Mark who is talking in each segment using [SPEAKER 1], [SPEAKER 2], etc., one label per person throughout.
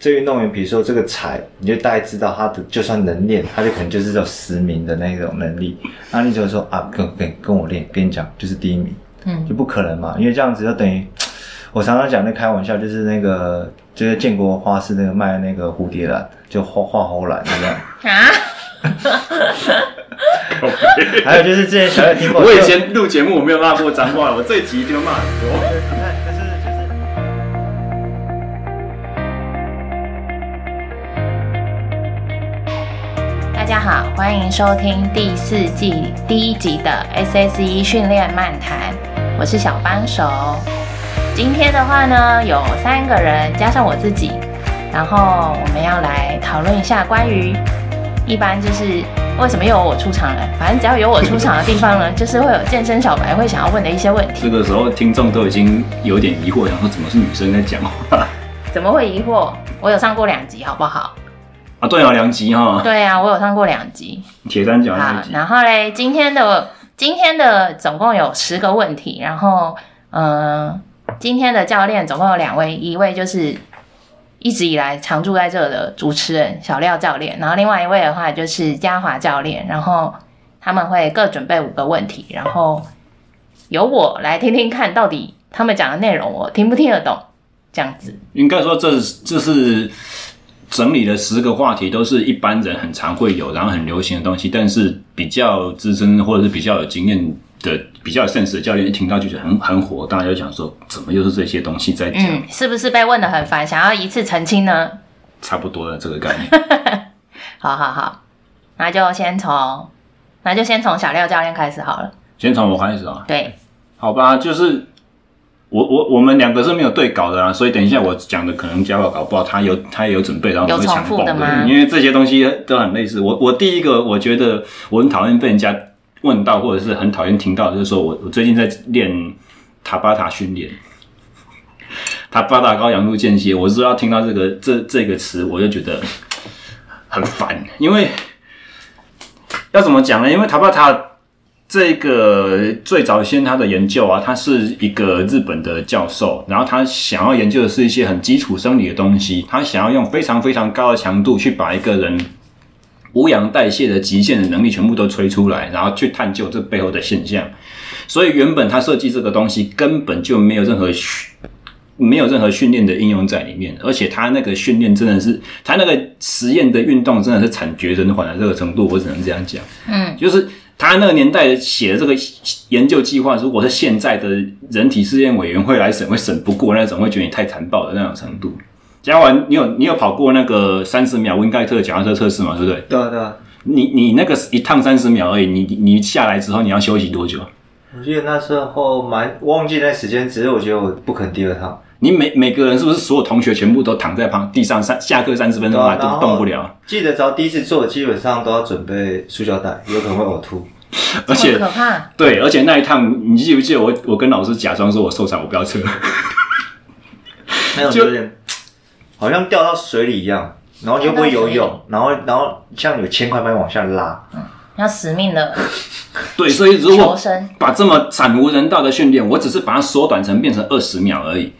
[SPEAKER 1] 这运动员，比如说这个踩，你就大概知道他的，就算能练，他就可能就是有实名的那种能力。那你就说啊，跟跟跟我练，跟你讲，就是第一名，
[SPEAKER 2] 嗯
[SPEAKER 1] 就不可能嘛，因为这样子就等于我常常讲那开玩笑，就是那个就是建国花市那个卖那个蝴蝶兰，就画画猴兰这样。
[SPEAKER 2] 啊，
[SPEAKER 1] 还有就是之前小月听过，
[SPEAKER 3] 我以
[SPEAKER 1] 就
[SPEAKER 3] 前录节目我没有骂过脏话，我这一集一定会骂很多。
[SPEAKER 2] 大家好，欢迎收听第四季第一集的 SSE 训练漫谈，我是小帮手。今天的话呢，有三个人加上我自己，然后我们要来讨论一下关于一般就是为什么又有我出场了，反正只要有我出场的地方呢，就是会有健身小白会想要问的一些问题。
[SPEAKER 3] 这个时候听众都已经有点疑惑，想说怎么是女生在讲话
[SPEAKER 2] 怎么会疑惑？我有上过两集，好不好？
[SPEAKER 3] 啊？对哦，梁吉哈，
[SPEAKER 2] 对啊，我有上过两集。
[SPEAKER 3] 铁三角那
[SPEAKER 2] 好
[SPEAKER 3] 一，集，
[SPEAKER 2] 然后嘞，今天的今天的总共有十个问题，然后呃，今天的教练总共有两位，一位就是一直以来常驻在这的主持人小廖教练，然后另外一位的话就是嘉华教练，然后他们会各准备五个问题，然后由我来听听看到底他们讲的内容我听不听得懂，这样子。
[SPEAKER 3] 应该说这是这是整理了十个话题，都是一般人很常会有，然后很流行的东西，但是比较资深或者是比较有经验的、比较有 sense 的教练，一听到就觉得很很火，大家就想说，怎么又是这些东西在讲？
[SPEAKER 2] 嗯，是不是被问的很烦，想要一次澄清呢？
[SPEAKER 3] 差不多的这个概念。
[SPEAKER 2] 好好好，那就先从，那就先从小廖教练开始好了。
[SPEAKER 3] 先从我开始啊，
[SPEAKER 2] 对，
[SPEAKER 3] 好吧，就是我我我们两个是没有对稿的啊，所以等一下我讲的可能加了搞不好他有他也有准备，然后我会强
[SPEAKER 2] 有重复
[SPEAKER 3] 蹦
[SPEAKER 2] 的吗
[SPEAKER 3] 因为这些东西都很类似。我我第一个我觉得我很讨厌被人家问到，或者是很讨厌听到，就是说我我最近在练塔巴塔训练。塔巴塔高阳路间歇，我知道听到这个这这个词，我就觉得很烦，因为要怎么讲呢？因为塔巴塔这个最早先他的研究啊，他是一个日本的教授，然后他想要研究的是一些很基础生理的东西，他想要用非常非常高的强度去把一个人无氧代谢的极限的能力全部都吹出来，然后去探究这背后的现象。所以原本他设计这个东西根本就没有任何训没有任何训练的应用在里面，而且他那个训练真的是他那个实验的运动真的是惨绝人寰的啊这个程度，我只能这样讲。
[SPEAKER 2] 嗯，
[SPEAKER 3] 就是他那个年代写的这个研究计划，如果是现在的人体试验委员会来审，会审不过那种，会觉得你太残暴的那种程度。嘉完，你有你有跑过那个三十秒温盖特脚踏车测试嘛？对不对？
[SPEAKER 1] 对啊对啊，
[SPEAKER 3] 你你那个一趟三十秒而已，你你你下来之后你要休息多久？
[SPEAKER 1] 我记得那时候蛮忘记那时间，只是我觉得我不肯第二趟，
[SPEAKER 3] 你每每个人是不是所有同学全部都躺在旁地上三下课三十分钟
[SPEAKER 1] 对啊
[SPEAKER 3] 还
[SPEAKER 1] 然
[SPEAKER 3] 动
[SPEAKER 1] 后
[SPEAKER 3] 动不了？
[SPEAKER 1] 记得只要第一次做，基本上都要准备塑胶袋，有可能会呕吐。
[SPEAKER 3] 而且
[SPEAKER 2] 这么可怕，
[SPEAKER 3] 对，而且那一趟你记不记得我我跟老师假装说我受伤，我不要测。
[SPEAKER 1] 那种有点好像掉到水里一样，然后你又不会游泳，然后然后像有铅块把你往下拉，
[SPEAKER 2] 要死命的
[SPEAKER 3] 对，所以如
[SPEAKER 2] 求
[SPEAKER 3] 果
[SPEAKER 2] 生。
[SPEAKER 3] 把这么惨无人道的训练，我只是把它缩短成变成二十秒而已。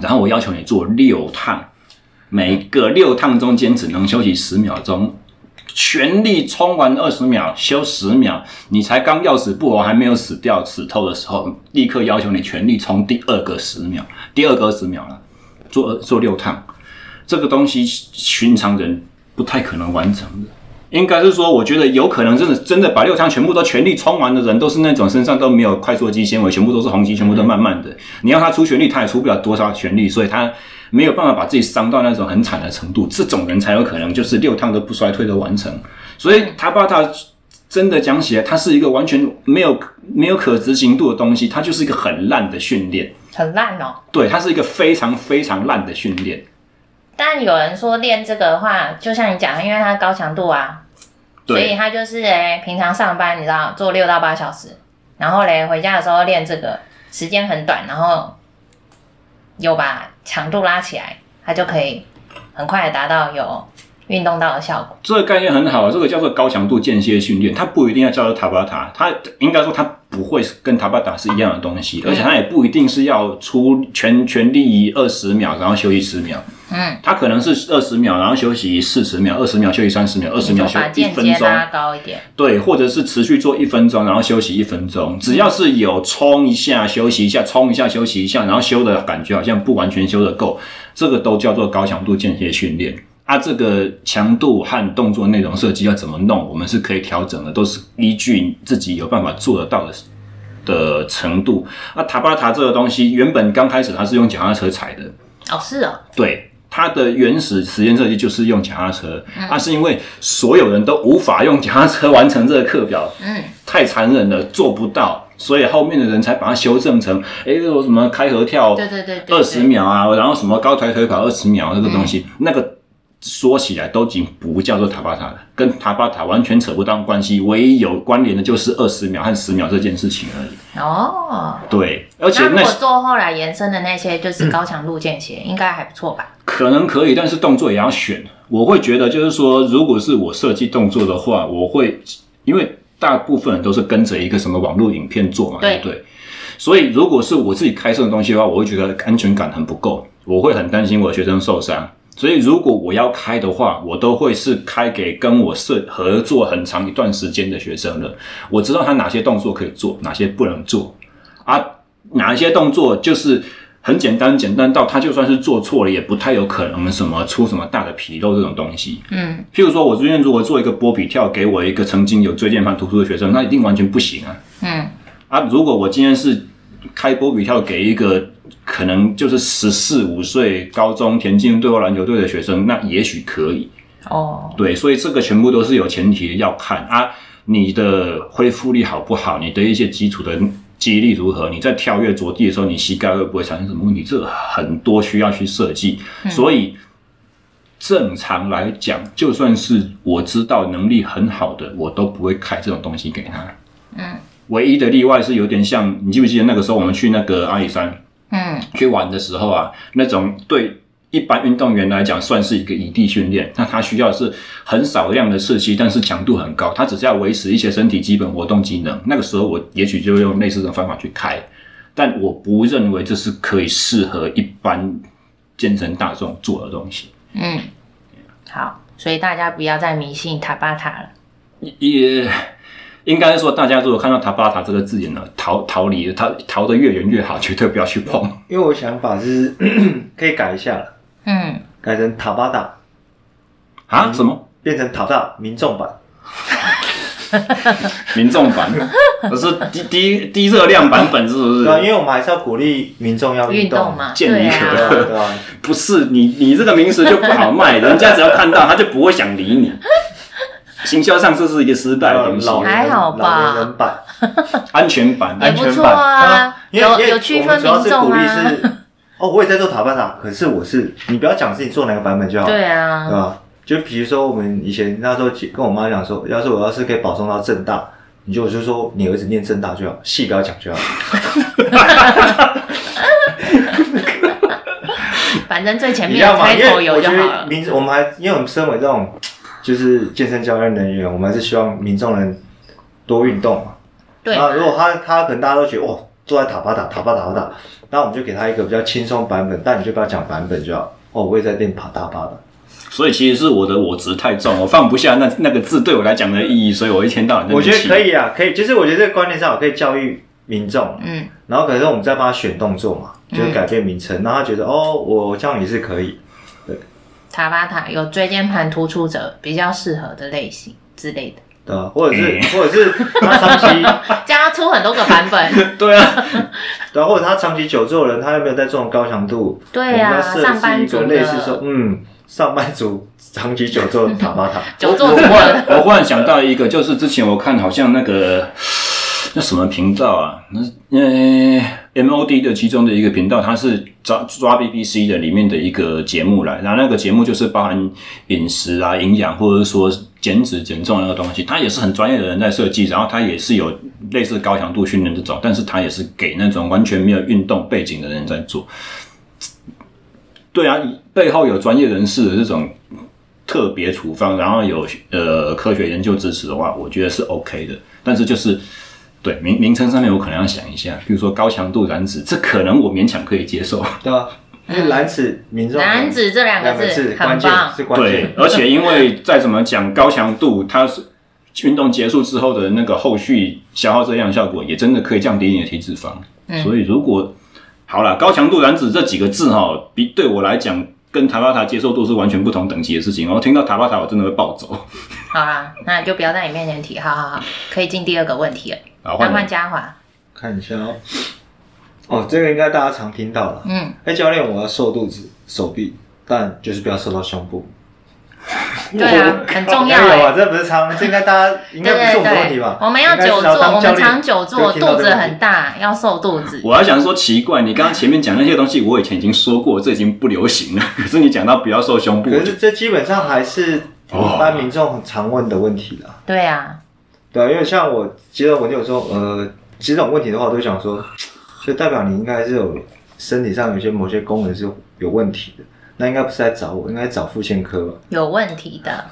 [SPEAKER 3] 然后我要求你做六趟，每个六趟中间只能休息十秒钟，全力冲完二十秒，休十秒。你才刚要死不活，还没有死掉死透的时候，立刻要求你全力冲第二个十秒，第二个十秒了，做二做六趟。这个东西寻常人不太可能完成的。应该是说，我觉得有可能真的真的把六项全部都全力冲完的人，都是那种身上都没有快速肌纤维，全部都是红肌，全部都慢慢的。你要他出全力，他也出不了多少全力，所以他没有办法把自己伤到那种很惨的程度。这种人才有可能就是六趟都不衰退的完成。所以塔巴塔真的讲起来，它是一个完全没有没有可执行度的东西，它就是一个很烂的训练。
[SPEAKER 2] 很烂哦。
[SPEAKER 3] 对，它是一个非常非常烂的训练。
[SPEAKER 2] 但有人说练这个的话，就像你讲，因为它高强度啊，所以
[SPEAKER 3] 对，
[SPEAKER 2] 他就是哎、平常上班你知道做六到八小时，然后嘞回家的时候练这个，时间很短，然后有把强度拉起来，他就可以很快地达到有运动到的效果。
[SPEAKER 3] 这个概念很好，啊这个叫做高强度间歇训练，它不一定要叫做塔巴塔，它应该说它不会跟塔巴塔是一样的
[SPEAKER 4] 嗯
[SPEAKER 3] 东西，而且它也不一定是要出全全力以二十秒，然后休息十秒。
[SPEAKER 4] 嗯，
[SPEAKER 3] 它可能是二十秒，然后休息四十秒，二十秒休息三十秒，二十秒
[SPEAKER 4] 就
[SPEAKER 3] 休
[SPEAKER 4] 把
[SPEAKER 3] 一
[SPEAKER 4] 间
[SPEAKER 3] 分
[SPEAKER 4] 接
[SPEAKER 3] 钟，
[SPEAKER 4] 拉高一点。
[SPEAKER 3] 对，或者是持续做一分钟，然后休息一分钟。只要是有冲一下、休息一下、冲一下、休息一下，然后休的感觉好像不完全休的够，这个都叫做高强度间歇训练。啊，这个强度和动作内容设计要怎么弄，我们是可以调整的，都是依据自己有办法做得到的的程度。那塔巴塔这个东西，原本刚开始它是用脚踏车踩的，
[SPEAKER 4] 哦，是哦，
[SPEAKER 3] 对，它的原始实验设计就是用脚踏车，
[SPEAKER 4] 嗯
[SPEAKER 3] 那、是因为所有人都无法用脚踏车完成这个课表，
[SPEAKER 4] 嗯，
[SPEAKER 3] 太残忍了，做不到，所以后面的人才把它修正成，诶，有什么开合跳
[SPEAKER 4] 对对对对，嗯
[SPEAKER 3] 二十秒啊，然后什么高抬腿跑二十秒这个东西，那个。说起来都已经不叫做塔巴塔了，跟塔巴塔完全扯不上关系。唯一有关联的就是二十秒和十秒这件事情而已。
[SPEAKER 4] 对。哦，
[SPEAKER 3] 对，而且
[SPEAKER 4] 那如
[SPEAKER 3] 那
[SPEAKER 4] 果做后来延伸的那些就是高强度间歇，应该还不错吧？
[SPEAKER 3] 可能可以，但是动作也要选。我会觉得就是说，如果是我设计动作的话，我会因为大部分人都是跟着一个什么网络影片做嘛，
[SPEAKER 4] 对
[SPEAKER 3] 对不对？所以如果是我自己开设的东西的话，我会觉得安全感很不够，我会很担心我的学生受伤。所以如果我要开的话，我都会是开给跟我设合作很长一段时间的学生了。我知道他哪些动作可以做，哪些不能做，啊，哪一些动作就是很简单，简单到他就算是做错了，也不太有可能什么出什么大的纰漏这种东西。
[SPEAKER 4] 嗯，
[SPEAKER 3] 譬如说，我今天如果做一个波比跳，给我一个曾经有椎间盘突出的学生，那一定完全不行啊。
[SPEAKER 4] 嗯，
[SPEAKER 3] 啊，如果我今天是开波比跳给一个可能就是十四五岁高中田径队或篮球队的学生，那也许可以。
[SPEAKER 4] 哦，
[SPEAKER 3] 对，所以这个全部都是有前提的要看啊，你的恢复力好不好，你的一些基础的肌力如何，你在跳跃着地的时候，你膝盖会不会产生什么问题？这个很多需要去设计，
[SPEAKER 4] 嗯
[SPEAKER 3] 所以。正常来讲，就算是我知道能力很好的，我都不会开这种东西给他。
[SPEAKER 4] 嗯
[SPEAKER 3] 唯一的例外是有点像，你记不记得那个时候我们去那个阿里山
[SPEAKER 4] 嗯，
[SPEAKER 3] 去玩的时候啊，那种对一般运动员来讲算是一个异地训练，那他需要的是很少量的刺激，但是强度很高，他只是要维持一些身体基本活动机能。那个时候我也许就用类似的方法去开，但我不认为这是可以适合一般健身大众做的东西。
[SPEAKER 4] 嗯，好，所以大家不要再迷信塔巴塔了。
[SPEAKER 3] 也应该是说，大家如果看到塔巴塔这个字眼呢，逃逃离它逃得越远越好，绝对不要去碰。
[SPEAKER 1] 因为我想法是 可以改一下了，
[SPEAKER 4] 嗯，
[SPEAKER 1] 改成塔巴塔，
[SPEAKER 3] 啊？什么？
[SPEAKER 1] 变成塔大民众版。
[SPEAKER 3] 民众 版？可是低低低热量版本是不
[SPEAKER 1] 对
[SPEAKER 3] 是？
[SPEAKER 1] 啊，因为我们还是要鼓励民众要
[SPEAKER 4] 运动
[SPEAKER 1] 动。
[SPEAKER 4] 嘛，
[SPEAKER 3] 健
[SPEAKER 4] 对
[SPEAKER 3] 怡
[SPEAKER 1] 对啊，
[SPEAKER 3] 可
[SPEAKER 4] 啊，
[SPEAKER 1] 对啊，
[SPEAKER 3] 不是你，你这个名词就不好卖，人家只要看到他就不会想理 你。行销上这是一个失败的东西，
[SPEAKER 1] 老年
[SPEAKER 4] 还
[SPEAKER 1] 人
[SPEAKER 4] 好吧
[SPEAKER 1] 老年人版。
[SPEAKER 3] 安全版。
[SPEAKER 4] 啊也
[SPEAKER 1] 安
[SPEAKER 4] 不
[SPEAKER 1] 全
[SPEAKER 4] 错
[SPEAKER 1] 版
[SPEAKER 4] 啊
[SPEAKER 1] 因为
[SPEAKER 4] 有
[SPEAKER 1] 因为
[SPEAKER 4] 有区
[SPEAKER 1] 我们
[SPEAKER 4] 分
[SPEAKER 1] 主要是
[SPEAKER 4] 民众
[SPEAKER 1] 鼓励
[SPEAKER 4] 啊
[SPEAKER 1] 是，哦，我也在做塔巴塔，可是我是你不要讲是你做哪个版本就好，
[SPEAKER 4] 对
[SPEAKER 1] 对
[SPEAKER 4] 啊，
[SPEAKER 1] 吧？就比如说我们以前那时候跟我妈讲说，要是我要是可以保送到正大，你就我就说你儿子念正大就好，戏不要讲就好。
[SPEAKER 4] 反正最前
[SPEAKER 1] 你
[SPEAKER 4] 面
[SPEAKER 1] 要
[SPEAKER 4] 的
[SPEAKER 1] 嘛，
[SPEAKER 4] 开
[SPEAKER 1] 因
[SPEAKER 4] 头
[SPEAKER 1] 为
[SPEAKER 4] 有
[SPEAKER 1] 我觉
[SPEAKER 4] 就好了
[SPEAKER 1] 得。民我们还因为我们身为这种就是健身教练人员，我们还是希望民众能多运动嘛。
[SPEAKER 4] 对，
[SPEAKER 1] 那如果他他可能大家都觉得哇，坐在塔巴塔塔巴塔巴塔，那我们就给他一个比较轻松版本，但你就不要讲版本就好。哦，我也在练塔大巴的，
[SPEAKER 3] 所以其实是我的我执太重，我放不下那那个字对我来讲的意义，所以我一天到晚在
[SPEAKER 1] 我
[SPEAKER 3] 那
[SPEAKER 1] 觉得
[SPEAKER 3] 边气
[SPEAKER 1] 可以啊，可以，就是我觉得这个观念上我可以教育民众，
[SPEAKER 4] 嗯
[SPEAKER 1] 然后可能我们再帮他选动作嘛，就是改变名称，让他觉得哦，我这样也是可以。，
[SPEAKER 4] 塔巴塔有椎间盘突出者比较适合的类型之类的，
[SPEAKER 1] 对吧？或者是，
[SPEAKER 3] 嗯
[SPEAKER 1] 或者是他长期，
[SPEAKER 4] 这样要出很多个版本。
[SPEAKER 3] 对啊，
[SPEAKER 1] 对啊，或者他长期久坐的人，他又没有在这种高强度，
[SPEAKER 4] 对啊
[SPEAKER 1] 我们要设计
[SPEAKER 4] 上班族
[SPEAKER 1] 一
[SPEAKER 4] 的
[SPEAKER 1] 个类似说，嗯，上班族长期久坐的塔巴 塔，
[SPEAKER 4] 久坐怎么了？
[SPEAKER 3] 我忽然想到一个，就是之前我看好像那个那什么频道啊，那呃 MOD 的其中的一个频道，它是抓抓 BBC 的里面的一个节目来，然后那个节目就是包含饮食啊、营养或者说减脂减重那个东西，它也是很专业的人在设计，然后它也是有类似高强度训练这种，但是它也是给那种完全没有运动背景的人在做。对啊，背后有专业人士的这种特别处方，然后有呃科学研究支持的话，我觉得是 OK 的。但是就是对名名称上面，我可能要想一下，比如说高强度燃脂，这可能我勉强可以接受。
[SPEAKER 1] 对吧？啊因为蓝尺民众
[SPEAKER 4] 男子这两
[SPEAKER 1] 两
[SPEAKER 4] 个
[SPEAKER 1] 个
[SPEAKER 4] 字
[SPEAKER 1] 字
[SPEAKER 4] 很
[SPEAKER 1] 关键
[SPEAKER 4] 棒，
[SPEAKER 1] 是关
[SPEAKER 3] 对
[SPEAKER 1] 键，，
[SPEAKER 3] 而且因为再怎么讲高强度，它是运动结束之后的那个后续消耗热量效果，也真的可以降低你的体脂肪。
[SPEAKER 4] 嗯
[SPEAKER 3] 所以如果好了，高强度燃脂这几个字哈、比对我来讲。跟塔巴塔接受度是完全不同等级的事情，然后听到塔巴塔我真的会暴走。
[SPEAKER 4] 好啦，那就不要在你面前提，好好好，可以进第二个问题了。
[SPEAKER 3] 好，
[SPEAKER 4] 那
[SPEAKER 3] 换
[SPEAKER 4] 换
[SPEAKER 3] 人
[SPEAKER 4] 嘉华，
[SPEAKER 1] 看一下哦。哦，这个应该大家常听到了。
[SPEAKER 4] 嗯，
[SPEAKER 1] 哎、教练，我要瘦肚子、手臂，但就是不要瘦到胸部。
[SPEAKER 4] 对啊，很重要
[SPEAKER 1] 没有啊，
[SPEAKER 4] 哎。
[SPEAKER 1] 这不是常，这应该大家应
[SPEAKER 4] 对
[SPEAKER 1] 该不是我
[SPEAKER 4] 对
[SPEAKER 1] 们的问题
[SPEAKER 4] 对
[SPEAKER 1] 吧，？
[SPEAKER 4] 我们要
[SPEAKER 1] 应该是
[SPEAKER 4] 久
[SPEAKER 1] 要
[SPEAKER 4] 坐，
[SPEAKER 1] 当
[SPEAKER 4] 我
[SPEAKER 1] 教
[SPEAKER 4] 们
[SPEAKER 1] 练
[SPEAKER 4] 常久坐，
[SPEAKER 1] 就听到
[SPEAKER 4] 肚
[SPEAKER 1] 这个
[SPEAKER 4] 子
[SPEAKER 1] 问
[SPEAKER 4] 很
[SPEAKER 1] 题
[SPEAKER 4] 大，要瘦肚子。
[SPEAKER 3] 我还想说奇怪，你刚刚前面讲那些东西，我以前已经说过，这已经不流行了。可是你讲到不要瘦胸部，我
[SPEAKER 1] 可
[SPEAKER 3] 就是
[SPEAKER 1] 这基本上还是一般民众很常问的问题啦。
[SPEAKER 4] 对啊，
[SPEAKER 1] 对啊，因为像我接到文件，我说呃，其实这种问题的话，我都会想说，就代表你应该是有身体上有些某些功能是有问题的，那应该不是来找我，应该找妇健科吧？
[SPEAKER 4] 有问题的。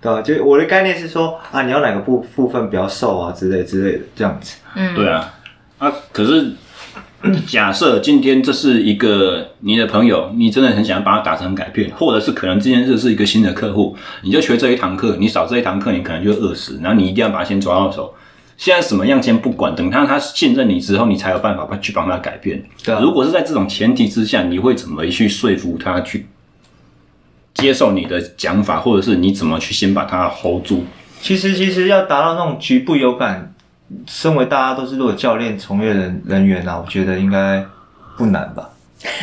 [SPEAKER 1] 对啊，就我的概念是说啊，你要哪个部部分比较瘦啊之类之类的这样子。
[SPEAKER 4] 嗯，
[SPEAKER 3] 对啊，啊，可是 假设今天这是一个你的朋友，你真的很想要把他打成改变，或者是可能今天这是一个新的客户，你就学这一堂课，你少这一堂课，你可能就会饿死，然后你一定要把他先抓到手。现在什么样先不管，等他他信任你之后，你才有办法去帮他改变。
[SPEAKER 1] 对啊
[SPEAKER 3] 如果是在这种前提之下，你会怎么去说服他去接受你的讲法，或者是你怎么去先把他 hold 住？
[SPEAKER 1] 其实其实要达到那种局部有感，身为大家都是如果教练从业人人员啊，我觉得应该不难吧。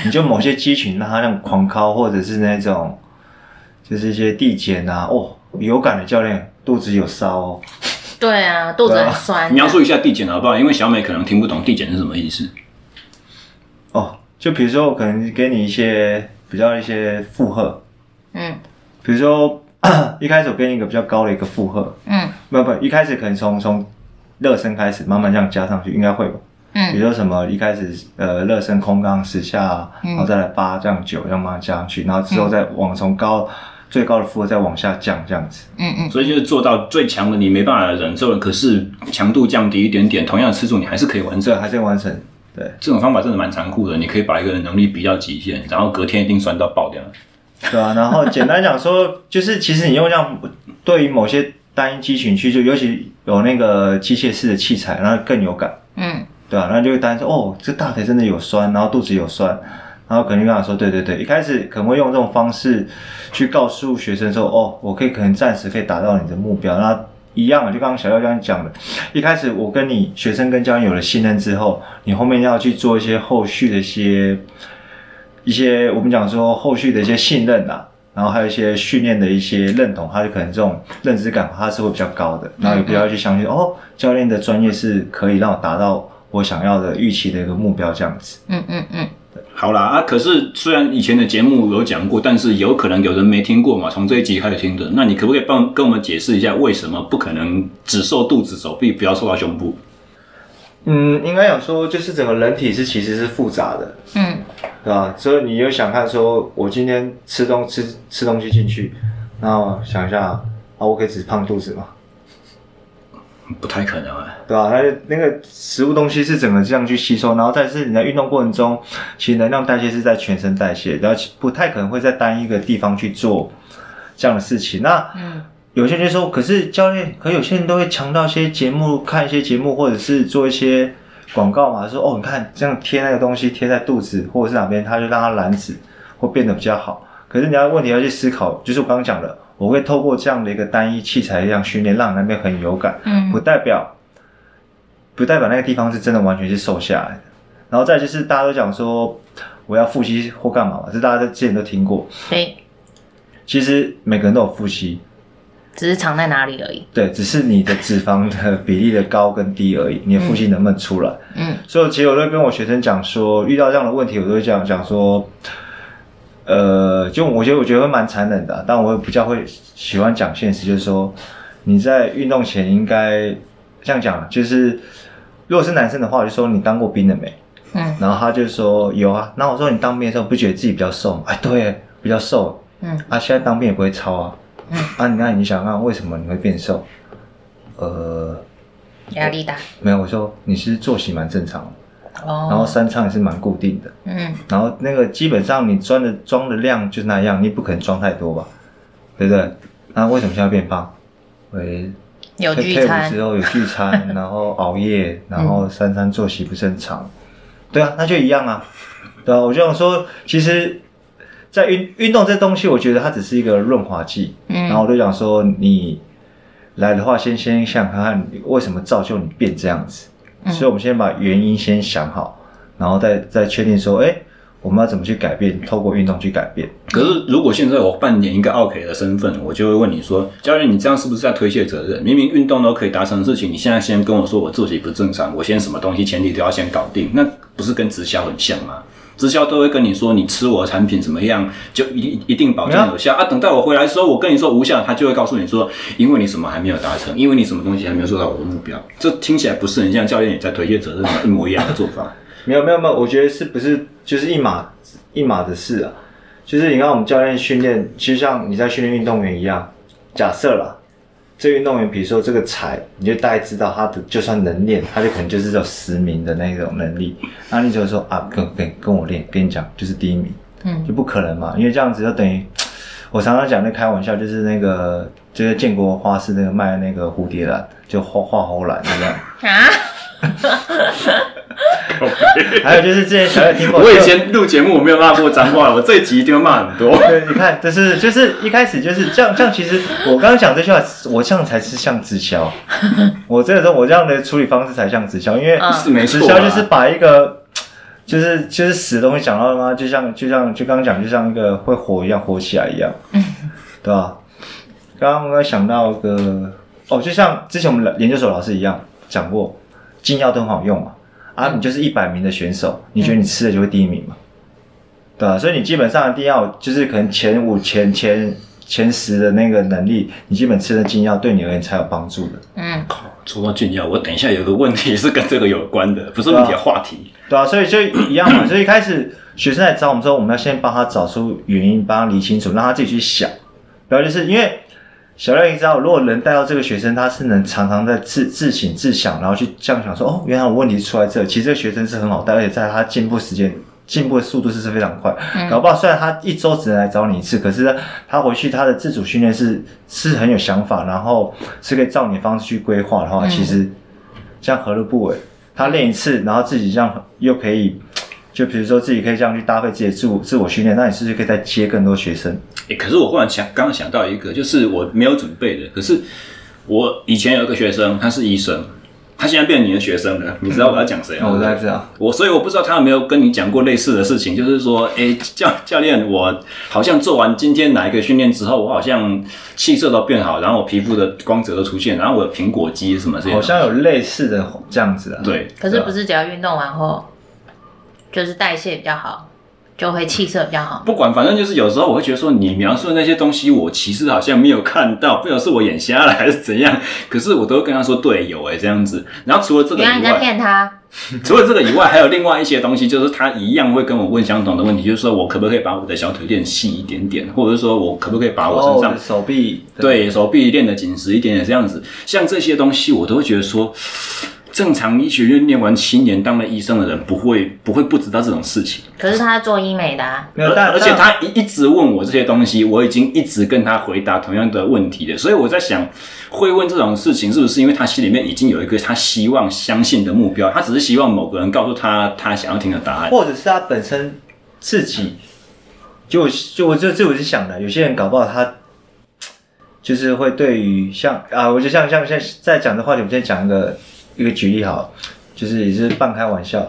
[SPEAKER 1] 你就某些肌群让他那种狂敲，或者是那种就是一些递减啊，哦，有感的教练肚子有烧哦。
[SPEAKER 4] 对啊，肚子很酸。
[SPEAKER 1] 嗯
[SPEAKER 3] 描述一下递减好不好？因为小美可能听不懂递减是什么意思。
[SPEAKER 1] 哦，就比如说我可能给你一些比较一些负荷，
[SPEAKER 4] 嗯
[SPEAKER 1] 比如说 一开始我给你一个比较高的一个负荷，
[SPEAKER 4] 嗯
[SPEAKER 1] 不不，一开始可能从从热身开始，慢慢这样加上去，应该会吧。比
[SPEAKER 4] 嗯
[SPEAKER 1] 如说什么一开始呃热身空杠十下，
[SPEAKER 4] 嗯
[SPEAKER 1] 然后再来八这样九，这样慢慢加上去，然后之后再往从高最高的负荷再往下降这样子。
[SPEAKER 4] 嗯嗯，
[SPEAKER 3] 所以就是做到最强的，你没办法忍受了，可是强度降低一点点，同样的次数你还是可以完成。
[SPEAKER 1] 这还是完成。对
[SPEAKER 3] 这种方法真的蛮残酷的，你可以把一个人能力逼到极限，然后隔天一定酸到爆掉。
[SPEAKER 1] 对啊，然后简单讲说，就是其实你用这样对于某些单一肌群去，就尤其有那个机械式的器材，然后更有感。
[SPEAKER 4] 嗯
[SPEAKER 1] 对啊，然后就会担心说哦，这大腿真的有酸，然后肚子有酸，然后可能就跟他说，对对对，一开始可能会用这种方式去告诉学生说，哦，我可以可能暂时可以达到你的目标，那一样的，就刚刚小廖刚刚讲的，一开始我跟你学生跟教练有了信任之后，你后面要去做一些后续的一些一些我们讲说后续的一些信任啊。然后还有一些训练的一些认同，他就可能这种认知感，他是会比较高的，然后也比较去相信哦，教练的专业是可以让我达到我想要的预期的一个目标，这样子。
[SPEAKER 4] 嗯嗯嗯，
[SPEAKER 3] 好啦啊，可是虽然以前的节目有讲过，但是有可能有人没听过嘛，从这一集开始听的。那你可不可以帮跟我们解释一下，为什么不可能只瘦肚子、手臂，不要瘦到胸部？
[SPEAKER 1] 嗯，应该讲说，就是整个人体是其实是复杂的，
[SPEAKER 4] 嗯
[SPEAKER 1] 对吧？所以你就想看说，我今天吃东吃吃东西进去，然后想一下啊，我可以只胖肚子嘛，
[SPEAKER 3] 不太可能啊。
[SPEAKER 1] 对吧？它就那个食物东西是整个这样去吸收，然后再是你在运动过程中，其实能量代谢是在全身代谢，然后不太可能会在单一个地方去做这样的事情。那
[SPEAKER 4] 嗯
[SPEAKER 1] 有些人就说，可是教练，可有些人都会强调一些节目，看一些节目，或者是做一些广告嘛，说哦，你看这样贴那个东西贴在肚子或者是哪边，它就让它燃脂会变得比较好。可是你要问题要去思考，就是我刚刚讲的，我会透过这样的一个单一器材这样训练，让你那边很有感，不
[SPEAKER 4] 嗯
[SPEAKER 1] 代表不代表那个地方是真的完全是瘦下来的。然后再就是大家都讲说我要腹肌或干嘛嘛，这大家之前都听过，
[SPEAKER 4] 对，
[SPEAKER 1] 其实每个人都有腹肌。
[SPEAKER 4] 只是藏在哪里而已。
[SPEAKER 1] 对，只是你的脂肪的比例的高跟低而已，你的腹肌能不能出来？
[SPEAKER 4] 嗯
[SPEAKER 1] 所以其实我都跟我学生讲说，遇到这样的问题，我都会讲讲说，呃，就我觉得我觉得会蛮残忍的啊、但我也比较会喜欢讲现实，就是说你在运动前应该这样讲，就是如果是男生的话，我就说你当过兵了没？
[SPEAKER 4] 嗯
[SPEAKER 1] 然后他就说有啊，那我说你当兵的时候不觉得自己比较瘦吗？哎，对，比较瘦，
[SPEAKER 4] 嗯
[SPEAKER 1] 啊，现在当兵也不会超啊。
[SPEAKER 4] 嗯
[SPEAKER 1] 啊，你那你想想看，为什么你会变瘦？呃，
[SPEAKER 4] 压力大。
[SPEAKER 1] 没有，我说你是作息蛮正常的，
[SPEAKER 4] 哦，
[SPEAKER 1] 然后三仓也是蛮固定的，
[SPEAKER 4] 嗯
[SPEAKER 1] 然后那个基本上你装的装的量就是那样，你不可能装太多吧，对不对？那为什么现在变胖？为
[SPEAKER 4] 有
[SPEAKER 1] 退
[SPEAKER 4] 聚
[SPEAKER 1] 退伍
[SPEAKER 4] 餐
[SPEAKER 1] 之，哦后有聚 餐，然后熬夜，然后三餐作息不正常，对啊，那就一样啊，对啊，我就想说，其实，在运运动这东西，我觉得它只是一个润滑剂，
[SPEAKER 4] 嗯，
[SPEAKER 1] 然后我就想说，你来的话，先先想看看你为什么造就你变这样子，
[SPEAKER 4] 嗯
[SPEAKER 1] 所以我们先把原因先想好，然后再再确定说，哎，我们要怎么去改变，透过运动去改变。
[SPEAKER 3] 可是如果现在我扮演一个奥 K 的身份，我就会问你说，教练，你这样是不是在推卸责任？明明运动都可以达成的事情，你现在先跟我说我自己不正常，我先什么东西前提都要先搞定，那不是跟直销很像吗？直销都会跟你说你吃我的产品怎么样，就一一定保证有效啊。等到我回来的时候，我跟你说无效，他就会告诉你说，因为你什么还没有达成，因为你什么东西还没有做到我的目标。这听起来不是很像教练也在推卸责任吗？一模一样的做 法。
[SPEAKER 1] 没有没有没有，我觉得是不是就是一码一码的事啊？就是你看我们教练训练，其实像你在训练运动员一样，假设啦，这运动员比如说这个踩，你就大概知道他的就算能练，他就可能就是有十名的那种能力，那你就说啊，跟跟跟我练，跟你讲就是第一名，
[SPEAKER 4] 嗯
[SPEAKER 1] 就不可能嘛，因为这样子就等于我常常讲那开玩笑，就是那个就是建国花市那个卖那个蝴蝶兰，就画画猴兰这样。
[SPEAKER 4] 啊，
[SPEAKER 1] 还有就是之前小野听过，
[SPEAKER 3] 我以
[SPEAKER 1] 就
[SPEAKER 3] 前录节目我没有骂过脏话，我这一集一定会骂很多。
[SPEAKER 1] 对，你看，就是就是一开始就是这样，这样其实我刚刚讲这句话，我这样才是像直销。我这个时候我这样的处理方式才像直销，因为
[SPEAKER 4] 嗯
[SPEAKER 3] 是 没
[SPEAKER 1] 直
[SPEAKER 3] 错
[SPEAKER 1] 销就
[SPEAKER 3] 啦，
[SPEAKER 1] 是把一个就是就是死的东西讲到他妈就像就像就刚刚讲，就像一个会火一样火起来一样，对吧？刚刚我想到一个哦，就像之前我们研究所老师一样讲过，禁药都很好用嘛。啊，你就是一百名的选手，你觉得你吃了就会第一名嘛？对啊，所以你基本上一定要就是可能前五、前前前十的那个能力，你基本吃的禁药对你而言才有帮助的。
[SPEAKER 4] 嗯
[SPEAKER 3] 说到禁药，我等一下有个问题是跟这个有关的，不是问题
[SPEAKER 1] 对啊
[SPEAKER 3] 的话题。
[SPEAKER 1] 对啊，所以就一样嘛。所以一开始学生来找我们说，我们要先帮他找出原因，帮他理清楚，让他自己去想。不要就是因为小廖，你知道，如果能带到这个学生，他是能常常在自自省自想，然后去这样想说，哦，原来我问题出在这。其实这个学生是很好带，而且在他进步时间。进步的速度是是非常快，
[SPEAKER 4] 嗯
[SPEAKER 1] 搞不好虽然他一周只能来找你一次，可是他回去他的自主训练是是很有想法，然后是可以照你的方式去规划的话，
[SPEAKER 4] 嗯
[SPEAKER 1] 其实这样何乐不为？他练一次，然后自己这样又可以，就比如说自己可以这样去搭配自己的自我自我训练，那你是不是可以再接更多学生？
[SPEAKER 3] 诶可是我忽然想，刚刚想到一个，就是我没有准备的。可是我以前有一个学生，他是医生，他现在变你的学生了，你知道哦我要讲谁吗？啊
[SPEAKER 1] 我在这样，
[SPEAKER 3] 我所以我不知道他有没有跟你讲过类似的事情，就是说，诶，教教练，我好像做完今天哪一个训练之后，我好像气色都变好，然后我皮肤的光泽都出现，然后我的苹果肌什么这些，
[SPEAKER 1] 好像有类似的这样子啊。
[SPEAKER 3] 啊对，
[SPEAKER 4] 可是不是只要运动完后，就是代谢比较好，就会气色比较好。
[SPEAKER 3] 不管，反正就是有时候我会觉得说，你描述的那些东西，我其实好像没有看到，不晓得是我眼瞎了还是怎样。 可是我都会跟他说，对，有哎、这样子。然后除了这个
[SPEAKER 4] 原来
[SPEAKER 3] 以
[SPEAKER 4] 你在
[SPEAKER 3] 外，
[SPEAKER 4] 骗他，
[SPEAKER 3] 除了这个以外，还有另外一些东西，就是他一样会跟我问相同的问题，就是说我可不可以把我的小腿练细一点点，或者是说我可不可以把我身
[SPEAKER 1] 哦，
[SPEAKER 3] 上
[SPEAKER 1] 的手臂，
[SPEAKER 3] 对手臂练得紧实一点点这样子，像这些东西我都会觉得说，正常医学院念完七年当了医生的人，不会不会不知道这种事情。
[SPEAKER 4] 可是他做医美的啊，
[SPEAKER 1] 没有，但
[SPEAKER 3] 而而且
[SPEAKER 1] 但
[SPEAKER 3] 他一一直问我这些东西，我已经一直跟他回答同样的问题了，所以我在想，会问这种事情是不是因为他心里面已经有一个他希望相信的目标，他只是希望某个人告诉他他想要听的答案。
[SPEAKER 1] 或者是他本身自己，就就我就就我是想的，有些人搞不好他就是会对于像啊，我就像像像在讲的话题，我们先讲一个一个举例好了，就是也是半开玩笑，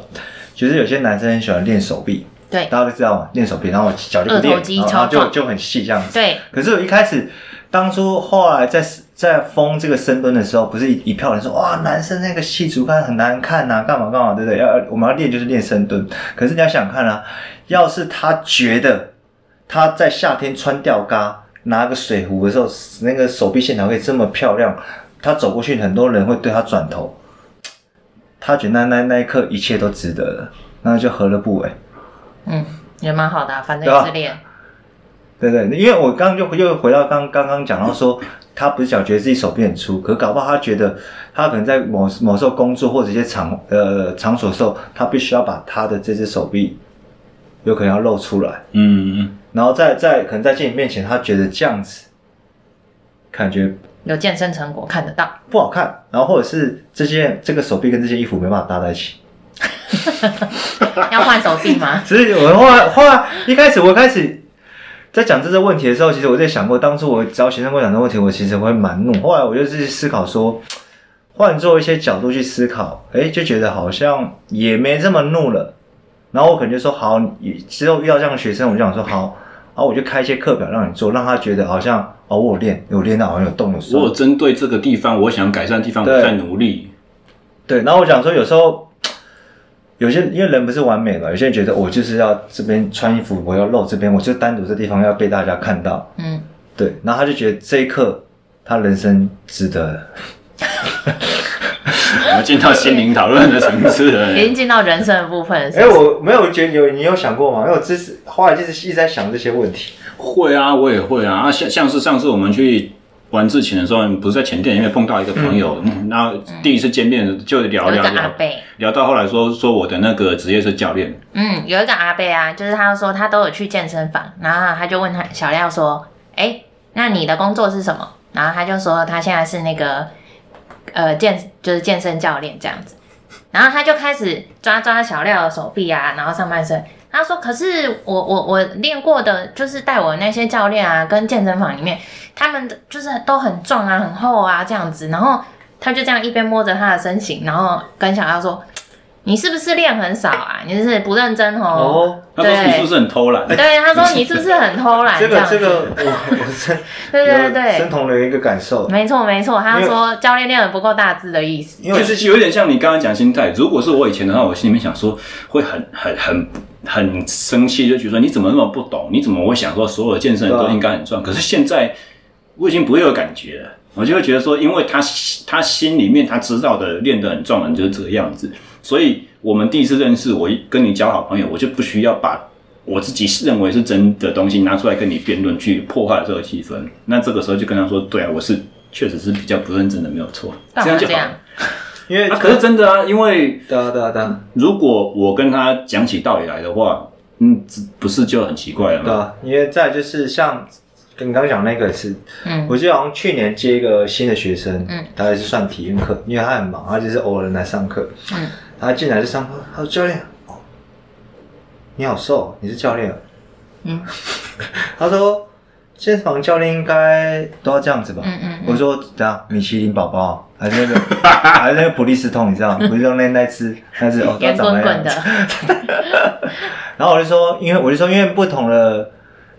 [SPEAKER 1] 就是有些男生很喜欢练手臂，
[SPEAKER 4] 对
[SPEAKER 1] 大家都知道嘛，练手臂，然后脚就不练，
[SPEAKER 4] 二头肌
[SPEAKER 1] 然后然后
[SPEAKER 4] 超
[SPEAKER 1] 就
[SPEAKER 4] 壮
[SPEAKER 1] 就很细这样子。
[SPEAKER 4] 对，
[SPEAKER 1] 可是我一开始，当初后来在在封这个深蹲的时候，不是一一票人说哇，男生那个细竹竿很难看呐、干嘛干嘛，对不对？要我们要练就是练深蹲。可是你要想看啊，要是他觉得他在夏天穿吊嘎拿个水壶的时候，那个手臂线条可以这么漂亮，他走过去很多人会对他转头，他觉得那那那一刻一切都值得了，那就何乐不为？
[SPEAKER 4] 嗯，也蛮好的啊、反正也是练，
[SPEAKER 1] 对对，因为我刚刚就又回到刚刚刚讲到说，他不是想觉得自己手臂很粗，可搞不好他觉得他可能在某某时候工作或者一些场呃场所的时候，他必须要把他的这只手臂有可能要露出来，
[SPEAKER 3] 嗯，
[SPEAKER 1] 然后在在可能在镜子面前，他觉得这样子感觉
[SPEAKER 2] 有健身成果看得到，
[SPEAKER 1] 不好看，然后或者是这件这个手臂跟这件衣服没办法搭在一起。
[SPEAKER 2] 要换手臂吗？
[SPEAKER 1] 其实我后来后来一开始我开始在讲这个问题的时候，其实我在想过，当初我只要学生跟我讲这个问题，我其实会蛮怒。后来我就自己思考说，换做一些角度去思考，哎，就觉得好像也没这么怒了。然后我可能就说好，你之后遇到这样的学生，我就想说好，然后我就开一些课表让你做，让他觉得好像哦，我有练，有练到好像有动有酸
[SPEAKER 3] 我有针对这个地方，我想改善的地方，
[SPEAKER 1] 对
[SPEAKER 3] 我在努力。
[SPEAKER 1] 对，然后我想说，有时候有些因为人不是完美嘛，有些人觉得我就是要这边穿衣服，我要露这边，我就单独这地方要被大家看到。
[SPEAKER 2] 嗯，
[SPEAKER 1] 对，然后他就觉得这一刻他人生值得了。
[SPEAKER 3] 我们进到心灵讨论的层次了。
[SPEAKER 2] 已经进到人生的部分了是
[SPEAKER 1] 哎、
[SPEAKER 2] 不是。
[SPEAKER 1] 我没有觉得有你有想过吗？因为我之前后来就是一直在想这些问题。
[SPEAKER 3] 会啊，我也会啊。啊，像像是上次我们去玩之前的时候，不是在前店里面碰到一个朋友，嗯然后第一次见面就聊
[SPEAKER 2] 有一
[SPEAKER 3] 哎聊
[SPEAKER 2] 个阿
[SPEAKER 3] 聊，
[SPEAKER 2] 贝，
[SPEAKER 3] 聊到后来说说我的那个职业是教练，
[SPEAKER 2] 嗯，有一个阿贝啊，就是他说他都有去健身房，然后他就问他小廖说：“哎、那你的工作是什么？”然后他就说他现在是那个呃健就是健身教练这样子，然后他就开始抓抓小廖的手臂啊，然后上半身。他说：“可是我我我练过的，就是带我的那些教练啊，跟健身房里面他们的就是都很壮啊，很厚啊这样子。”然后他就这样一边摸着他的身形，然后跟小廖说：“你是不是练很少啊？你是不是不认真
[SPEAKER 1] 哦，
[SPEAKER 2] 哦。”
[SPEAKER 3] 他说
[SPEAKER 2] 对
[SPEAKER 3] 你是不是很偷懒？
[SPEAKER 2] 对，他说你是不是很偷懒？
[SPEAKER 1] 这个
[SPEAKER 2] 样子
[SPEAKER 1] 这个，我我真
[SPEAKER 2] 对对对
[SPEAKER 1] 有
[SPEAKER 2] 对嗯
[SPEAKER 1] 身同的一个感受，
[SPEAKER 2] 没错没错。他
[SPEAKER 1] 因为
[SPEAKER 2] 说教练练的不够大致的意思。
[SPEAKER 1] 因为
[SPEAKER 3] 就是有点像你刚刚讲心态。如果是我以前的话，我心里面想说会很很很很生气，就觉得说你怎么那么不懂？你怎么会想说所有的健身人都
[SPEAKER 1] 对啊
[SPEAKER 3] 应该很壮？可是现在我已经不会有感觉了，我就会觉得说，因为他他心里面他知道的练得很壮的人就是这个样子，所以我们第一次认识，我一跟你交好朋友，我就不需要把。我自己认为是真的东西拿出来跟你辩论，去破坏这个气氛。那这个时候就跟他说：“对啊，我是确实是比较不认真的，没有错。”
[SPEAKER 2] 干
[SPEAKER 3] 这
[SPEAKER 2] 嘛
[SPEAKER 3] 样就
[SPEAKER 2] 这
[SPEAKER 3] 好了
[SPEAKER 2] 样？
[SPEAKER 1] 因为
[SPEAKER 3] 啊，可是真的啊，因为
[SPEAKER 1] 对啊对啊对啊
[SPEAKER 3] 如果我跟他讲起道理来的话，嗯，这不是就很奇怪了
[SPEAKER 1] 对
[SPEAKER 3] 吗？
[SPEAKER 1] 啊，因为再来就是像跟你刚刚讲那个是
[SPEAKER 2] 嗯
[SPEAKER 1] 我记得好像去年接一个新的学生，
[SPEAKER 2] 嗯
[SPEAKER 1] 大概是算体验课，因为他很忙，他就是偶尔来上课。
[SPEAKER 2] 嗯，
[SPEAKER 1] 他进来就上课，他说教练，哦，你好瘦，你是教练哦？
[SPEAKER 2] 嗯
[SPEAKER 1] 他说健身房教练应该都要这样子吧？
[SPEAKER 2] 嗯嗯嗯
[SPEAKER 1] 我说怎样？米其林宝宝还是那个 还是那个普利司通，你知 道吗？不是用那那只，那只哦，它
[SPEAKER 2] 圆
[SPEAKER 1] 长那
[SPEAKER 2] 滚
[SPEAKER 1] 样
[SPEAKER 2] 滚
[SPEAKER 1] 子。
[SPEAKER 2] 的。
[SPEAKER 1] 然后我就说，因为我就说，因为不同的，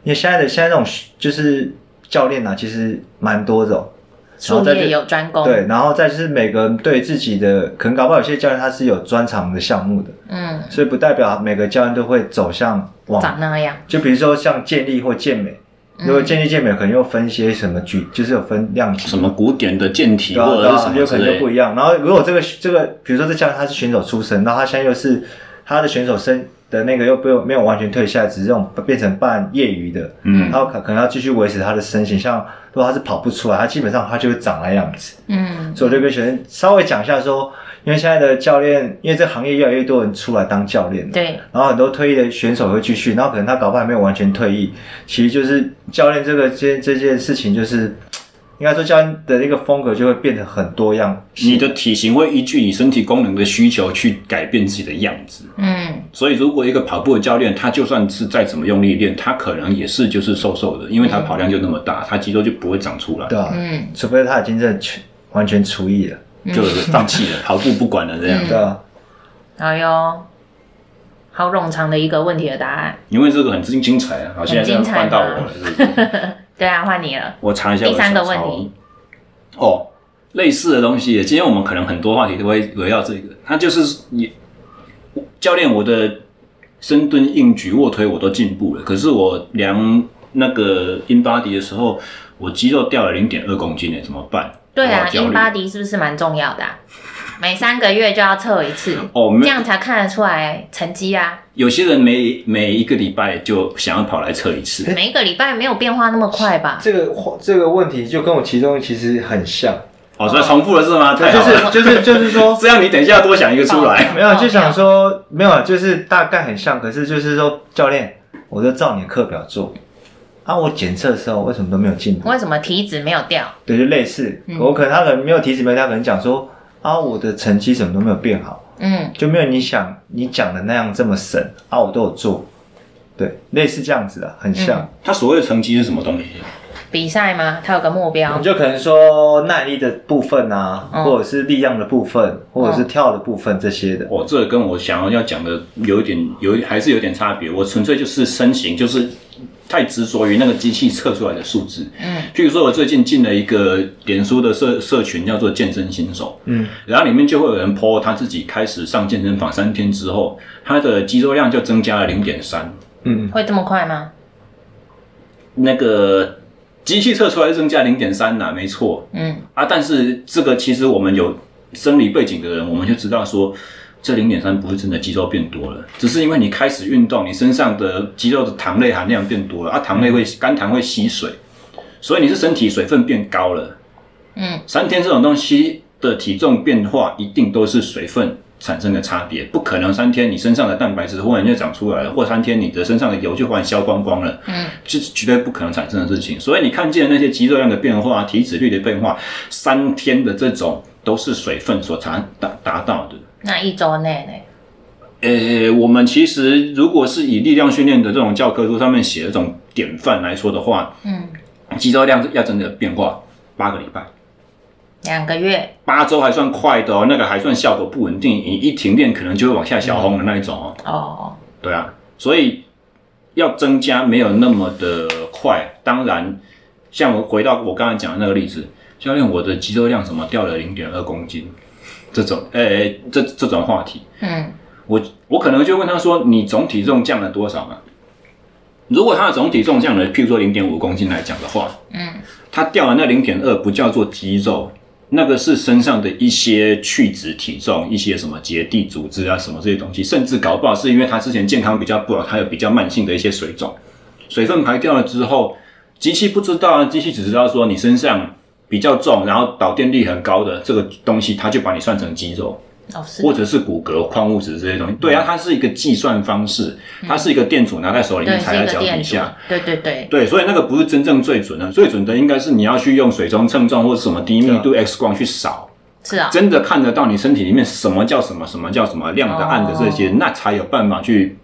[SPEAKER 1] 因为现在的现在这种就是教练啊，其实蛮多种，然
[SPEAKER 2] 术
[SPEAKER 1] 后再
[SPEAKER 2] 业
[SPEAKER 1] 就
[SPEAKER 2] 有专攻。
[SPEAKER 1] 对，，然后再就是每个人对自己的，可能搞不好有些教练他是有专长的项目的，
[SPEAKER 2] 嗯，
[SPEAKER 1] 所以不代表每个教练都会走向
[SPEAKER 2] 长嗯
[SPEAKER 1] 往，
[SPEAKER 2] 那样。
[SPEAKER 1] 就比如说像健力或健美，如果健力健美可能又分一些什么举，就是有分量级
[SPEAKER 3] 什么古典的健体
[SPEAKER 1] 对啊
[SPEAKER 3] 或
[SPEAKER 1] 对
[SPEAKER 3] 者
[SPEAKER 1] 啊
[SPEAKER 3] 是什
[SPEAKER 1] 有
[SPEAKER 3] 么
[SPEAKER 1] 可
[SPEAKER 3] 之
[SPEAKER 1] 能就
[SPEAKER 3] 类
[SPEAKER 1] 不
[SPEAKER 3] 的，
[SPEAKER 1] 一样。然后如果这个这个，比如说这教练他是选手出身，然后他现在又是他的选手身的那个又没有没有完全退下来，只是这种变成半业余的，
[SPEAKER 3] 嗯
[SPEAKER 1] 然，后可可能要继续维持他的身形。像如果他是跑不出来，他基本上他就会长那样子。
[SPEAKER 2] 嗯，
[SPEAKER 1] 所以我就跟学生稍微讲一下说，因为现在的教练，因为这行业越来越多人出来当教练了，
[SPEAKER 2] 对，
[SPEAKER 1] 然后很多退役的选手会继续，然后可能他搞不好还没有完全退役，其实就是教练这个这这件事情，就是应该说教练的那个风格就会变得很多样性。
[SPEAKER 3] 你的体型会依据你身体功能的需求去改变自己的样子。
[SPEAKER 2] 嗯
[SPEAKER 3] 所以，如果一个跑步的教练，他就算是再怎么用力练，他可能也是就是瘦瘦的，因为他跑量就那么大，他肌肉就不会长出来，
[SPEAKER 1] 对啊，
[SPEAKER 2] 嗯
[SPEAKER 1] 除非他已经真的全完全厨艺了，
[SPEAKER 3] 就放弃了，跑步不管了这样。
[SPEAKER 2] 嗯
[SPEAKER 1] 对啊，
[SPEAKER 2] 哎呦，好冗长的一个问题的答案。
[SPEAKER 3] 因为这个很精精彩啊，好，现在
[SPEAKER 2] 很精彩
[SPEAKER 3] 换到我
[SPEAKER 2] 吗
[SPEAKER 3] 了，是不是？
[SPEAKER 2] 对啊，换你了。
[SPEAKER 3] 我查一下我
[SPEAKER 2] 第
[SPEAKER 3] 的
[SPEAKER 2] 三个
[SPEAKER 3] 小
[SPEAKER 2] 问
[SPEAKER 3] 抄
[SPEAKER 2] 题。
[SPEAKER 3] 哦，类似的东西耶，今天我们可能很多话题都会围绕这个。它就是你教练，我的深蹲、硬举、卧推我都进步了，可是我量那个 in body 的时候，我肌肉掉了零点二公斤诶，怎么办？
[SPEAKER 2] 对
[SPEAKER 3] 我
[SPEAKER 2] 啊
[SPEAKER 3] 好焦虑
[SPEAKER 2] ，in body 是不是蛮重要的啊？
[SPEAKER 4] 每三个月就要测一次，
[SPEAKER 3] 哦，没
[SPEAKER 4] 这样才看得出来成绩啊。
[SPEAKER 3] 有些人每每一个礼拜就想要跑来测一次，
[SPEAKER 4] 每一个礼拜没有变化那么快吧？
[SPEAKER 1] 这个话这个问题就跟我其中其实很像，
[SPEAKER 3] 哦，所以重复了是吗？太好
[SPEAKER 1] 啊就是
[SPEAKER 3] 了，
[SPEAKER 1] 就是就是说，
[SPEAKER 3] 这样你等一下多想一个出来。
[SPEAKER 1] 没有就想说没有，啊就是大概很像，可是就是说教练，我就照你的课表做。啊，我检测的时候为什么都没有进步？
[SPEAKER 4] 为什么体脂没有掉？
[SPEAKER 1] 对，就类似，
[SPEAKER 4] 嗯
[SPEAKER 1] 我可能他可能没有提醒，没有他可能讲说啊，我的成绩什么都没有变好，
[SPEAKER 4] 嗯，
[SPEAKER 1] 就没有你想你讲的那样这么神啊，我都有做，对，类似这样子啊，很像。
[SPEAKER 4] 嗯
[SPEAKER 3] 他所谓的成绩是什么东西？
[SPEAKER 4] 比赛吗？它有个目
[SPEAKER 1] 我
[SPEAKER 4] 标
[SPEAKER 1] 们。就可能说耐力的部分啊，
[SPEAKER 4] 嗯
[SPEAKER 1] 或者是力量的部分，或者是跳的部分这些的。
[SPEAKER 3] 我、这跟我想要要讲的有一点有一还是有点差别。我纯粹就是身形，就是太执着于那个机器测出来的数字。
[SPEAKER 4] 嗯
[SPEAKER 3] 譬如说，我最近进了一个脸书的社社群，叫做“健身新手”，
[SPEAKER 1] 嗯，
[SPEAKER 3] 然后里面就会有人 po 他自己开始上健身房三天之后，他的肌肉量就增加了零点三，
[SPEAKER 1] 嗯，
[SPEAKER 4] 会这么快吗？
[SPEAKER 3] 那个机器测出来是增加零点三啦，没错。
[SPEAKER 4] 嗯
[SPEAKER 3] 啊，但是这个其实我们有生理背景的人，我们就知道说，这零点三不是真的肌肉变多了，只是因为你开始运动，你身上的肌肉的糖类含量变多了，啊，糖
[SPEAKER 4] 嗯
[SPEAKER 3] 类会肝糖会吸水，所以你是身体水分变高了。
[SPEAKER 4] 嗯
[SPEAKER 3] 三天这种东西的体重变化，一定都是水分。产生的差别不可能，三天你身上的蛋白质忽然就长出来了，或三天你的身上的油就忽然消光光了，
[SPEAKER 4] 嗯
[SPEAKER 3] 这是绝对不可能产生的事情。所以你看见那些肌肉量的变化、体脂率的变化，三天的这种都是水分所达达达到的。
[SPEAKER 4] 那一周内呢？
[SPEAKER 3] 呃，我们其实如果是以力量训练的这种教科书上面写的这种典范来说的话，
[SPEAKER 4] 嗯，
[SPEAKER 3] 肌肉量要真的变化八个礼拜。
[SPEAKER 4] 两个月。
[SPEAKER 3] 八周还算快的哦，那个还算效果不稳定，你一停练可能就会往下小红的那一种哦。
[SPEAKER 4] 哦，
[SPEAKER 3] 对啊，所以要增加没有那么的快。当然，像我回到我刚才讲的那个例子，教练，我的肌肉量怎么掉了零点二公斤？这种，呃、这这种话题，
[SPEAKER 4] 嗯
[SPEAKER 3] 我我可能就问他说，你总体重降了多少嘛？如果他的总体重降了，譬如说零点五公斤来讲的话，
[SPEAKER 4] 嗯
[SPEAKER 3] 他掉了那零点二不叫做肌肉，那个是身上的一些去脂体重、一些什么结缔组织啊什么这些东西，甚至搞不好是因为他之前健康比较不好，他有比较慢性的一些水肿，水分排掉了之后，机器不知道啊，机器只知道说你身上比较重，然后导电力很高的这个东西，它就把你算成肌肉。
[SPEAKER 4] 哦是
[SPEAKER 3] 或者是骨骼、矿物质这些东西。对啊，它是一个计算方式，
[SPEAKER 4] 嗯
[SPEAKER 3] 它是一个电阻拿在手里面
[SPEAKER 4] 对，
[SPEAKER 3] 踩
[SPEAKER 4] 是一
[SPEAKER 3] 在
[SPEAKER 4] 个
[SPEAKER 3] 脚
[SPEAKER 4] 店
[SPEAKER 3] 底
[SPEAKER 4] 主
[SPEAKER 3] 下。，
[SPEAKER 4] 对对对，
[SPEAKER 3] 对，所以那个不是真正最准的，最准的应该是你要去用水中称重或者什么低密度 X 光去扫，
[SPEAKER 4] 是啊、
[SPEAKER 3] 真的看得到你身体里面什么叫什么，什么叫什么亮的、暗的这些，
[SPEAKER 4] 哦
[SPEAKER 3] 那才有办法去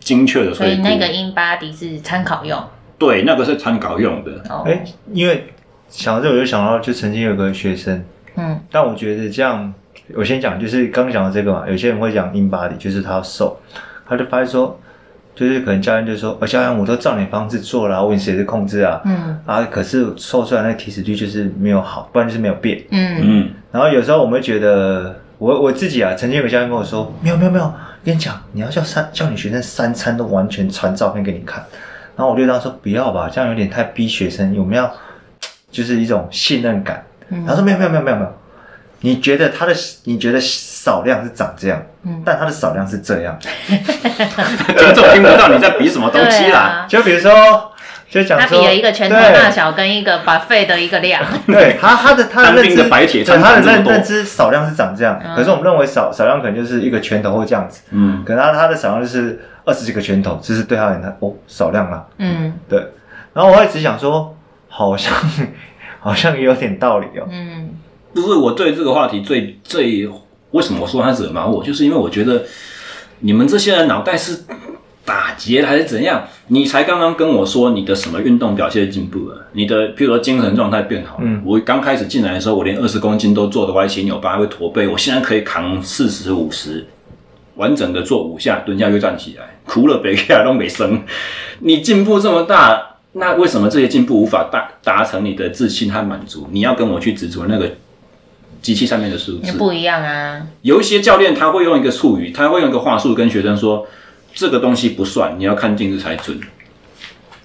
[SPEAKER 3] 精确的
[SPEAKER 4] 所
[SPEAKER 3] 推
[SPEAKER 4] 以
[SPEAKER 3] 估。
[SPEAKER 4] 那个 in body 是参考用
[SPEAKER 3] 对，那个是参考用的。
[SPEAKER 4] 哦。
[SPEAKER 1] 哎、因为想到这，我就想到就曾经有个学生，
[SPEAKER 4] 嗯
[SPEAKER 1] 但我觉得这样，我先讲就是刚讲的这个嘛，有些人会讲 in body，就是他要瘦，他就发现说，就是可能教练就说，哦，教练我都照你方式做了、啊，我问谁是控制啊，
[SPEAKER 4] 嗯
[SPEAKER 1] 啊，可是瘦出来那个体脂率就是没有好，不然就是没有变。
[SPEAKER 4] 嗯
[SPEAKER 3] 嗯，
[SPEAKER 1] 然后有时候我们会觉得，我我自己啊，曾经有个教练跟我说，没有没有没有，跟你讲，你要叫三叫你学生三餐都完全传照片给你看。然后我就跟他说不要吧，这样有点太逼学生，我们要就是一种信任感。
[SPEAKER 4] 嗯，
[SPEAKER 1] 他说没有没有没有没有没有，你觉得他的你觉得少量是长这样，
[SPEAKER 4] 嗯
[SPEAKER 1] 但他的少量是这样。
[SPEAKER 3] 听众听不到你在比什么东西
[SPEAKER 4] 对
[SPEAKER 3] 啦。
[SPEAKER 4] 啊，
[SPEAKER 1] 就比如说，就讲
[SPEAKER 4] 它比
[SPEAKER 1] 说
[SPEAKER 4] 了一个拳头
[SPEAKER 1] 对
[SPEAKER 4] 大小跟一个把肺的一个量，
[SPEAKER 1] 对他他的他的
[SPEAKER 3] 当
[SPEAKER 1] 认
[SPEAKER 3] 兵
[SPEAKER 1] 知
[SPEAKER 3] 的白铁
[SPEAKER 1] 对
[SPEAKER 3] 参
[SPEAKER 1] 他的
[SPEAKER 3] 长这么
[SPEAKER 1] 认
[SPEAKER 3] 多
[SPEAKER 1] 认知少量是长这样，
[SPEAKER 4] 嗯
[SPEAKER 1] 可是我们认为少少量可能就是一个拳头或这样子，
[SPEAKER 3] 嗯，
[SPEAKER 1] 可能他他的少量就是二十几个拳头，这是对他来讲哦少量啦，
[SPEAKER 4] 嗯
[SPEAKER 1] 对。然后我一直想说，好像 好像也有点道理哦，
[SPEAKER 4] 嗯
[SPEAKER 3] 就是我对这个话题最最为什么我说它惹毛我，就是因为我觉得你们这些人脑袋是打结了还是怎样？你才刚刚跟我说你的什么运动表现进步了，你的譬如说精神状态变好了。
[SPEAKER 1] 嗯
[SPEAKER 3] 我刚开始进来的时候，我连二十公斤都做的歪七扭八，还会驼背，我现在可以扛四十五十。完整的做五下，蹲下又站起来，哭了北下都没生。你进步这么大，那为什么这些进步无法达达成你的自信和满足？你要跟我去执着那个机器上面的数
[SPEAKER 4] 也
[SPEAKER 3] 字？
[SPEAKER 4] 不一样啊。
[SPEAKER 3] 有一些教练他会用一个术语，他会用一个话术跟学生说，这个东西不算，你要看镜子才准。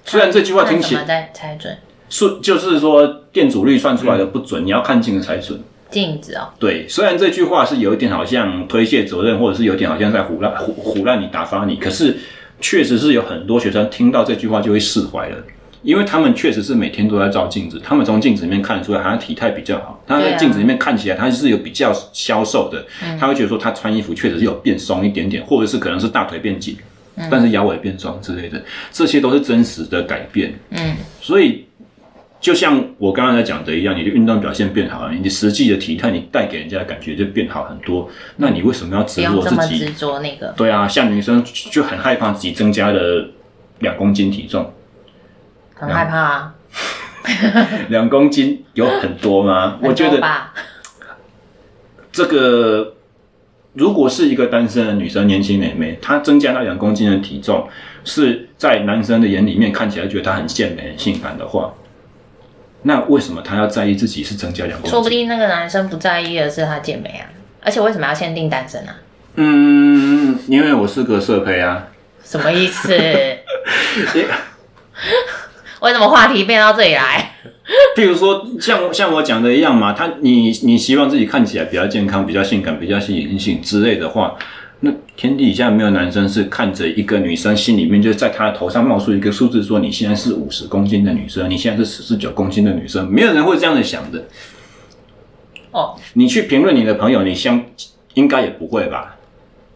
[SPEAKER 3] 虽然这句话听
[SPEAKER 4] 那
[SPEAKER 3] 起
[SPEAKER 4] 怎么在猜准？
[SPEAKER 3] 数就是说电阻率算出来的不准，你要看镜子才准。
[SPEAKER 2] 镜子哦，
[SPEAKER 3] 对，虽然这句话是有一点好像推卸责任，或者是有点好像在胡乱胡胡乱你打发你，可是确实是有很多学生听到这句话就会释怀了。因为他们确实是每天都在照镜子，他们从镜子里面看得出来，他的体态比较好，他
[SPEAKER 2] 对
[SPEAKER 3] 在
[SPEAKER 2] 啊
[SPEAKER 3] 镜子里面看起来他是有比较消瘦的，他会觉得说他穿衣服确实是有变松一点点，或者是可能是大腿变紧，但是腰围变松之类的，这些都是真实的改变。
[SPEAKER 2] 嗯，
[SPEAKER 3] 所以就像我刚刚在讲的一样，你的运动表现变好了，你的实际的体态，你带给人家的感觉就变好很多。那你为什么要
[SPEAKER 2] 不
[SPEAKER 3] 执
[SPEAKER 2] 用
[SPEAKER 3] 着
[SPEAKER 2] 这
[SPEAKER 3] 自
[SPEAKER 2] 么
[SPEAKER 3] 己
[SPEAKER 2] 执？着那个，
[SPEAKER 3] 对啊，像女生就就很害怕自己增加了两公斤体重，嗯
[SPEAKER 2] 很害怕啊。
[SPEAKER 3] 两公斤有很多吗？我觉
[SPEAKER 2] 很多
[SPEAKER 3] 得
[SPEAKER 2] 吧，
[SPEAKER 3] 这个如果是一个单身的女生，年轻美眉，她增加到两公斤的体重，是在男生的眼里面看起来觉得她很健美、很性感的话，那为什么她要在意自己是增加两公斤？
[SPEAKER 2] 说不定那个男生不在意的是他健美啊，而且为什么要限定单身啊？
[SPEAKER 3] 嗯，因为我是个色胚啊，
[SPEAKER 2] 什么意思？ 为什么话题变到这里来？
[SPEAKER 3] 譬如说像像我讲的一样嘛，他你你希望自己看起来比较健康、比较性感、比较吸引性之类的话，那天底下没有男生是看着一个女生心里面就在她头上冒出一个数字，说你现在是五十公斤的女生，你现在是四十九公斤的女生，没有人会这样子想的。
[SPEAKER 2] 哦，
[SPEAKER 3] 你去评论你的朋友，你相应该也不会吧？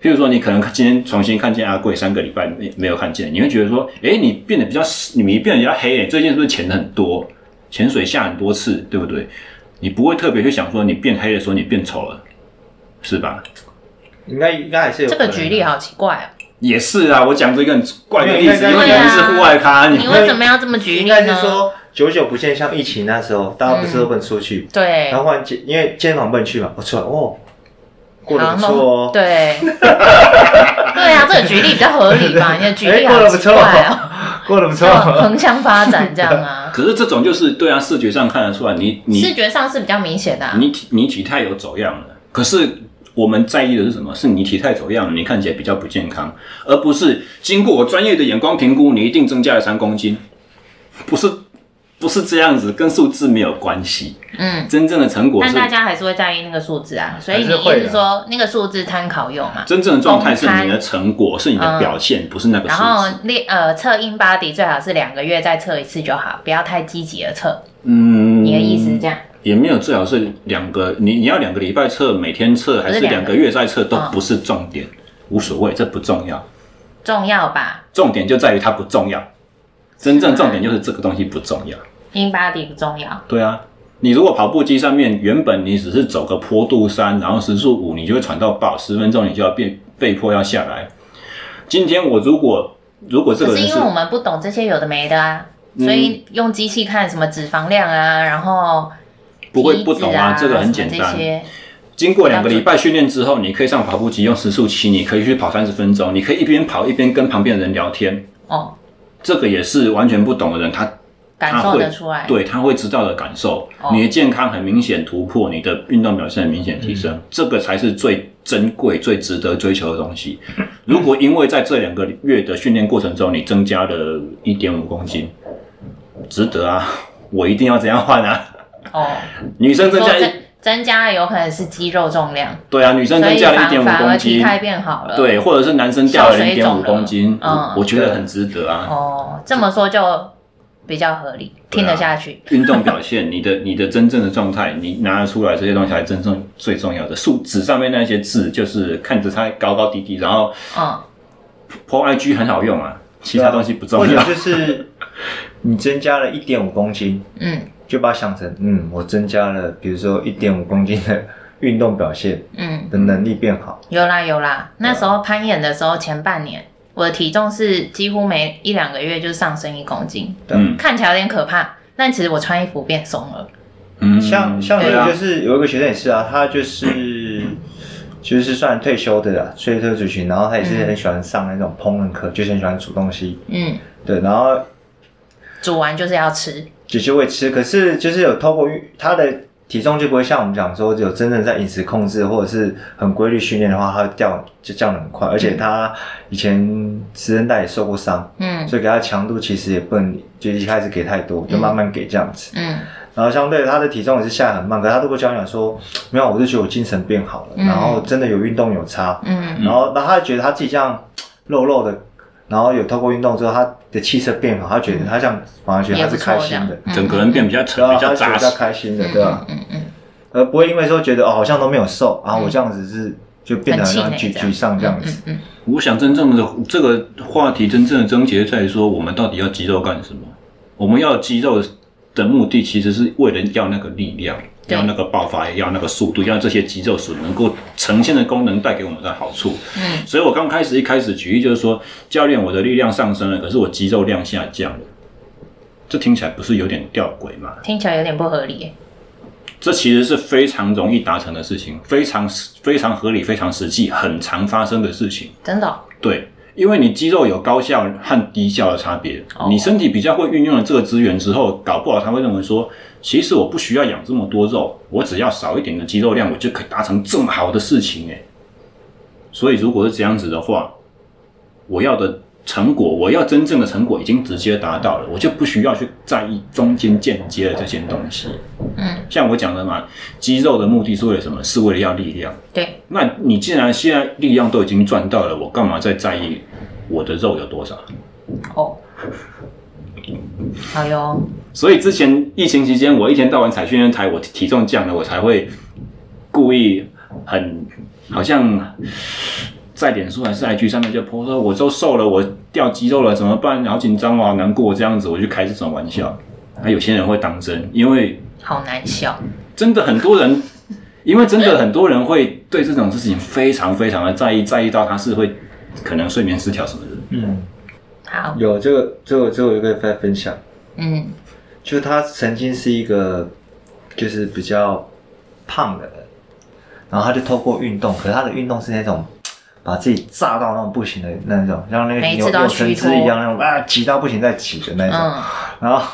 [SPEAKER 3] 譬如说，你可能今天重新看见阿贵，三个礼拜没没有看见，你会觉得说，诶，你变得比较，你变得比较黑、诶，最近是不是潜的很多，潜水下很多次，对不对？你不会特别去想说你变黑的时候你变丑了，是吧？
[SPEAKER 1] 应该应该还是有啊
[SPEAKER 2] 这个举例好奇怪哦
[SPEAKER 3] 也是啊，我讲这个很怪的例子，
[SPEAKER 1] 对
[SPEAKER 3] 因为你
[SPEAKER 2] 对啊
[SPEAKER 3] 们是户外咖，
[SPEAKER 2] 哦，
[SPEAKER 3] 你
[SPEAKER 2] 你为什么要这么举
[SPEAKER 1] 应
[SPEAKER 2] 例
[SPEAKER 1] 该是
[SPEAKER 2] 呢？
[SPEAKER 1] 说久久不见，像疫情那时候，大家不是都不能出去，
[SPEAKER 2] 对，
[SPEAKER 1] 然后忽然间因为健身房不能去嘛，我出来哦，过得不
[SPEAKER 2] 好
[SPEAKER 1] 错哦，
[SPEAKER 2] 对， 对啊，这个举例比较合理吧？你的举例
[SPEAKER 1] 哎过
[SPEAKER 2] 好
[SPEAKER 1] 得不
[SPEAKER 2] 奇
[SPEAKER 1] 错
[SPEAKER 2] 怪哦，
[SPEAKER 1] 过得 不
[SPEAKER 2] 就
[SPEAKER 1] 错，哦
[SPEAKER 2] 横向发展这样 啊。
[SPEAKER 3] 可是这种就是对啊，视觉上看得出来，你你
[SPEAKER 2] 视觉上是比较明显的啊、
[SPEAKER 3] 你体你体态有走样了，可是我们在意的是什么？是你体态走样了，你看起来比较不健康，而不是经过我专业的眼光评估，你一定增加了三公斤，不是不是这样子，跟数字没有关系。
[SPEAKER 2] 嗯，
[SPEAKER 3] 真正的成果
[SPEAKER 2] 但
[SPEAKER 3] 是，
[SPEAKER 2] 大家还是会在意那个数字啊，所以
[SPEAKER 1] 还
[SPEAKER 2] 你
[SPEAKER 1] 是
[SPEAKER 2] 意
[SPEAKER 1] 会
[SPEAKER 2] 思
[SPEAKER 1] 的
[SPEAKER 2] 说那个数字参考用嘛？
[SPEAKER 3] 真正的状态是
[SPEAKER 2] 公开嗯
[SPEAKER 3] 你的成果，是你的表现，不是那个
[SPEAKER 2] 然
[SPEAKER 3] 数
[SPEAKER 2] 后
[SPEAKER 3] 字。
[SPEAKER 2] 练呃测 in body 最好是两个月再测一次就好，不要太积极的测。
[SPEAKER 3] 嗯，
[SPEAKER 2] 你的意思是这样？
[SPEAKER 3] 也没有，最好是两个，你你要两个礼拜测，每天测，还是两个月再测，都
[SPEAKER 2] 哦
[SPEAKER 3] 不是重点，无所谓，这不重要。
[SPEAKER 1] 嗯
[SPEAKER 2] 重要吧
[SPEAKER 3] 重点就在于它不重要。真
[SPEAKER 2] 啊
[SPEAKER 3] 正重点就是这个东西不重要。
[SPEAKER 2] ？in body 不重要，
[SPEAKER 3] 对啊，你如果跑步机上面原本你只是走个坡度山，然后时速五，你就会喘到爆，十分钟你就要被被迫要下来。今天我如果如果这
[SPEAKER 2] 可
[SPEAKER 3] 个
[SPEAKER 2] 是
[SPEAKER 3] 人
[SPEAKER 2] 因
[SPEAKER 3] 是嗯
[SPEAKER 2] 为我们不懂这些有的没的啊，所以用机器看什么脂肪量啊，然后
[SPEAKER 3] 不会
[SPEAKER 2] 体
[SPEAKER 3] 不懂
[SPEAKER 2] 脂
[SPEAKER 3] 啊
[SPEAKER 2] 啊，
[SPEAKER 3] 这个很
[SPEAKER 2] 什么
[SPEAKER 3] 简单
[SPEAKER 2] 这些
[SPEAKER 3] 经过两个礼拜训练之后，你可以上跑步机用时速七，你可以去跑三十分钟，你可以一边跑一边跟旁边的人聊天。
[SPEAKER 2] 哦，
[SPEAKER 3] 这个也是完全不懂的人，他
[SPEAKER 2] 感受得出来。
[SPEAKER 3] 对他会知道的感受，
[SPEAKER 2] 哦
[SPEAKER 3] 你的健康很明显突破，你的运动表现很明显提升，这个才是最珍贵、最值得追求的东西。如果因为在这两个月的训练过程中，你增加了一点五公斤，值得啊！我一定要这样换啊！
[SPEAKER 2] 哦，
[SPEAKER 3] 女生增
[SPEAKER 2] 说
[SPEAKER 3] 加一，
[SPEAKER 2] 增增加了有可能是肌肉重量，
[SPEAKER 3] 对啊，女生
[SPEAKER 2] 所
[SPEAKER 3] 增
[SPEAKER 2] 以
[SPEAKER 3] 加了一
[SPEAKER 2] 反
[SPEAKER 3] 点五
[SPEAKER 2] 反而
[SPEAKER 3] 公
[SPEAKER 2] 体
[SPEAKER 3] 斤，
[SPEAKER 2] 态变好了。，
[SPEAKER 3] 对，或者是男生掉
[SPEAKER 2] 小
[SPEAKER 3] 了一
[SPEAKER 2] 水
[SPEAKER 3] 点
[SPEAKER 2] 肿
[SPEAKER 3] 五
[SPEAKER 2] 了
[SPEAKER 3] 公斤，
[SPEAKER 2] 嗯
[SPEAKER 3] 我觉得很值得啊。
[SPEAKER 2] 哦，这么说就比较合理，听得下去。
[SPEAKER 3] 运动表现，你的你的真正的状态，你拿得出来这些东西才真正最重要的。数纸上面那些字，就是看着它高高低低，然后
[SPEAKER 2] 嗯，
[SPEAKER 3] po IG 很好用啊，其他东西不重
[SPEAKER 1] 或者
[SPEAKER 3] 要。
[SPEAKER 1] 就是 你增加了一点五公斤，
[SPEAKER 2] 嗯
[SPEAKER 1] 就把它想成嗯，我增加了，比如说一点五公斤的运动表现
[SPEAKER 2] 嗯，
[SPEAKER 1] 的能力变好，
[SPEAKER 2] 有啦有啦。那时候攀岩的时候，前半年我的体重是几乎每一两个月就上升一公斤，
[SPEAKER 3] 嗯
[SPEAKER 2] 看起来有点可怕。但其实我穿衣服变松了，
[SPEAKER 3] 嗯，
[SPEAKER 1] 像像
[SPEAKER 3] 对
[SPEAKER 1] 那
[SPEAKER 3] 啊
[SPEAKER 1] 个就是有一个学生也是啊，他就是就是算退休的啦，退休族群，然后他也
[SPEAKER 3] 嗯
[SPEAKER 1] 是很喜欢上那种烹饪课，就是很喜欢煮东西，
[SPEAKER 2] 嗯，
[SPEAKER 1] 对，然后
[SPEAKER 2] 煮完就是要吃，
[SPEAKER 1] 姐姐会吃，可是就是有透过运他的体重就不会像我们讲说，有真正在饮食控制或者是很规律训练的话，它会掉就降得很快。而
[SPEAKER 3] 嗯
[SPEAKER 1] 且他以前时韧带也受过伤，
[SPEAKER 4] 嗯
[SPEAKER 1] 所以给他强度其实也不能就一开始给太多，就慢慢给这样子。
[SPEAKER 4] 嗯
[SPEAKER 1] 然后相对他的体重也是下得很慢，可是他都跟我讲讲说，没有，我就觉得我精神变好了，
[SPEAKER 4] 嗯
[SPEAKER 1] 然后真的有运动有差，
[SPEAKER 4] 嗯
[SPEAKER 1] 然后然后他就觉得他自己这样肉肉的，然后有透过运动之后，他的气色变好，他觉得他这样反而觉得
[SPEAKER 4] 嗯也
[SPEAKER 1] 他
[SPEAKER 4] 不
[SPEAKER 1] 是
[SPEAKER 4] 错
[SPEAKER 1] 开
[SPEAKER 4] 这
[SPEAKER 1] 心
[SPEAKER 4] 样
[SPEAKER 1] 的，，
[SPEAKER 4] 嗯
[SPEAKER 3] 整个人变比较
[SPEAKER 1] 对
[SPEAKER 3] 沉，
[SPEAKER 1] 啊，
[SPEAKER 3] 比较
[SPEAKER 1] 他觉得
[SPEAKER 3] 扎
[SPEAKER 1] 比较
[SPEAKER 3] 实。
[SPEAKER 1] 开心的，对啊吧？
[SPEAKER 4] 嗯嗯
[SPEAKER 1] 而不会因为说觉得哦好像都没有瘦，然后我这样子是就变得
[SPEAKER 4] 很气
[SPEAKER 1] 很
[SPEAKER 4] 馁
[SPEAKER 1] 沮
[SPEAKER 4] 这样
[SPEAKER 1] 沮丧这样子，
[SPEAKER 4] 嗯
[SPEAKER 3] 我想真正的这个话题真正的症结在于说，我们到底要肌肉干什么？我们要肌肉的目的其实是为了要那个力量，
[SPEAKER 4] 对
[SPEAKER 3] 要那个爆发力，要那个速度，要这些肌肉所能够呈现的功能带给我们的好处。
[SPEAKER 4] 嗯
[SPEAKER 3] 所以我刚开始一开始举例就是说，教练，我的力量上升了，可是我肌肉量下降了，这听起来不是有点吊诡吗？
[SPEAKER 4] 嗯，听起来有点不合理耶。
[SPEAKER 3] 这其实是非常容易达成的事情，非常非常合理，非常实际，很常发生的事情。
[SPEAKER 4] 真的哦、
[SPEAKER 3] 对，因为你肌肉有高效和低效的差别，
[SPEAKER 4] 哦
[SPEAKER 3] 你身体比较会运用了这个资源之后，搞不好他会认为说，其实我不需要养这么多肉，我只要少一点的肌肉量，我就可以达成这么好的事情哎。所以如果是这样子的话，我要的成果，我要真正的成果已经直接达到了，我就不需要去在意中间间接的这些东西。
[SPEAKER 4] 嗯，
[SPEAKER 3] 像我讲的嘛，肌肉的目的是为了什么？是为了要力量。
[SPEAKER 4] 对，
[SPEAKER 3] 那你既然现在力量都已经赚到了，我干嘛再在意我的肉有多少？
[SPEAKER 4] 哦，哎好哟，
[SPEAKER 3] 所以之前疫情期间，我一天到晚踩训练台，我体重降了，我才会故意很好像在脸书还是 IG 上面就 po 说我都瘦了，我掉肌肉了，怎么办？好紧张哦，好难过这样子，我就开这种玩笑。那有些人会当真，因为
[SPEAKER 4] 好难笑。
[SPEAKER 3] 真的很多人，因为真的很多人会对这种事情非常非常的在意，在意到他是会可能睡眠失调什么的。
[SPEAKER 1] 嗯，
[SPEAKER 4] 好，
[SPEAKER 1] 有这个这个这个我就可以再分享，
[SPEAKER 4] 嗯
[SPEAKER 1] 就是他曾经是一个就是比较胖的人，然后他就透过运动，可是他的运动是那种。把自己炸到那种不行的那种，像那个
[SPEAKER 4] 每一次
[SPEAKER 1] 扭
[SPEAKER 4] 都要
[SPEAKER 1] 扭成
[SPEAKER 4] 虚
[SPEAKER 1] 枝
[SPEAKER 4] 脱
[SPEAKER 1] 一样那种啊，挤到不行再挤的那种。
[SPEAKER 4] 嗯
[SPEAKER 1] 然后，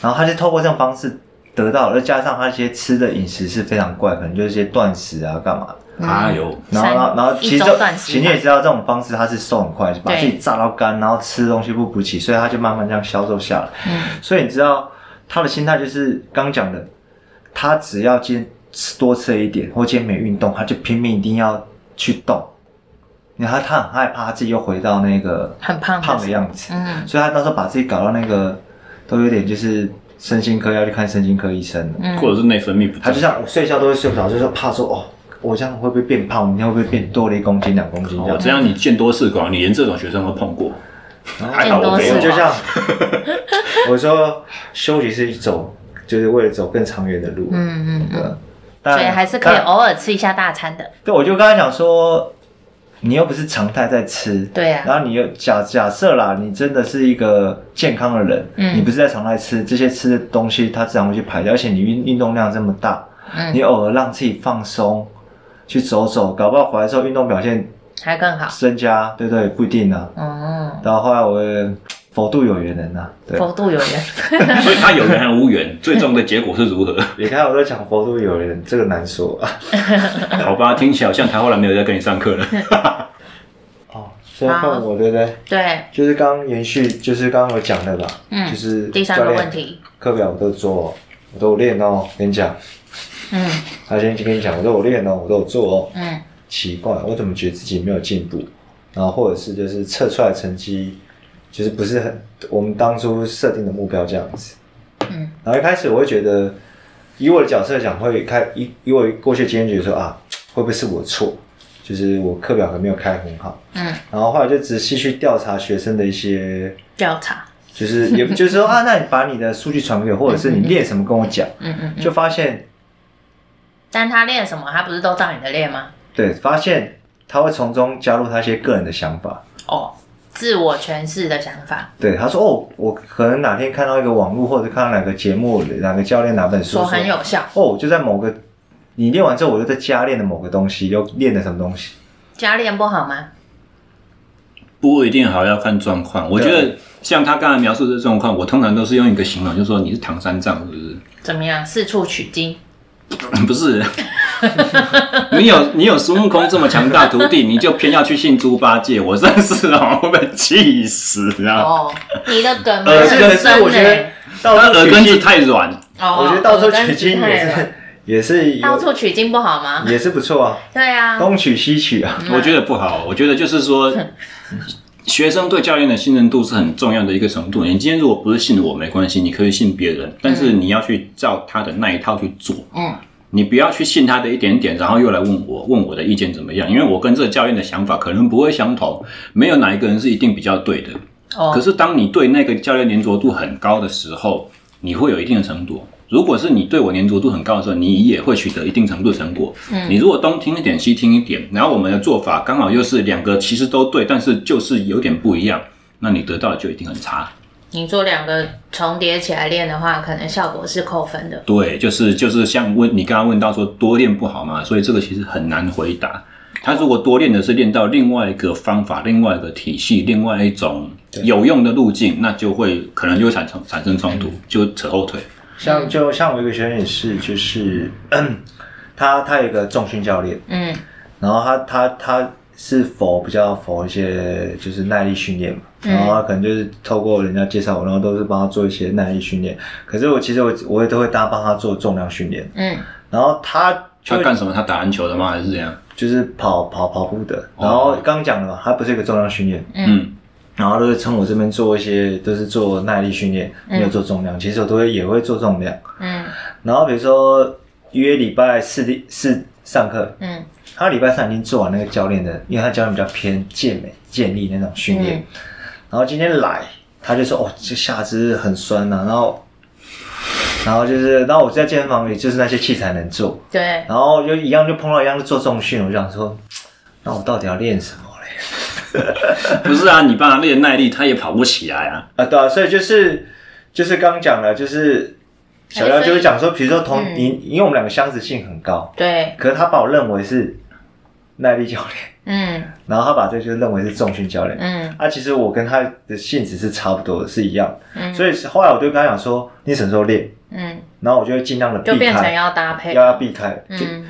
[SPEAKER 1] 然后他就透过这种方式得到了，再加上他一些吃的饮食是非常怪，可能就是一些断食啊，干嘛的。
[SPEAKER 4] 嗯
[SPEAKER 3] 哎呦，
[SPEAKER 1] 然后，然后，然后，其
[SPEAKER 4] 一
[SPEAKER 1] 实
[SPEAKER 4] 周
[SPEAKER 1] 这
[SPEAKER 4] 断食
[SPEAKER 1] 其实你也知道，这种方式它是瘦很快，把
[SPEAKER 4] 对
[SPEAKER 1] 自己炸到干，然后吃东西不补给，所以他就慢慢这样消瘦下来。
[SPEAKER 4] 嗯
[SPEAKER 1] 所以你知道他的心态就是刚讲的，他只要今天吃多吃了一点，或今天没运动，他就拼命一定要去动。然后他很害怕他自己又回到那个
[SPEAKER 4] 很胖的
[SPEAKER 1] 胖
[SPEAKER 4] 时
[SPEAKER 1] 的
[SPEAKER 4] 候
[SPEAKER 1] 样子，
[SPEAKER 4] 嗯
[SPEAKER 1] 所以他到时候把自己搞到那个都有点就是身心科要去看身心科医生了。
[SPEAKER 4] 嗯，
[SPEAKER 3] 或者是内分泌不
[SPEAKER 1] 他
[SPEAKER 3] 正
[SPEAKER 1] 就像我睡觉都会睡不着，就是怕说哦，我这样会不会变胖？我明天会不会变多了一公斤、两公斤这
[SPEAKER 3] 我
[SPEAKER 1] 样？
[SPEAKER 3] 哦这样你见多识广，你连这种学生都 碰过，还
[SPEAKER 4] 见
[SPEAKER 3] 好我
[SPEAKER 4] 多
[SPEAKER 3] 没
[SPEAKER 4] 识
[SPEAKER 3] 有
[SPEAKER 1] 我
[SPEAKER 4] 广。
[SPEAKER 1] 就像啊 我说休息是一种，就是为了走更长远的路。啊
[SPEAKER 4] 嗯嗯嗯，
[SPEAKER 1] 当
[SPEAKER 4] 所
[SPEAKER 1] 然，
[SPEAKER 4] 以还是可以哦
[SPEAKER 1] 当然。
[SPEAKER 4] 偶尔吃一下大餐的。
[SPEAKER 1] 对，我就刚才讲说，你又不是常态在吃，
[SPEAKER 4] 对啊，
[SPEAKER 1] 然后你又假假设啦，你真的是一个健康的人，
[SPEAKER 4] 嗯
[SPEAKER 1] 你不是在常态吃这些吃的东西，它自然会去排掉，而且你运运动量这么大，你
[SPEAKER 4] 嗯，
[SPEAKER 1] 偶尔让自己放松，去走走，搞不好回来之后运动表现
[SPEAKER 4] 还更好。
[SPEAKER 1] 增加，对不对？不一定啊。
[SPEAKER 4] 哦，
[SPEAKER 1] 然后后来我也佛度有缘人呐、啊，对，
[SPEAKER 4] 佛度有缘。
[SPEAKER 3] 所以他有缘还无缘， 最终的结果是 如何？
[SPEAKER 1] 你看我都讲佛度有缘人，这个难 说啊。
[SPEAKER 3] 好吧，听起来好像台后来没有在跟你上 课了。
[SPEAKER 1] 哦，现在换我对不对？
[SPEAKER 4] 对，
[SPEAKER 1] 就是刚刚延续，就是刚刚我讲的吧，
[SPEAKER 4] 嗯
[SPEAKER 1] 就是
[SPEAKER 4] 第三
[SPEAKER 1] 教
[SPEAKER 4] 个
[SPEAKER 1] 练
[SPEAKER 4] 问题。
[SPEAKER 1] 课表我都做哦，我都有练哦，跟你讲，
[SPEAKER 4] 嗯
[SPEAKER 1] 他先跟你讲，我都有练哦，我都有做哦。
[SPEAKER 4] 嗯
[SPEAKER 1] 奇怪，我怎么觉得自己没有进步？然后或者是就是测出来成绩，就是不是很我们当初设定的目标这样子。
[SPEAKER 4] 嗯
[SPEAKER 1] 然后一开始我会觉得，以我的角色讲，会开以以我过去的经验觉得说啊，会不会是我错？就是我课表可能没有开很好。
[SPEAKER 4] 嗯，
[SPEAKER 1] 然后后来就仔细去调查学生的一些，
[SPEAKER 4] 调查。
[SPEAKER 1] 就是也就是 说啊，那你把你的数据传给我，或者是你练什么跟我讲，
[SPEAKER 4] 嗯嗯嗯。
[SPEAKER 1] 就发现
[SPEAKER 4] 但他练什么？他不是都照你的练吗？
[SPEAKER 1] 对，发现他会从中加入他一些个人的想法。
[SPEAKER 4] 哦，自我诠释的想法，
[SPEAKER 1] 对，他说哦，我可能哪天看到一个网络，或者看到哪个节目、哪个教练、哪本书
[SPEAKER 4] 说很有效。
[SPEAKER 1] 哦，我就在某个你练完之后，我又在加练的某个东西，又练的什么东西。
[SPEAKER 4] 加练不好吗？
[SPEAKER 3] 不一定好，要看状况。我觉得像他刚才 描述的状况，我通常都是用一个形容，就是说你是唐三藏，是不是？
[SPEAKER 4] 怎么样？四处取经。
[SPEAKER 3] 不是，你有你有孙悟空这么强大徒弟，你就偏要去信猪八戒，我真是哦，会被气死啊！
[SPEAKER 2] 哦，你的梗
[SPEAKER 1] 呃，
[SPEAKER 2] 蛮
[SPEAKER 1] 这个
[SPEAKER 2] 很
[SPEAKER 1] 是
[SPEAKER 2] 深
[SPEAKER 1] 我觉得
[SPEAKER 2] 嘞。
[SPEAKER 1] 到
[SPEAKER 3] 他耳
[SPEAKER 1] 处
[SPEAKER 3] 根
[SPEAKER 1] 取
[SPEAKER 3] 子
[SPEAKER 1] 经，
[SPEAKER 3] 太软，
[SPEAKER 2] 哦
[SPEAKER 1] 我觉得到处
[SPEAKER 2] 耳根
[SPEAKER 1] 取
[SPEAKER 2] 子
[SPEAKER 1] 经
[SPEAKER 2] 太
[SPEAKER 1] 也
[SPEAKER 2] 软
[SPEAKER 1] 是 也是
[SPEAKER 2] 到
[SPEAKER 1] 有
[SPEAKER 2] 处取经不好吗？
[SPEAKER 1] 也是不错啊，
[SPEAKER 2] 对啊，
[SPEAKER 1] 东取西取
[SPEAKER 2] 嗯
[SPEAKER 1] 啊。
[SPEAKER 3] 我觉得不好。我觉得就是说，学生对教练的信任度是很重要的一个程度。你今天如果不是信我没关系，你可以信别人，但是你要去照他的那一套去做。
[SPEAKER 4] 嗯，
[SPEAKER 3] 你不要去信他的一点点，然后又来问我，问我的意见怎么样？因为我跟这个教练的想法可能不会相同，没有哪一个人是一定比较对的。
[SPEAKER 4] 哦
[SPEAKER 3] 可是当你对那个教练粘着度很高的时候，你会有一定的程度。如果是你对我粘着度很高的时候，你也会取得一定程度的成果。嗯，你如果东听一点西听一点，然后我们的做法刚好又是两个其实都对，但是就是有点不一样，那你得到的就一定很差。
[SPEAKER 2] 你做两个重叠起来练的话，可能效果是扣分的。
[SPEAKER 3] 对，就是就是像问你刚刚问到说多练不好嘛，所以这个其实很难回答。他如果多练的是练到另外一个方法、另外一个体系、另外一种有用的路径，那就会可能就会产生产生冲突，就扯后腿。
[SPEAKER 1] 像就像我一个学生也是，就是嗯他他有一个重训教练，
[SPEAKER 4] 嗯
[SPEAKER 1] 然后他他他是否比较否一些就是耐力训练嘛，然后他可能就是透过人家介绍我，然后都是帮他做一些耐力训练。可是我其实我我也都会搭帮他做重量训练，
[SPEAKER 4] 嗯，
[SPEAKER 1] 然后他就
[SPEAKER 3] 他干什么？他打篮球的吗？还是怎样？
[SPEAKER 1] 就是跑跑跑步的，
[SPEAKER 3] 哦
[SPEAKER 1] 然后刚讲了嘛，他不是一个重量训练，
[SPEAKER 3] 嗯，
[SPEAKER 1] 然后都是从我这边做一些，都是做耐力训练，没有做重量。其实我都会也会做重量。
[SPEAKER 2] 嗯
[SPEAKER 1] 然后比如说约礼拜四的四上课，
[SPEAKER 2] 嗯
[SPEAKER 1] 他礼拜三已经做完那个教练的，因为他教练比较偏健美、健力那种训练。然后今天来，他就说：“哦，这下肢很酸呐、然后，然后就是，然后我在健身房里就是那些器材能做，
[SPEAKER 2] 对，
[SPEAKER 1] 然后就一样就碰到一样就做重训，我就想说，那我到底要练什么嘞？
[SPEAKER 3] 不是啊，你帮他练耐力，他也跑不起来啊。
[SPEAKER 1] 啊，对啊，所以就是就是刚讲了，就是小廖就会讲说，比如说同、
[SPEAKER 2] 嗯
[SPEAKER 1] 你，因为我们两个相似性很高，
[SPEAKER 2] 对，
[SPEAKER 1] 可是他把我认为是耐力教练，
[SPEAKER 2] 嗯
[SPEAKER 1] 然后他把这个就认为是重训教练。
[SPEAKER 2] 嗯
[SPEAKER 1] 啊，其实我跟他的性质是差不多的，是一样的，
[SPEAKER 2] 嗯
[SPEAKER 1] 所以后来我就跟他讲说，你什么时候练？
[SPEAKER 2] 嗯，
[SPEAKER 1] 然后我就会尽量的避
[SPEAKER 2] 就变成
[SPEAKER 1] 开，
[SPEAKER 2] 要搭配，
[SPEAKER 1] 要要避开，就
[SPEAKER 2] 嗯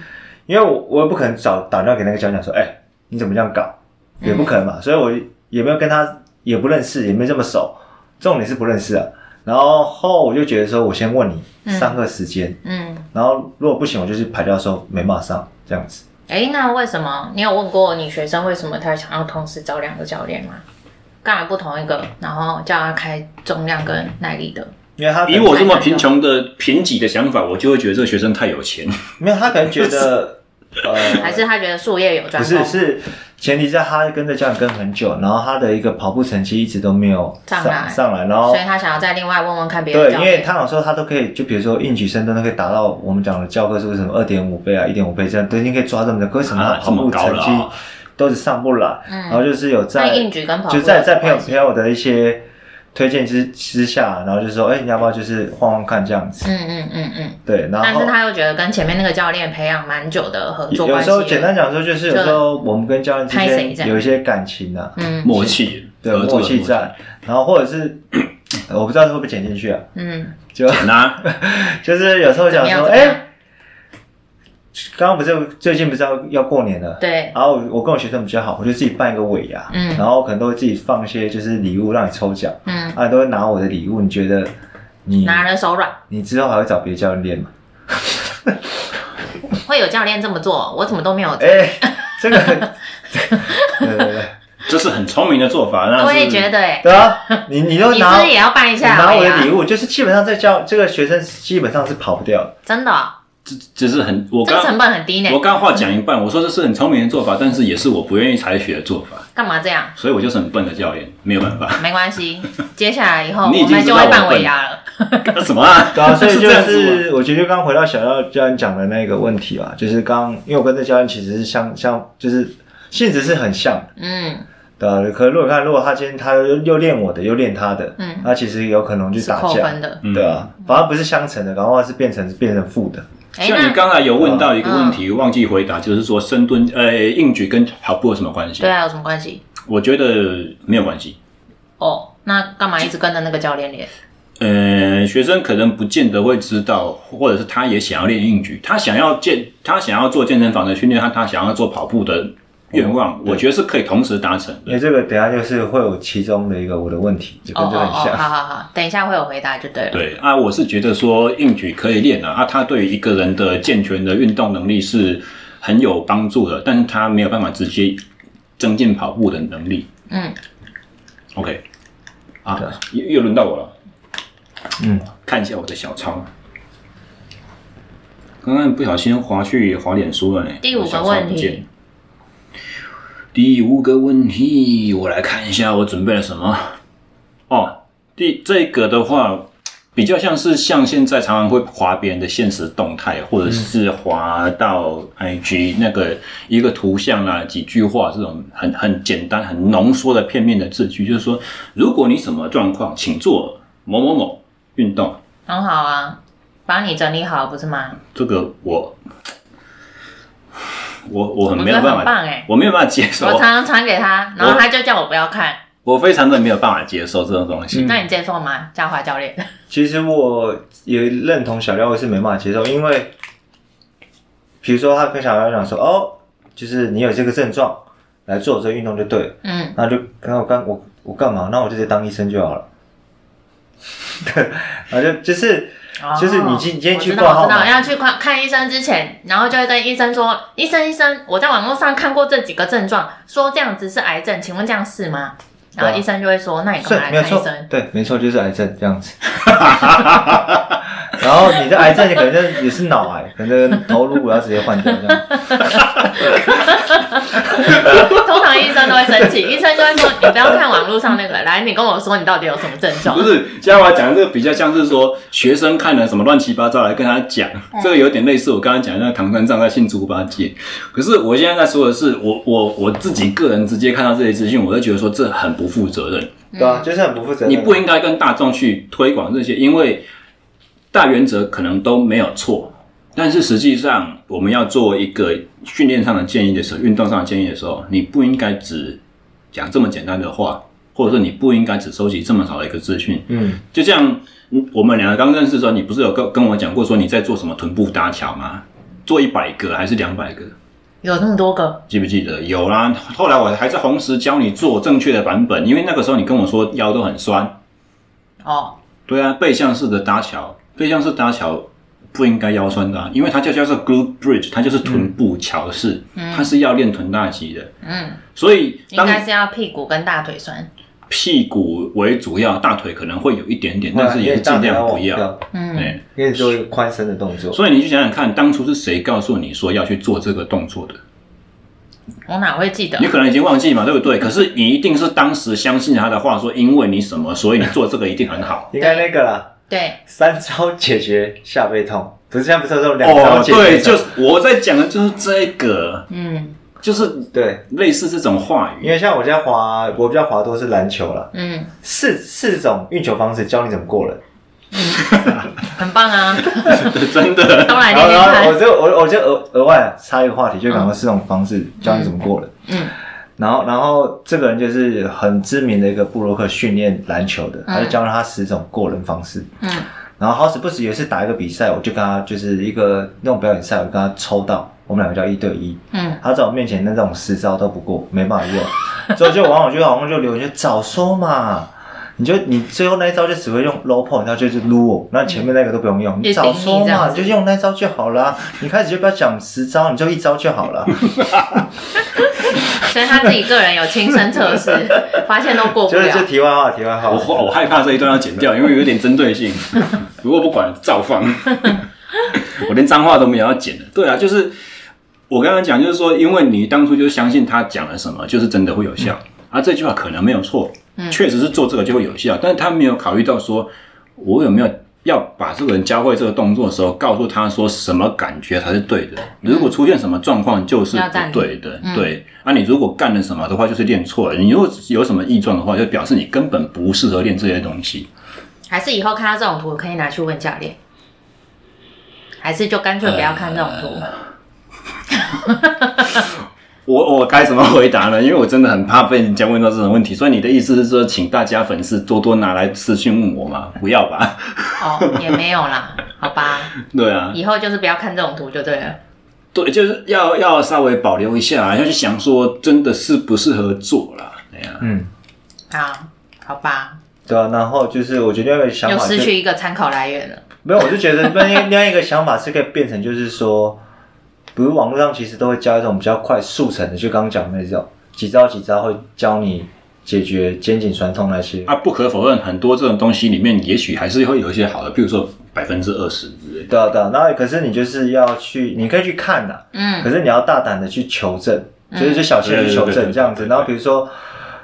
[SPEAKER 1] 因为我我也不可能找打电话给那个教练讲说，哎、你怎么这样搞？也不可能嘛，
[SPEAKER 2] 嗯
[SPEAKER 1] 所以我也没有跟他也不认识，也没这么熟，重点是不认识啊。然后后我就觉得说，我先问你上课时间，
[SPEAKER 2] 嗯。
[SPEAKER 1] 然后如果不行，我就是排掉说没办法上这样子。
[SPEAKER 2] 哎，那为什么你有问过你学生为什么他想要同时找两个教练吗？干嘛不同一个，然后叫他开重量跟耐力的？
[SPEAKER 1] 因为他可
[SPEAKER 3] 以
[SPEAKER 1] 能
[SPEAKER 3] 我这么贫穷的贫瘠的想法，我就会觉得这个学生太有 钱。
[SPEAKER 1] 没有他可能觉 得，呃，
[SPEAKER 2] 还是他觉得术业有专
[SPEAKER 1] 不
[SPEAKER 2] 攻？
[SPEAKER 1] 是是前提在他跟着教练跟很久，然后他的一个跑步成绩一直都没有
[SPEAKER 2] 上
[SPEAKER 1] 上
[SPEAKER 2] 来
[SPEAKER 1] 上来，然后
[SPEAKER 2] 所以他想要再另外问问看别的
[SPEAKER 1] 哦对，
[SPEAKER 2] 教
[SPEAKER 1] 因
[SPEAKER 2] 练。
[SPEAKER 1] 为他想说他都可以，就比如说硬举深蹲都可以达到我们讲的教科书什么二点五倍啊、一点五倍这样，都已经可以抓这么的，为什么
[SPEAKER 3] 啊
[SPEAKER 1] 他跑步
[SPEAKER 3] 这么高
[SPEAKER 1] 成
[SPEAKER 3] 了啊
[SPEAKER 1] 绩都是上不来？然后就是有在
[SPEAKER 2] 嗯那硬举跟跑步
[SPEAKER 1] 就在
[SPEAKER 2] 有
[SPEAKER 1] 在朋友
[SPEAKER 2] 关系
[SPEAKER 1] 朋友的一些推荐之之下，然后就说，哎，你要不要就是晃晃看这样子？
[SPEAKER 2] 嗯嗯嗯嗯，
[SPEAKER 1] 对，然
[SPEAKER 2] 但
[SPEAKER 1] 后
[SPEAKER 2] 是他又觉得跟前面那个教练培养蛮久的合作
[SPEAKER 1] 有
[SPEAKER 2] 关系，
[SPEAKER 1] 时候简单，讲说，就是有
[SPEAKER 2] 就
[SPEAKER 1] 时候我们跟教练之
[SPEAKER 2] 拍谁这
[SPEAKER 1] 间
[SPEAKER 2] 样
[SPEAKER 1] 有一些感情啊，
[SPEAKER 2] 嗯
[SPEAKER 3] 默契，
[SPEAKER 1] 对，
[SPEAKER 3] 合
[SPEAKER 1] 默
[SPEAKER 3] 作的
[SPEAKER 1] 契在，然后或者是我不知道会不会剪进去啊，
[SPEAKER 2] 嗯，
[SPEAKER 1] 就
[SPEAKER 3] 很啊，
[SPEAKER 1] 就是有时候
[SPEAKER 2] 怎
[SPEAKER 1] 讲
[SPEAKER 2] 么样
[SPEAKER 1] 说，
[SPEAKER 2] 怎么
[SPEAKER 1] 哎
[SPEAKER 2] 样，？
[SPEAKER 1] 刚刚不是最近不是要要过年了，
[SPEAKER 2] 对，
[SPEAKER 1] 然后我我跟我学生比较好，我就自己办一个尾牙，
[SPEAKER 2] 嗯
[SPEAKER 1] 然后可能都会自己放一些就是礼物让你抽奖，
[SPEAKER 2] 嗯，
[SPEAKER 1] 啊，都会拿我的礼物，你觉得你
[SPEAKER 2] 拿人手软，
[SPEAKER 1] 你之后还会找别的教练练吗？
[SPEAKER 2] 会有教练这么做，我怎么都没有。
[SPEAKER 1] 哎、这个， 对对对，
[SPEAKER 3] 这是很聪明的做法。那
[SPEAKER 2] 我也
[SPEAKER 3] 是
[SPEAKER 2] 觉得哎，
[SPEAKER 1] 对啊，你你都
[SPEAKER 2] 你是
[SPEAKER 1] 拿
[SPEAKER 2] 不是也要办一
[SPEAKER 1] 你
[SPEAKER 2] 下？哎
[SPEAKER 1] 拿我的礼
[SPEAKER 2] 物，
[SPEAKER 1] 物，就是基本上这教这个学生基本上是跑不掉的，
[SPEAKER 2] 真的哦，
[SPEAKER 3] 这这是很我
[SPEAKER 2] 这个成
[SPEAKER 3] 刚
[SPEAKER 2] 本很低呢
[SPEAKER 3] 我，刚话讲一半，我说这是很聪明的做法，但是也是我不愿意采取的做法，
[SPEAKER 2] 干嘛这样？
[SPEAKER 3] 所以我就是很笨的教练，没有办 法。
[SPEAKER 2] 没关 系，接下来以后
[SPEAKER 3] 你已
[SPEAKER 2] 我
[SPEAKER 3] 经
[SPEAKER 2] 们
[SPEAKER 3] 知
[SPEAKER 2] 就
[SPEAKER 3] 道
[SPEAKER 2] 会
[SPEAKER 3] 我
[SPEAKER 2] 办尾
[SPEAKER 3] 笨
[SPEAKER 2] 牙了。
[SPEAKER 3] 干什么啊？
[SPEAKER 1] 对啊， 所以就
[SPEAKER 3] 这样子吗
[SPEAKER 1] 是我觉得就刚回到小廖教练讲的那个问题吧，就是刚因为我跟这教练其实是相相就是性质是很像的。
[SPEAKER 2] 嗯
[SPEAKER 1] 对啊，可是如果看，如果他今天他又又练我的，又练他的，
[SPEAKER 2] 嗯，
[SPEAKER 1] 那其实有可能去
[SPEAKER 2] 是
[SPEAKER 1] 打
[SPEAKER 2] 扣
[SPEAKER 1] 架
[SPEAKER 2] 分，的。
[SPEAKER 1] 对啊，反而不是相乘的，然后是变成变成负的，
[SPEAKER 2] 哎，
[SPEAKER 3] 像你
[SPEAKER 2] 那
[SPEAKER 3] 刚才有问到一个
[SPEAKER 1] 嗯
[SPEAKER 3] 问题，忘记回答，就是说深蹲、呃硬举跟跑步有什么关系？
[SPEAKER 2] 对，啊，有什么关系？
[SPEAKER 3] 我觉得没有关系。
[SPEAKER 2] 哦，那干嘛一直跟着那个教练练？
[SPEAKER 3] 呃，学生可能不见得会知道，或者是他也想要练硬举，他想要健，他想要做健身房的训练，他他想要做跑步的愿望，我觉得是可以同时达成
[SPEAKER 1] 因为
[SPEAKER 3] 的。
[SPEAKER 1] 这个等一下就是会有其中的一个我的问题，就
[SPEAKER 4] 哦
[SPEAKER 1] 跟
[SPEAKER 4] 哦
[SPEAKER 1] 这个很
[SPEAKER 4] 哦，
[SPEAKER 1] 像。
[SPEAKER 4] 好好好，等一下会有回答就对了。
[SPEAKER 3] 对啊，我是觉得说硬举可以练啊，啊，它对于一个人的健全的运动能力是很有帮助的，但是他没有办法直接增进跑步的能力。
[SPEAKER 4] 嗯，
[SPEAKER 3] OK，啊，又又轮到我了，
[SPEAKER 1] 嗯，
[SPEAKER 3] 看一下我的小抄。刚刚不小心滑去滑脸书了呢。
[SPEAKER 2] 第五个
[SPEAKER 3] 我小抄
[SPEAKER 2] 问题
[SPEAKER 3] 不见。第五个问题，我来看一下我准备了什么。哦，第这个的话，比较像是像现在常常会滑别人的现实动态，或者是滑到 IG 那个一个图像啊、几句话这种很很简单、很浓缩的片面的字句，就是说，如果你什么状况，请做某某某运动。
[SPEAKER 4] 很好啊，
[SPEAKER 2] 帮你整理好不是吗？
[SPEAKER 3] 这个我我我很
[SPEAKER 2] 我
[SPEAKER 3] 没
[SPEAKER 2] 觉得
[SPEAKER 3] 有办
[SPEAKER 2] 很
[SPEAKER 3] 法，
[SPEAKER 2] 棒哎、
[SPEAKER 3] 我没哦有办法接受
[SPEAKER 2] 我，常常传给他，然后他就叫我不要看。
[SPEAKER 3] 我非常的没有办法接受这种东西。
[SPEAKER 1] 嗯
[SPEAKER 2] 那你接受吗，嘉华教练？
[SPEAKER 1] 其实我也认同小廖是没办法接受，因为比如说他跟小廖讲说，哦，就是你有这个症状来做这个运动就对了，
[SPEAKER 2] 嗯，
[SPEAKER 1] 那就那我干我我干嘛？那我就直接当医生就好了。 对，然后就就是就是你今你今天去
[SPEAKER 2] 我知道
[SPEAKER 1] 挂号
[SPEAKER 2] 哦我知道，
[SPEAKER 1] 嘛
[SPEAKER 2] 要去看看医生之前，然后就会跟医生说：“医生，医生，我在网络上看过这几个症状，说这样子是癌症，请问这样是吗？”
[SPEAKER 1] 对啊
[SPEAKER 2] 然后医生就会说：“那你干
[SPEAKER 1] 是
[SPEAKER 2] 嘛来
[SPEAKER 1] 没有
[SPEAKER 2] 看医
[SPEAKER 1] 错
[SPEAKER 2] 生，
[SPEAKER 1] 对，没错，就是癌症这样子。 然后你的癌症也可能就是也是脑癌，可能头颅骨要直接换掉这样。？”
[SPEAKER 2] 通常医生都会生气，医生就会说：“你不要看网络上那个，来，你跟我说你到底有什么症状
[SPEAKER 3] 不是，嘉华讲的这个比较像是说学生看了什么乱七八糟来跟他讲，这个有点类似我刚刚讲的那个唐三藏在信猪八戒。可是我现在在说的是，我我我自己个人直接看到这些资讯，我就觉得说这很不负责任。
[SPEAKER 2] 嗯
[SPEAKER 1] 对啊，就是很不负责任。
[SPEAKER 3] 你不应该跟大众去推广这些，因为大原则可能都没有错，但是实际上我们要做一个训练上的建议的时候，运动上的建议的时候，你不应该只讲这么简单的话，或者说你不应该只收集这么少的一个资讯。
[SPEAKER 1] 嗯，
[SPEAKER 3] 就像嗯我们两个刚认识的时候，你不是有跟跟我讲过说你在做什么臀部搭桥吗？做一百个还是两百个？？”
[SPEAKER 2] 有那么多个，
[SPEAKER 3] 记不记得？有啦，后来我还在红石教你做正确的版本，因为那个时候你跟我说腰都很酸，
[SPEAKER 2] 哦，
[SPEAKER 3] 对啊，背向式的搭桥，背向式搭桥不应该腰酸的啊、因为它就叫做 glute bridge，它就是臀部桥式，它是要练臀大肌的。
[SPEAKER 2] 嗯，
[SPEAKER 3] 所以
[SPEAKER 2] 应
[SPEAKER 3] 当
[SPEAKER 2] 该是要屁股跟大腿酸，
[SPEAKER 3] 屁股为主要，大腿可能会有一点点，但是
[SPEAKER 1] 啊因
[SPEAKER 3] 也
[SPEAKER 1] 为
[SPEAKER 3] 是
[SPEAKER 1] 大
[SPEAKER 3] 尽
[SPEAKER 1] 腿
[SPEAKER 3] 量
[SPEAKER 1] 往
[SPEAKER 3] 不要。
[SPEAKER 1] 掉，
[SPEAKER 2] 嗯，
[SPEAKER 3] 对，
[SPEAKER 1] 因为做一个宽伸的动作。
[SPEAKER 3] 所以你去想想看，当初是谁告诉你说要去做这个动作的？
[SPEAKER 2] 我哪会记得
[SPEAKER 3] 你？可能已经忘记嘛，对不对？可是你一定是当时相信他的话，说因为你什么，所以你做这个一定很好。
[SPEAKER 1] 应该那个啦，
[SPEAKER 2] 对，
[SPEAKER 1] 三招解决下背痛，不是现在不是有这种 两招
[SPEAKER 3] 哦，
[SPEAKER 1] 解决？
[SPEAKER 3] 对，就是我在讲的就是这个，
[SPEAKER 2] 嗯
[SPEAKER 3] 就是
[SPEAKER 1] 对，
[SPEAKER 3] 类似这种话语
[SPEAKER 1] 因。为像我现在滑，我比较滑多是篮球啦，
[SPEAKER 2] 嗯，
[SPEAKER 1] 四四种运球方式教你怎么过人。
[SPEAKER 2] 很 棒啊，
[SPEAKER 3] 真的，
[SPEAKER 2] 都来
[SPEAKER 1] 然后
[SPEAKER 2] 练练
[SPEAKER 1] 然后
[SPEAKER 2] 看
[SPEAKER 1] 我，就我我就额额外插一个话题，就讲说四种方式教你怎么过人。
[SPEAKER 2] 嗯
[SPEAKER 1] 然后，然后这个人就是很知名的一个布洛克训练篮球的，他就教了他十种过人方式。
[SPEAKER 2] 嗯
[SPEAKER 1] 然后好死不死有一次打一个比赛，我就跟他就是一个那种表演赛，我跟他抽到，我们两个叫一对一。
[SPEAKER 2] 嗯，
[SPEAKER 1] 他在我面前那种十招都不过，没办法用。所以就网友就好像就留言，就早说嘛，你就你最后那一招就只会用 low point，他就是撸我，那前面那个都不用用，你早说
[SPEAKER 2] 嗯一顶一这
[SPEAKER 1] 嘛，
[SPEAKER 2] 样
[SPEAKER 1] 你
[SPEAKER 2] 子
[SPEAKER 1] 就用那招就好啦。你开始就不要讲十招，你就一招就好了。
[SPEAKER 2] 所以他自己个人有亲身测试， 发现都过不
[SPEAKER 1] 就是就
[SPEAKER 2] 了。
[SPEAKER 1] 题外话，题外话。
[SPEAKER 3] 我我害怕这一段要剪掉，因为有点针对性。 如果不管，照放。 我连脏话都没有要剪的。对啊，就是我刚刚讲，就是说，因为你当初就相信他讲了什么，就是真的会有效。
[SPEAKER 2] 嗯
[SPEAKER 3] 啊，这句话可能没有错，确实是做这个就会有效，但是他没有考虑到说，我有没有要把这个人教会这个动作的时候，告诉他说什么感觉才是对的。如果出现什么状况，就是
[SPEAKER 2] 嗯要暂
[SPEAKER 3] 不
[SPEAKER 2] 停嗯
[SPEAKER 3] 对的。对，啊，你如果干了什么的话，就是练错了。你如果有什么异状的话，就表示你根本不适合练这些东西。
[SPEAKER 2] 还是以后看到这种图可以拿去问教练，
[SPEAKER 1] 呃
[SPEAKER 2] 还是就干脆不要看这种图？
[SPEAKER 3] 我我该怎么回答呢？因为我真的很怕被人家问到这种问题，所以你的意思是说，请大家粉丝多多拿来私讯问我吗？不要吧？
[SPEAKER 2] 哦，也没有啦，好吧，
[SPEAKER 3] 对啊，
[SPEAKER 2] 以后就是不要看这种图就对了。
[SPEAKER 3] 对，就是要要稍微保留一下，啊要去想说真的适不适合做啦。对呀、
[SPEAKER 1] 嗯，
[SPEAKER 2] 啊，好吧，
[SPEAKER 1] 对啊。然后就是我觉得另外一个想
[SPEAKER 2] 又
[SPEAKER 1] 法就
[SPEAKER 2] 失去一个参考来源了。
[SPEAKER 1] 没有，我就觉得 另另外一个想法是可以变成，就是说，比如网络上其实都会教一种比较快速成的，就刚刚讲的那种几招几招会教你解决肩颈酸痛那些。
[SPEAKER 3] 啊，不可否认，很多这种东西里面，也许还是会有一些好的，比如说百分之二十之类的。
[SPEAKER 1] 对啊对啊，那可是你就是要去，你可以去看啊的、
[SPEAKER 2] 嗯
[SPEAKER 1] 可是你要大胆的去求证，就是就小心去求
[SPEAKER 3] 嗯对对对
[SPEAKER 1] 证
[SPEAKER 3] 对
[SPEAKER 1] 这样子。
[SPEAKER 3] 对对
[SPEAKER 1] 然后比如说，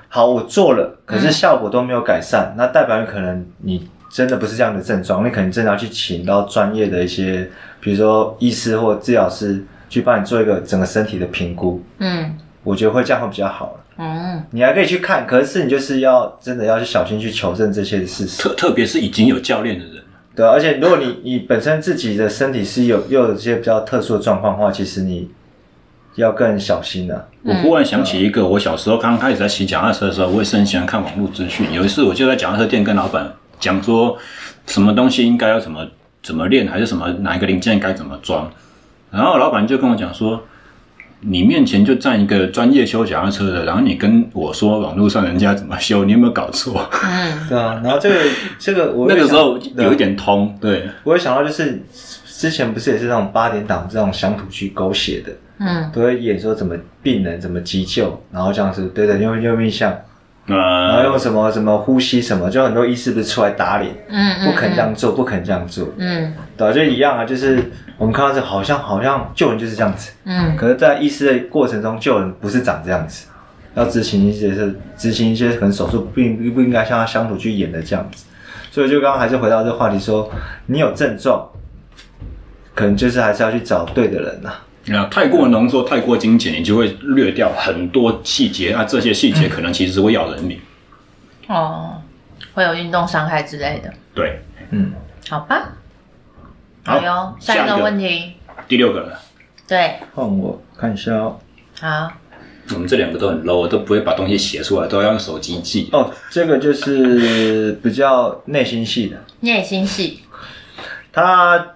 [SPEAKER 1] 好，我做了，可是
[SPEAKER 2] 嗯
[SPEAKER 1] 效果都没有改善，那代表你可能你真的不是这样的症状，你可能真的要去请到专业的一些，比如说医师或治疗师去帮你做一个整个身体的评估，
[SPEAKER 2] 嗯
[SPEAKER 1] 我觉得会这样会比较好。
[SPEAKER 2] 嗯，
[SPEAKER 1] 你还可以去看，可是你就是要真的要去小心去求证这些事实。
[SPEAKER 3] 特特别是已经有教练的人，
[SPEAKER 1] 对啊、而且如果你你本身自己的身体是有又有一些比较特殊的状况的话，其实你要更小心了、啊
[SPEAKER 3] 我忽然想起一个，我小时候刚开始在骑脚踏车的时候，我也是很喜欢看网络资讯。有一次，我就在脚踏车店跟老板讲说，什么东西应该要怎么怎么练，还是什么哪一个零件该怎么装。然后老板就跟我讲说，你面前就站一个专业修脚踏车的，然后你跟我说网络上人家怎么修，你有没有搞错？
[SPEAKER 2] 嗯
[SPEAKER 1] 对啊，然后这个这个我
[SPEAKER 3] 那个时候
[SPEAKER 1] 也想啊
[SPEAKER 3] 有一，点通，对，
[SPEAKER 1] 我也想到就是之前不是也是那种八点档这种乡土剧狗血的，
[SPEAKER 2] 嗯，
[SPEAKER 1] 都会演说怎么病人怎么急救，然后这样子，对的，用用印象，然后
[SPEAKER 3] 呃，
[SPEAKER 1] 用什么什么呼吸什么，就很多医师不是出来打脸，
[SPEAKER 2] 嗯
[SPEAKER 1] 不肯这样做，不肯这样做，
[SPEAKER 2] 嗯
[SPEAKER 1] 对、啊，就一样啊，就是我们看到这好像好像救人就是这样子，
[SPEAKER 2] 嗯
[SPEAKER 1] 可是，在医师的过程中救人不是长这样子，要执行一些是执行一些可能手术并并不应该像他乡土剧演的这样子，所以就刚刚还是回到这个话题说，你有症状，可能就是还是要去找对的人呐、
[SPEAKER 3] 啊，太过浓缩、太过精简，你就会略掉很多细节啊，这些细节可能其实会要人命。
[SPEAKER 2] 哦，会有运动伤害之类的，
[SPEAKER 3] 对，
[SPEAKER 1] 嗯，
[SPEAKER 2] 好吧？
[SPEAKER 3] 好
[SPEAKER 2] 哟，
[SPEAKER 3] 下
[SPEAKER 2] 下
[SPEAKER 3] 一
[SPEAKER 2] 一个
[SPEAKER 3] 个
[SPEAKER 2] 问题，
[SPEAKER 3] 第六个了。
[SPEAKER 2] 对，
[SPEAKER 1] 换我看一下哦。
[SPEAKER 2] 好，
[SPEAKER 3] 我们这两个都很 low，都不会把东西写出来，都要用手机记。
[SPEAKER 1] 哦，这个就是比较内心戏的，
[SPEAKER 2] 内心戏，
[SPEAKER 1] 他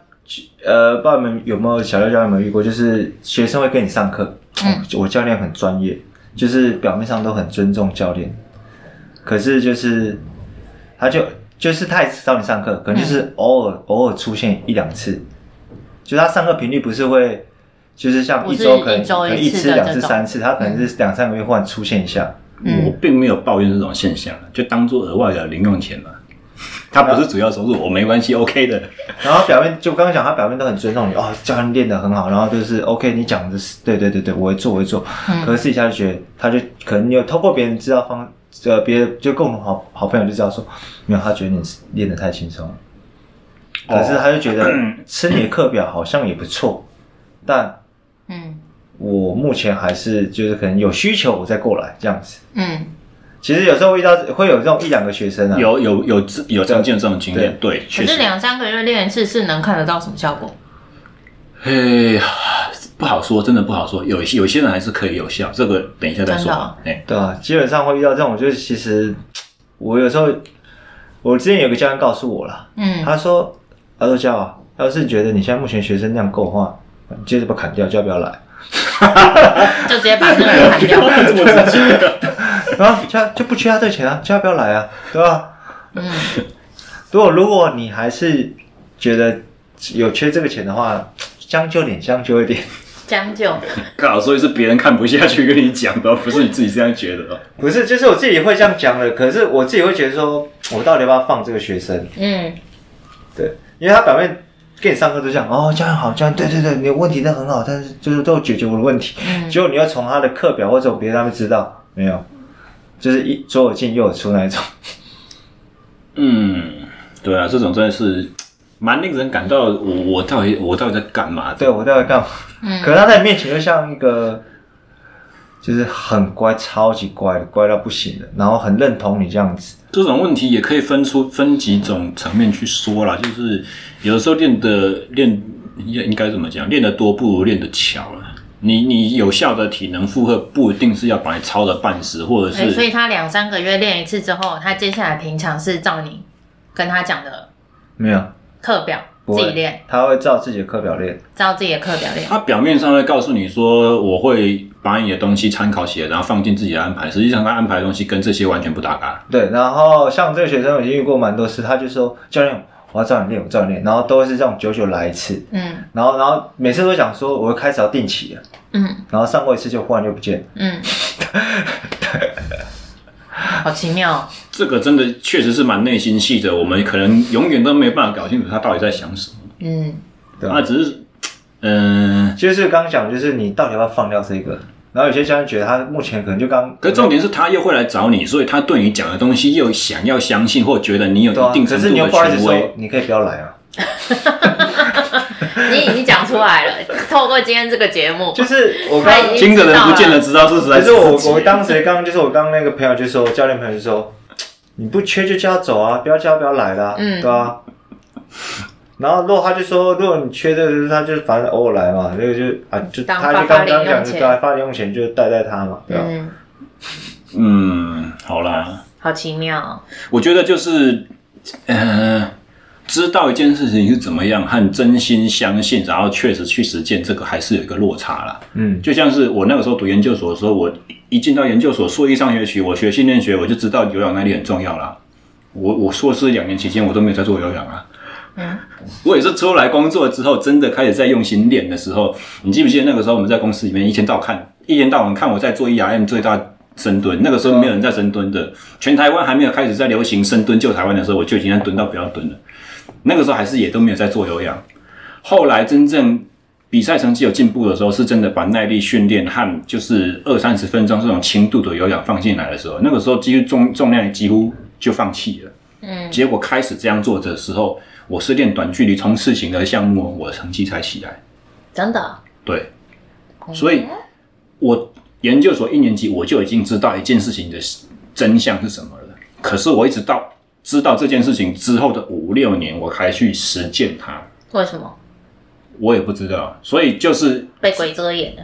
[SPEAKER 1] 呃，不知道你们有没有小六教练有没有遇过，就是学生会跟你上课，哦
[SPEAKER 2] 嗯
[SPEAKER 1] 我教练很专业，就是表面上都很尊重教练，可是就是他就就是他也是找你上课，可能
[SPEAKER 2] 嗯
[SPEAKER 1] 就是偶尔、偶尔出现一两次，就是他上课频率不是会。就是像一周
[SPEAKER 2] 不是
[SPEAKER 1] 可能
[SPEAKER 2] 一周
[SPEAKER 1] 可能
[SPEAKER 2] 一
[SPEAKER 1] 一
[SPEAKER 2] 次
[SPEAKER 1] 次、
[SPEAKER 2] 的
[SPEAKER 1] 两
[SPEAKER 2] 这
[SPEAKER 1] 次、
[SPEAKER 2] 种
[SPEAKER 1] 三次，他可能是两三个月忽然出现一下。
[SPEAKER 3] 我
[SPEAKER 2] 嗯
[SPEAKER 3] 并没有抱怨这种现象，就当做额外的零用钱嘛。它不是主要收入，我没关系，OK 的。
[SPEAKER 1] 然后表面就刚刚讲，他表面都很尊重你哦，教练练得很好，然后就是 OK，你讲的是对对对对，我会做我会做。可
[SPEAKER 2] 嗯
[SPEAKER 1] 是私底下就觉得，他就可能有透过别人知道方，呃，别人就共同好好朋友就知道说，没有，他觉得你是练得太轻松了。
[SPEAKER 3] 哦
[SPEAKER 1] 可是他就觉 得吃你的课表好像也不错，但
[SPEAKER 2] 嗯
[SPEAKER 1] 我目前还是就是可能有需求我再过来这样子。
[SPEAKER 2] 嗯
[SPEAKER 1] 其实有时候遇到会有这种一两个学生啊，
[SPEAKER 3] 有有有有常见这种经验，嗯对，
[SPEAKER 2] 可
[SPEAKER 3] 确
[SPEAKER 2] 是
[SPEAKER 3] 实。
[SPEAKER 2] 两三个月练一次是能看得到什么效果？
[SPEAKER 3] 嘿，哎不好说，真的不好说。有有些人还是可以有效，这个等一下再说吧。哎，
[SPEAKER 1] 对啊，基本上会遇到这种，就是其实我有时候，我之前有个教练告诉我了，
[SPEAKER 2] 嗯
[SPEAKER 1] 他说：“他说教啊，要是觉得你现在目前学生量够的话，你接着把它砍掉，叫他不要来。
[SPEAKER 2] 就直接把这个人砍 掉。
[SPEAKER 3] 这么直接。
[SPEAKER 1] 然后叫就不啊缺他这钱啊，叫他不要来啊，对吧？
[SPEAKER 2] 嗯
[SPEAKER 1] 如果如果你还是觉得有缺这个钱的话，将就点，将就一点。
[SPEAKER 2] 将就，
[SPEAKER 3] 刚 好所以是别人看不下去跟你讲的哦，不是你自己这样觉得哦。
[SPEAKER 1] 不是，就是我自己会这样讲的，可是我自己会觉得说，我到底要不要放这个学生？
[SPEAKER 2] 嗯
[SPEAKER 1] 对，因为他表面跟你上课都讲哦，教练好，教练对对对，你的问题都很好，但是就是都有解决我的问题。
[SPEAKER 2] 嗯
[SPEAKER 1] 结果你要从他的课表或者别的他们知道没有，就是一左有进右有出那一种。
[SPEAKER 3] 嗯，对啊，这种真的是蛮令人感到我我到底我到底在干嘛？
[SPEAKER 1] 对我到底干嘛？
[SPEAKER 2] 嗯
[SPEAKER 1] 可是他在你面前就像一个，就是很乖，超级乖的，乖到不行的，然后很认同你这样子。
[SPEAKER 3] 这种问题也可以分出分几种层面去说啦，就是有的时候练的练应该应该怎么讲，练得多不如练得巧了。你 你有效的体能负荷不一定是要把你操的半死，或者
[SPEAKER 2] 哎、所以
[SPEAKER 3] 是
[SPEAKER 2] 他两三个月练一次之后，他接下来平常是照你跟他讲的
[SPEAKER 1] 没有，
[SPEAKER 2] 课表
[SPEAKER 1] 不
[SPEAKER 2] 自
[SPEAKER 1] 会
[SPEAKER 2] 己练，，
[SPEAKER 1] 他会照自己的课表练。
[SPEAKER 2] 照自己的课表练。
[SPEAKER 3] 他表面上会告诉你说我会把你的东西参考起来，然后放进自己的安排，实际上他安排的东西跟这些完全不搭嘎。
[SPEAKER 1] 对，然后像这个学生我已经遇过蛮多次，他就说教练，我要照你练，我照你练，然后都是这种久久来一次，
[SPEAKER 2] 嗯
[SPEAKER 1] 然后然后每次都讲说我开始要定期了，
[SPEAKER 2] 嗯
[SPEAKER 1] 然后上过一次就忽然就不见了。
[SPEAKER 2] 嗯，好奇妙哦、
[SPEAKER 3] 这个真的确实是蛮内心戏的，我们可能永远都没有办法搞清楚他到底在想什么。
[SPEAKER 2] 嗯，
[SPEAKER 1] 对吧
[SPEAKER 3] 那只是，嗯、
[SPEAKER 1] 就是刚刚讲，就是你到底要不要放掉这个？然后有些教练觉得他目前可能就刚，
[SPEAKER 3] 可是重点是他又会来找你，所以他对你讲的东西又想要相信或觉得你有
[SPEAKER 1] 对啊
[SPEAKER 3] 一，定
[SPEAKER 1] 可
[SPEAKER 3] 程
[SPEAKER 1] 是
[SPEAKER 3] 度
[SPEAKER 1] 你又
[SPEAKER 3] 的
[SPEAKER 1] 不好意思
[SPEAKER 3] 权
[SPEAKER 1] 说
[SPEAKER 3] 威。，
[SPEAKER 1] 你可以不要来啊。
[SPEAKER 2] 你已经讲出来了，透过今天这个节目，
[SPEAKER 1] 就是我刚
[SPEAKER 2] 他，已经
[SPEAKER 3] 听的人不见得知道是实在
[SPEAKER 1] 可是我我
[SPEAKER 3] 当
[SPEAKER 1] 当时刚就是我刚那个朋友就说，教练朋友就说，你不缺就叫他走啊，不要叫他不要来啦，
[SPEAKER 2] 嗯
[SPEAKER 1] 对啊。然后如果他就说，如果你缺这个，他就反正偶尔来嘛，那个就啊就
[SPEAKER 2] 当
[SPEAKER 1] 他就
[SPEAKER 2] 发
[SPEAKER 1] 刚刚
[SPEAKER 2] 发零用
[SPEAKER 1] 讲就
[SPEAKER 2] 钱
[SPEAKER 1] 对啊，发零用钱就带带他嘛，对吧、
[SPEAKER 2] 嗯，
[SPEAKER 3] 嗯，好啦，
[SPEAKER 2] 好奇妙哦、
[SPEAKER 3] 我觉得就是，呃，知道一件事情是怎么样和真心相信，然后确实去实践，这个还是有一个落差啦。
[SPEAKER 1] 嗯，
[SPEAKER 3] 就像是我那个时候读研究所的时候，我一进到研究所硕一上学期，我学训练学，我就知道有氧耐力很重要啦。我我硕士两年期间，我都没有在做有氧啊。
[SPEAKER 2] 嗯，
[SPEAKER 3] 我也是出来工作之后，真的开始在用心练的时候，你记不记得那个时候我们在公司里面一天到晚看，一天到晚看我在做 ERM 最大深蹲，那个时候没有人在深蹲的，全台湾还没有开始在流行深蹲救台湾的时候，我就已经在蹲到不要蹲了。那个时候还是也都没有在做有氧，后来真正比赛成绩有进步的时候，是真的把耐力训练和就是二三十分钟这种轻度的有氧放进来的时候，那个时候几乎重重量几乎就放弃了。
[SPEAKER 2] 嗯
[SPEAKER 3] 结果开始这样做的时候，我是练短距离冲刺型的项目哦，我的成绩才起来。
[SPEAKER 2] 真的，嗯
[SPEAKER 3] 对，所以我研究所一年级我就已经知道一件事情的真相是什么了。可是我一直到知道这件事情之后的五六年，我还去实践它，
[SPEAKER 2] 为什么
[SPEAKER 3] 我也不知道。所以就是
[SPEAKER 2] 被鬼遮眼了？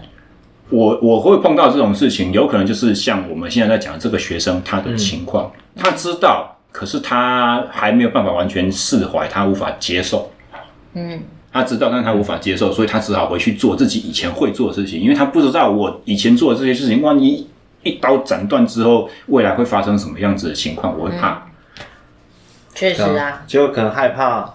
[SPEAKER 3] 我我会碰到这种事情，有可能就是像我们现在在讲的这个学生他的情况，他知道，可是他还没有办法完全释怀，他无法接受，
[SPEAKER 2] 嗯
[SPEAKER 3] 他知道，但他无法接受，所以他只好回去做自己以前会做的事情，因为他不知道我以前做的这些事情，万一一刀斩断之后，未来会发生什么样子的情况，我会怕。
[SPEAKER 2] 确实
[SPEAKER 1] 对
[SPEAKER 2] 啊，，
[SPEAKER 1] 就可能害怕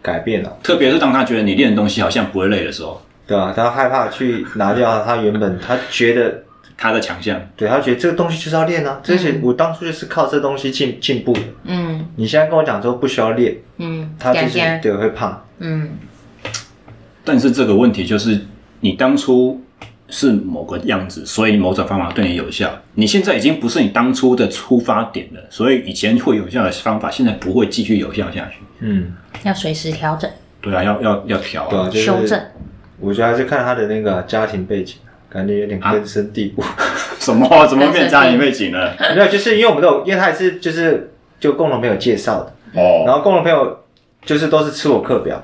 [SPEAKER 1] 改变了，
[SPEAKER 3] 特别是当他觉得你练的东西好像不会累的时候，
[SPEAKER 1] 对吧、他害怕去拿掉他原本他觉得
[SPEAKER 3] 他的强项。
[SPEAKER 1] 对他觉得这个东西就是要练啊，这些我当初就是靠这东西进进步的。
[SPEAKER 2] 嗯
[SPEAKER 1] 你现在跟我讲说不需要练，
[SPEAKER 2] 嗯，
[SPEAKER 1] 他就是
[SPEAKER 2] 天天
[SPEAKER 1] 对会怕，
[SPEAKER 2] 嗯
[SPEAKER 3] 但是这个问题就是，你当初是某个样子，所以某种方法对你有效。你现在已经不是你当初的出发点了，所以以前会有效的方法，现在不会继续有效下去。
[SPEAKER 1] 嗯，
[SPEAKER 2] 要随时调整、
[SPEAKER 3] 对啊，要要要调
[SPEAKER 1] 对啊，
[SPEAKER 3] 啊。
[SPEAKER 1] 就是
[SPEAKER 2] 修正。
[SPEAKER 1] 我觉得还是看他的那个家庭背景，感觉有点根深蒂 固。
[SPEAKER 3] 什么怎么变家庭背景了？
[SPEAKER 1] 没有，就是因为我们都有，因为他也是就是就共同朋友介绍的，然
[SPEAKER 3] 哦，
[SPEAKER 1] 后共同朋友就是都是吃我课表，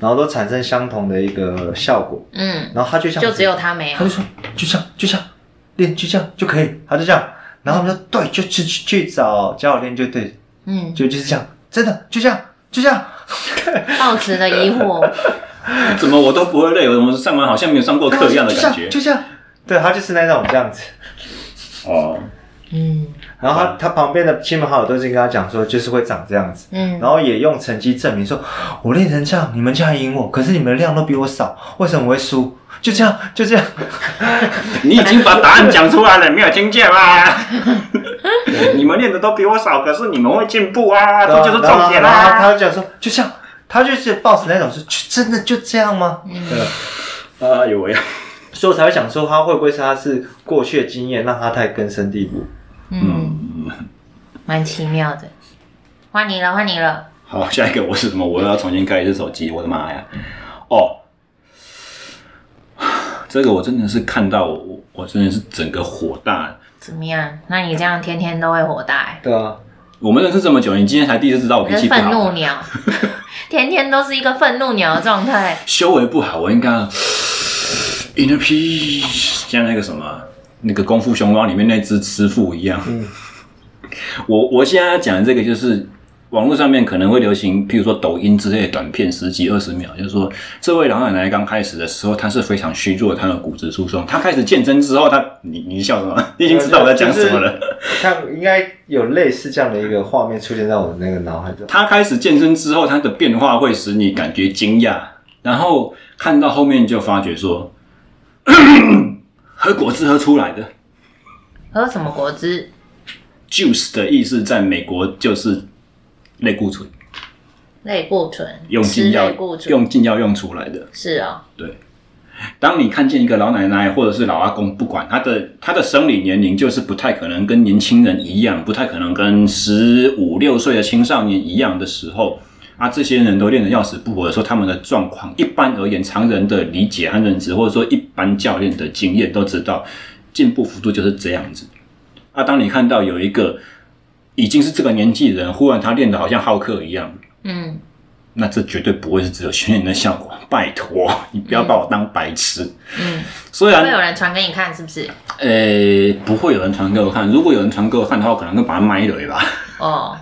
[SPEAKER 1] 然后都产生相同的一个效果，
[SPEAKER 2] 嗯，
[SPEAKER 1] 然后他就像
[SPEAKER 2] 就只有他没有
[SPEAKER 1] 他就。说就这样就这样练就这样就可以，他就这样，然后我们说对，就去去去找教练就对，
[SPEAKER 2] 嗯，
[SPEAKER 1] 就就是这样，真的就这样就这样，
[SPEAKER 2] 抱持的疑惑，
[SPEAKER 3] 怎么我都不会累，我们上完好像没有上过课一样的感觉
[SPEAKER 1] 就这样。就这样，对他就是那种这样子。
[SPEAKER 3] 哦，
[SPEAKER 2] 嗯
[SPEAKER 1] 然后他他旁边的亲朋好友都是跟他讲说，就是会长这样子，
[SPEAKER 2] 嗯
[SPEAKER 1] 然后也用成绩证明说，我练成这样，你们这样赢我，可是你们的量都比我少，为什么我会输？就这样，就这样，
[SPEAKER 3] 你已经把答案讲出来了，没有听见吗？你们练的都比我少，可是你们会进步啊，这就是重点
[SPEAKER 1] 然后
[SPEAKER 3] 啦。
[SPEAKER 1] 他就讲说，就这样，他就是抱持那种说，就真的就这样吗？对，啊
[SPEAKER 3] 哎呦喂！
[SPEAKER 1] 所以我才会想说，他会不会是他是过去的经验让他太根深蒂固？
[SPEAKER 2] 嗯，蛮奇妙的。换你了，换你了。
[SPEAKER 3] 好， 下一个我是什么？我又要重新开一次手机，我的妈呀！哦， 这个我真的是看到我，我真的是整个火大。
[SPEAKER 2] 怎么样？那你这样天天都会火大、欸，
[SPEAKER 1] 对啊，
[SPEAKER 3] 我们认识这么久，你今天才第一次知道我
[SPEAKER 1] 哦
[SPEAKER 2] 我
[SPEAKER 3] 脾
[SPEAKER 2] 是
[SPEAKER 3] 气不
[SPEAKER 2] 愤怒
[SPEAKER 3] 好，
[SPEAKER 2] 鸟，天天都是一个愤怒鸟的状态。
[SPEAKER 3] 修为不好，我应该 inner peace，像那个什么那个功夫熊猫里面那只师傅一样。我我现在要讲的这个就是。网络上面可能会流行，譬如说抖音之类的短片，十几二十秒，就是说这位老奶奶刚开始的时候，她是非常虚弱，她的骨质疏松。她开始健身之后，她你你笑什么？你已经知道我在讲什么了。
[SPEAKER 1] 看，应该有类似这样的一个画面出现在我的那个脑海中。
[SPEAKER 3] 他开始健身之后，他的变化会使你感觉惊讶，然后看到后面就发觉说， 喝果汁喝出来的
[SPEAKER 2] 喝什么果汁？
[SPEAKER 3] juice 的意思，在美国就是类固醇，
[SPEAKER 2] 类固醇，
[SPEAKER 3] 用
[SPEAKER 2] 吃
[SPEAKER 3] 禁药
[SPEAKER 2] 类固醇
[SPEAKER 3] 用禁药用出来的。
[SPEAKER 2] 是哦，
[SPEAKER 3] 对，当你看见一个老奶奶或者是老阿公，不管他的他的生理年龄，就是不太可能跟年轻人一样，不太可能跟十五六岁的青少年一样的时候，啊，这些人都练得要死不活的时候，他们的状况，一般而言，常人的理解和认知，或者说一般教练的经验都知道，进步幅度就是这样子。啊，当你看到有一个已经是这个年纪的人，忽然他练得好像浩克一样，
[SPEAKER 2] 嗯，
[SPEAKER 3] 那这绝对不会是只有训练的效果。拜托，你不要把我当白痴。
[SPEAKER 2] 嗯，
[SPEAKER 3] 虽
[SPEAKER 2] 会有
[SPEAKER 3] 然
[SPEAKER 2] 人传给你看是不是？
[SPEAKER 3] 呃不会有人传给我看，如果有人传给我看的话，我可能会把它卖了吧。
[SPEAKER 2] 哦，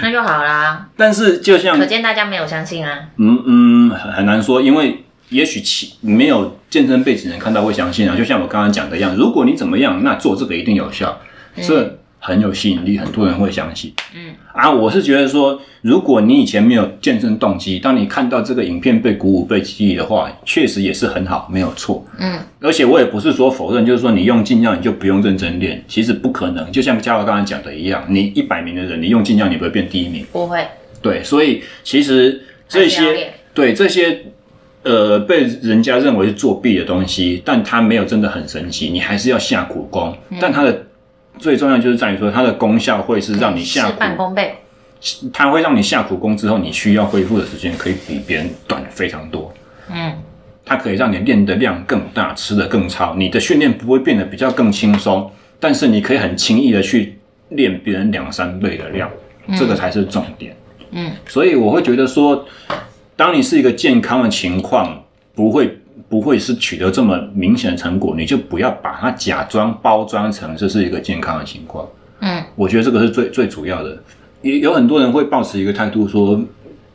[SPEAKER 2] 那就好啦。
[SPEAKER 3] 但是就像
[SPEAKER 1] 嗯
[SPEAKER 2] 可见大家没有相信啊。
[SPEAKER 3] 嗯嗯很很难说，因为也许其没有健身背景的人看到会相信啊。就像我刚刚讲的一样，如果你怎么样，那做这个一定有效，这很有吸引力，很多人会相信。
[SPEAKER 2] 嗯
[SPEAKER 3] 啊，我是觉得说，如果你以前没有健身动机，当你看到这个影片被鼓舞、被激励的话，确实也是很好，没有错。
[SPEAKER 2] 嗯
[SPEAKER 3] 而且我也不是说否认，就是说你用禁药你就不用认真练，其实不可能。就像嘉豪刚才讲的一样，你一百名的人，你用禁药你不会变第一名。
[SPEAKER 2] 不会。
[SPEAKER 3] 对，所以其实这
[SPEAKER 2] 还是要
[SPEAKER 3] 些
[SPEAKER 2] 练
[SPEAKER 3] 对这些呃被人家认为是作弊的东西，但它没有真的很神奇，你还是要下苦功。
[SPEAKER 2] 嗯
[SPEAKER 3] 但它的最重要就是在于说，它的功效会是让你下
[SPEAKER 2] 事半
[SPEAKER 3] 苦，
[SPEAKER 2] 功倍。
[SPEAKER 3] 它会让你下苦功之后，你需要恢复的时间可以比别人短非常多。
[SPEAKER 2] 嗯
[SPEAKER 3] 它可以让你练的量更大，吃的更超，你的训练不会变得比较更轻松，但是你可以很轻易的去练别人两三倍的量，这个才是重点。
[SPEAKER 2] 嗯，
[SPEAKER 3] 所以我会觉得说，当你是一个健康的情况，不会不会是取得这么明显的成果，你就不要把它假装包装成这是一个健康的情况。
[SPEAKER 2] 嗯，
[SPEAKER 3] 我觉得这个是最最主要的。也有很多人会抱持一个态度说，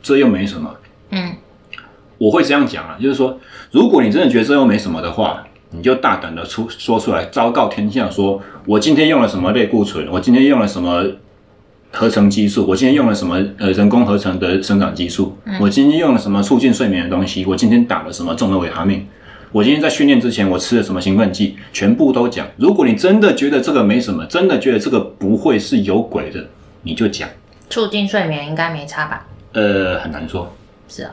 [SPEAKER 3] 这又没什么。
[SPEAKER 2] 嗯，
[SPEAKER 3] 我会这样讲啊，就是说，如果你真的觉得这又没什么的话，你就大胆的出说出来，昭告天下说，我今天用了什么类固醇，我今天用了什么合成激素，我今天用了什么呃人工合成的生长激素，我今天用了什么促进睡眠的东西，我今天打了什么中了维他命。我今天在训练之前，我吃了什么兴奋剂，全部都讲。如果你真的觉得这个没什么，真的觉得这个不会是有鬼的，你就讲。
[SPEAKER 2] 促进睡眠应该没差吧？
[SPEAKER 3] 呃，很难说。
[SPEAKER 2] 是啊。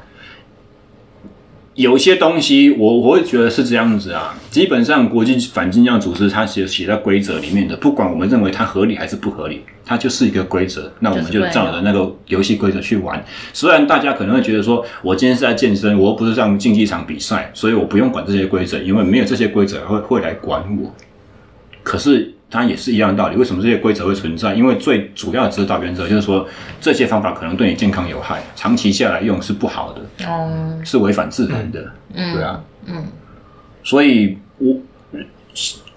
[SPEAKER 3] 有些东西我我会觉得是这样子啊，基本上国际反禁药组织它写写在规则里面的，不管我们认为它合理还是不合理，它就是一个规则，那我们就照着那个游戏规则去玩。虽然大家可能会觉得说，我今天是在健身，我又不是上竞技场比赛，所以我不用管这些规则，因为没有这些规则会会来管我。可是它也是一样的道理，为什么这些规则会存在？因为最主要的指导原则就是说，这些方法可能对你健康有害，长期下来用是不好的，
[SPEAKER 2] 嗯
[SPEAKER 3] 是违反自然的。
[SPEAKER 2] 嗯，
[SPEAKER 3] 对啊，
[SPEAKER 2] 嗯
[SPEAKER 3] 所以我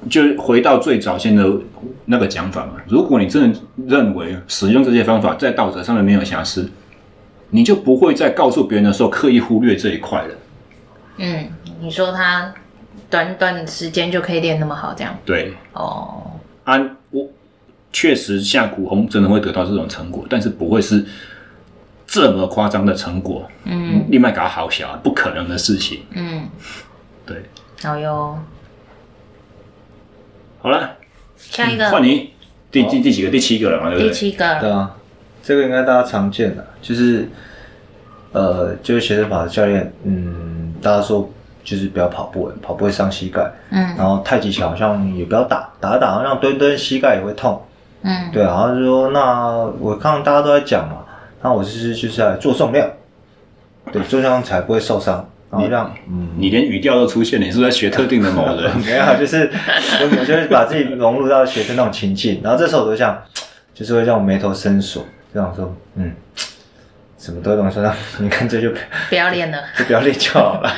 [SPEAKER 3] 就回到最早先的那个讲法嘛。如果你真的认为使用这些方法在道德上面没有瑕疵，你就不会在告诉别人的时候刻意忽略这一块了。
[SPEAKER 2] 嗯，你说他短短时间就可以练那么好，这样
[SPEAKER 3] 对，
[SPEAKER 2] 哦，
[SPEAKER 3] 啊，我确实下苦功真的会得到这种成果，但是不会是这么夸张的成果。
[SPEAKER 2] 嗯
[SPEAKER 3] 另外搞好小、啊，不可能的事情。
[SPEAKER 2] 嗯，
[SPEAKER 3] 对，
[SPEAKER 2] 好哟，
[SPEAKER 3] 好了，
[SPEAKER 2] 下
[SPEAKER 1] 嗯
[SPEAKER 2] 一个、
[SPEAKER 3] 换你第第第几个？第七个了嘛，对不对？
[SPEAKER 2] 第七
[SPEAKER 1] 对
[SPEAKER 2] 个，
[SPEAKER 1] 啊，这个应该大家常见的，就是呃，就是学生法的教练，嗯，大家说就是不要跑步，跑步会伤膝盖，
[SPEAKER 2] 嗯
[SPEAKER 1] 然后太极拳好像也不要打，打一打好像蹲蹲膝盖也会痛，
[SPEAKER 2] 嗯，
[SPEAKER 1] 对啊，然后就说那我看大家都在讲嘛，那我就是就是来做重量，对，做重量才不会受伤，然后让嗯。
[SPEAKER 3] 你连语调都出现了，你是不是在学特定的某人？
[SPEAKER 1] 没有，就是我我就是把自己融入到学生那种情境，然后这时候我就想，就是会让我眉头深锁，就想说，嗯，什么都懂说，那你看这就
[SPEAKER 2] 不要练了，
[SPEAKER 1] 就不要练就好了。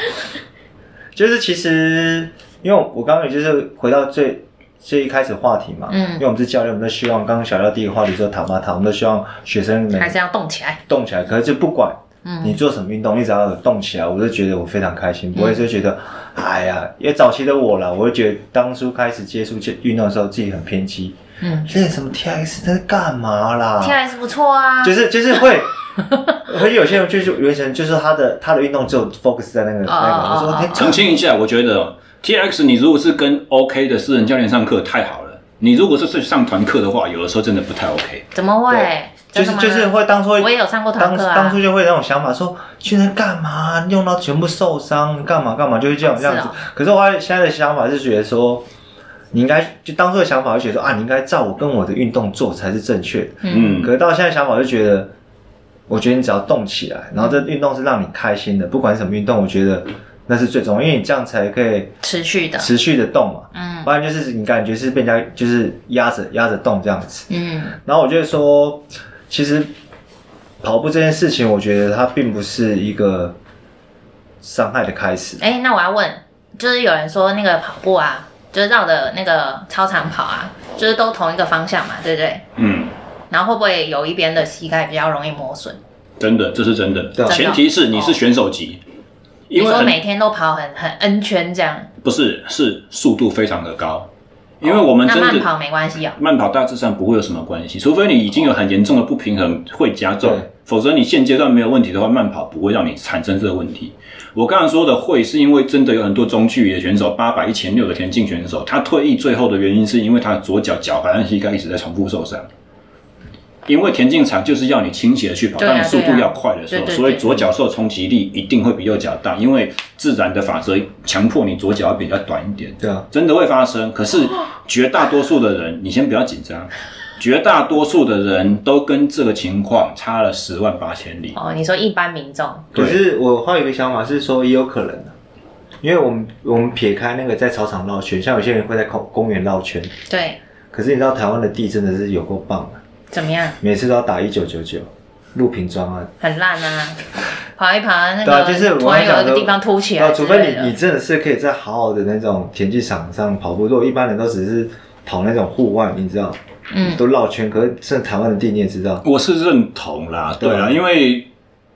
[SPEAKER 1] 就是其实因为我刚刚也就是回到最最一开始话题嘛，
[SPEAKER 2] 嗯
[SPEAKER 1] 因为我们是教练，我们都希望刚刚小廖第一个话题说塔巴塔，我们都希望学生能
[SPEAKER 2] 还是要动起来。
[SPEAKER 1] 动起来，可是就不管
[SPEAKER 2] 嗯
[SPEAKER 1] 你做什么运动，你只要有动起来，我就觉得我非常开
[SPEAKER 2] 嗯
[SPEAKER 1] 心，不会就觉得，哎呀，因为早期的我啦，我会觉得当初开始接触健运动的时候，自己很偏激，
[SPEAKER 2] 嗯
[SPEAKER 1] 练什么 T X 在干嘛啦？
[SPEAKER 2] ，T S 不错啊，
[SPEAKER 1] 就是就是会， 而且有些人就是原神，就是他的他的运动只有 focus 在那个那个，我
[SPEAKER 2] 哦哦
[SPEAKER 1] 说
[SPEAKER 2] 哦
[SPEAKER 1] 哎
[SPEAKER 2] 哦
[SPEAKER 3] 澄清一下，我觉得哦 T X 你如果是跟 O、k 的私人教练上课太好了，你如果是去上团课的话，有的时候真的不太 O、k
[SPEAKER 2] 怎么
[SPEAKER 1] 对
[SPEAKER 2] 会？
[SPEAKER 1] 就
[SPEAKER 2] 真
[SPEAKER 1] 是
[SPEAKER 2] 的吗
[SPEAKER 1] 就是会当初会
[SPEAKER 2] 我也有上过团
[SPEAKER 1] 当
[SPEAKER 2] 课
[SPEAKER 1] 当
[SPEAKER 2] 啊
[SPEAKER 1] 初。就会有那种想法说，去那干嘛？用到全部受伤，干嘛干嘛，就会这样
[SPEAKER 2] 是
[SPEAKER 1] 这
[SPEAKER 2] 哦
[SPEAKER 1] 样子。可是我还现在的想法是觉得说，你应该就当初的想法，就觉得说啊，你应该照我跟我的运动做才是正确的。
[SPEAKER 3] 嗯，
[SPEAKER 1] 可是到现在想法就觉得，我觉得你只要动起来，然后这运动是让你开心的，不管是什么运动，我觉得那是最重要，因为你这样才可以
[SPEAKER 2] 持续的，
[SPEAKER 1] 持续的动嘛。
[SPEAKER 2] 嗯
[SPEAKER 1] 不然就是你感觉是被人家就是压着压着动这样子。
[SPEAKER 2] 嗯
[SPEAKER 1] 然后我就说，其实跑步这件事情，我觉得它并不是一个伤害的开始。
[SPEAKER 2] 哎、那我要问，就是有人说那个跑步啊，就是绕着那个操场跑啊，就是都同一个方向嘛，对不对？
[SPEAKER 3] 嗯，
[SPEAKER 2] 然后会不会有一边的膝盖比较容易磨损？
[SPEAKER 3] 真的，这是真的
[SPEAKER 1] 对啊。
[SPEAKER 3] 前提是你是选手级，
[SPEAKER 2] 你
[SPEAKER 3] 因为
[SPEAKER 2] 说
[SPEAKER 3] 很
[SPEAKER 2] 每天都跑很很 N 圈这样，
[SPEAKER 3] 不是是速度非常的高，因为我们
[SPEAKER 2] 哦那
[SPEAKER 3] 真
[SPEAKER 2] 慢
[SPEAKER 3] 的
[SPEAKER 2] 跑没关系哦。
[SPEAKER 3] 慢跑大致上不会有什么关系，除非你已经有很严重的不平衡会加重
[SPEAKER 1] 对，
[SPEAKER 3] 否则你现阶段没有问题的话，慢跑不会让你产生这个问题。我刚才说的会，是因为真的有很多中距离的选手，八百、一千六的田径选手，他退役最后的原因是因为他左脚脚踝和膝盖一直在重复受伤。因为田径场就是要你倾斜的去跑，
[SPEAKER 2] 对啊
[SPEAKER 3] 当你速
[SPEAKER 2] 对
[SPEAKER 3] 度
[SPEAKER 2] 啊
[SPEAKER 3] 要快的时候，
[SPEAKER 2] 对对
[SPEAKER 3] 所以
[SPEAKER 2] 对
[SPEAKER 3] 左脚受冲击力一定会比右脚大，因为自然的法则强迫你左脚要比较短一点。
[SPEAKER 1] 对啊，
[SPEAKER 3] 真的会发生。可是绝大多数的人，你先不要紧张，绝大多数的人都跟这个情况差了十万八千里。
[SPEAKER 2] 哦，你说一般民众，
[SPEAKER 1] 可是我还有一个想法是说，也有可能、啊，因为我们我们撇开那个在操场绕圈，像有些人会在公公园绕圈，
[SPEAKER 2] 对，
[SPEAKER 1] 可是你知道台湾的地真的是有够棒的、
[SPEAKER 2] 怎么样？
[SPEAKER 1] 每次都要打一九九九录屏专案。
[SPEAKER 2] 很烂啊，跑一跑那
[SPEAKER 1] 对
[SPEAKER 2] 个，
[SPEAKER 1] 啊，就是
[SPEAKER 2] 突
[SPEAKER 1] 我
[SPEAKER 2] 然
[SPEAKER 1] 还
[SPEAKER 2] 有
[SPEAKER 1] 想
[SPEAKER 2] 一个
[SPEAKER 1] 说
[SPEAKER 2] 地方凸起
[SPEAKER 1] 对
[SPEAKER 2] 来
[SPEAKER 1] 啊
[SPEAKER 2] 之
[SPEAKER 1] 除
[SPEAKER 2] 类
[SPEAKER 1] 非你
[SPEAKER 2] 的
[SPEAKER 1] 你。真的是可以在好好的那种田径场上跑步，如果一般人都只是跑那种户外，你知道，
[SPEAKER 2] 嗯
[SPEAKER 1] 都绕圈。可是甚至台湾的地你也知道，
[SPEAKER 3] 我是认同啦，对啦，
[SPEAKER 1] 对
[SPEAKER 3] 因为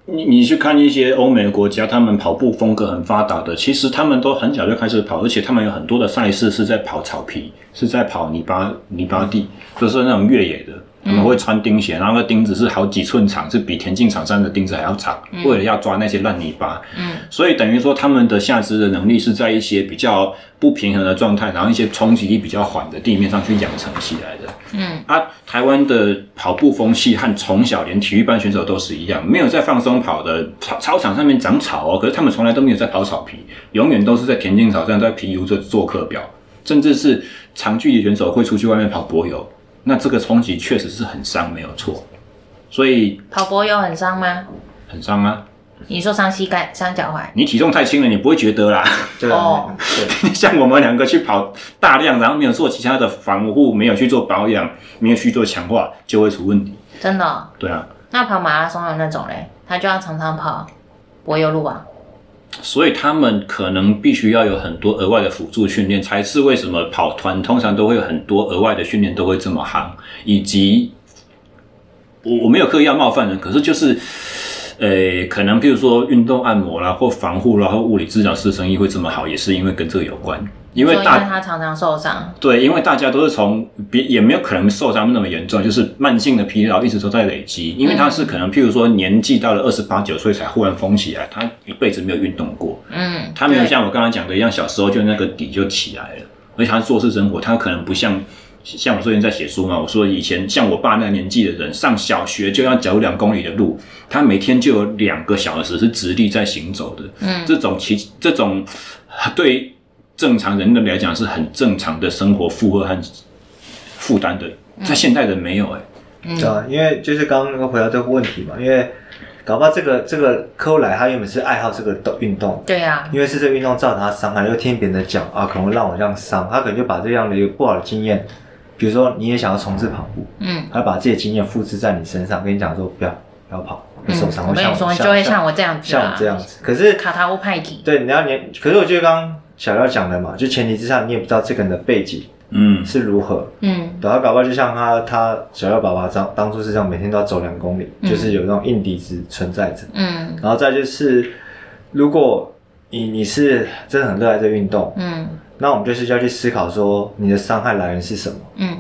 [SPEAKER 3] 你你去看一些欧美国家，他们跑步风格很发达的，其实他们都很小就开始跑，而且他们有很多的赛事是在跑草皮，是在跑泥巴泥巴地，就是那种越野的。他们会穿钉鞋，然后那个钉子是好几寸长，是比田径场上的钉子还要长，为了要抓那些烂泥巴。
[SPEAKER 2] 嗯
[SPEAKER 3] 所以等于说，他们的下肢的能力是在一些比较不平衡的状态，然后一些冲击力比较缓的地面上去养成起来的。
[SPEAKER 2] 嗯，
[SPEAKER 3] 啊，台湾的跑步风气和从小连体育班选手都是一样，没有在放松跑的操操场上面长草哦，可是他们从来都没有在跑草皮，永远都是在田径场上在皮游着做课表，甚至是长距离选手会出去外面跑博游，那这个冲击确实是很伤，没有错，所以
[SPEAKER 2] 跑步有很伤吗？
[SPEAKER 3] 很伤啊。
[SPEAKER 2] 你说伤膝盖、伤脚踝？
[SPEAKER 3] 你体重太轻了，你不会觉得啦。
[SPEAKER 1] 对啊
[SPEAKER 2] 哦，
[SPEAKER 1] 对，
[SPEAKER 3] 像我们两个去跑大量，然后没有做其他的防护，没有去做保养，没有去做强化，就会出问题。
[SPEAKER 2] 真的哦、
[SPEAKER 3] 对啊，
[SPEAKER 2] 那跑马拉松的那种嘞，他就要常常跑柏油路啊。
[SPEAKER 3] 所以他们可能必须要有很多额外的辅助训练，才是为什么跑团通常都会有很多额外的训练都会这么夯，以及我我没有刻意要冒犯人，可是就是。呃，可能譬如说运动按摩啦，或防护啦，或物理治疗师生意会这么好，也是因为跟这个有关。因为
[SPEAKER 2] 说因
[SPEAKER 3] 大
[SPEAKER 2] 为他常常受伤，
[SPEAKER 3] 对，因为大家都是从别也没有可能受伤那么严重，就是慢性的疲劳一直都在累积，因为他是可能譬如说年纪到了二十八九岁才忽然疯起来，他一辈子没有运动过，
[SPEAKER 2] 嗯，
[SPEAKER 3] 他没有
[SPEAKER 2] 对
[SPEAKER 3] 像我刚刚讲的一样，小时候就那个底就起来了，而且他做事生活，他可能不像。像我最近在写书嘛，我说以前像我爸那个年纪的人，上小学就要走两公里的路，他每天就有两个小时是直立在行走的，
[SPEAKER 2] 嗯
[SPEAKER 3] 这种其这种呃对正常人类来讲是很正常的生活负荷和负担的，在现代人没有哎、
[SPEAKER 1] 对啊，因为就是刚刚那个回到这个问题嘛，因为搞不好这个这个客户来，他原本是爱好这个动运动。
[SPEAKER 2] 对呀、
[SPEAKER 4] 啊
[SPEAKER 1] 因为是这个运动造成他伤害，又听别人的讲啊，可能会让我这样伤，他可能就把这样的一个不好的经验，比如说你也想要从事跑步，
[SPEAKER 2] 嗯
[SPEAKER 1] 他把自己的经验复制在你身上，跟你讲说不要，不要跑，会
[SPEAKER 4] 嗯
[SPEAKER 1] 受伤，
[SPEAKER 4] 我
[SPEAKER 1] 会
[SPEAKER 4] 跟
[SPEAKER 1] 像
[SPEAKER 4] 你说，
[SPEAKER 1] 我
[SPEAKER 4] 就会像
[SPEAKER 1] 像
[SPEAKER 4] 我这样子
[SPEAKER 1] 像
[SPEAKER 4] 啊
[SPEAKER 1] 我，这样子。可是
[SPEAKER 4] 卡塔乌派迪，
[SPEAKER 1] 对，你要你，可是我觉得刚刚小廖讲的嘛，就前提之下，你也不知道这个人的背景
[SPEAKER 3] 嗯，
[SPEAKER 1] 是如何。
[SPEAKER 2] 嗯
[SPEAKER 1] 然后搞不好就像他他小廖爸爸当当初是这样，每天都要走两公里，
[SPEAKER 4] 嗯
[SPEAKER 1] 就是有那种硬底子存在着。
[SPEAKER 2] 嗯
[SPEAKER 1] 然后再就是，如果你你是真的很热爱这个运动，
[SPEAKER 4] 嗯
[SPEAKER 1] 那我们就是要去思考说你的伤害来源是什么。
[SPEAKER 4] 嗯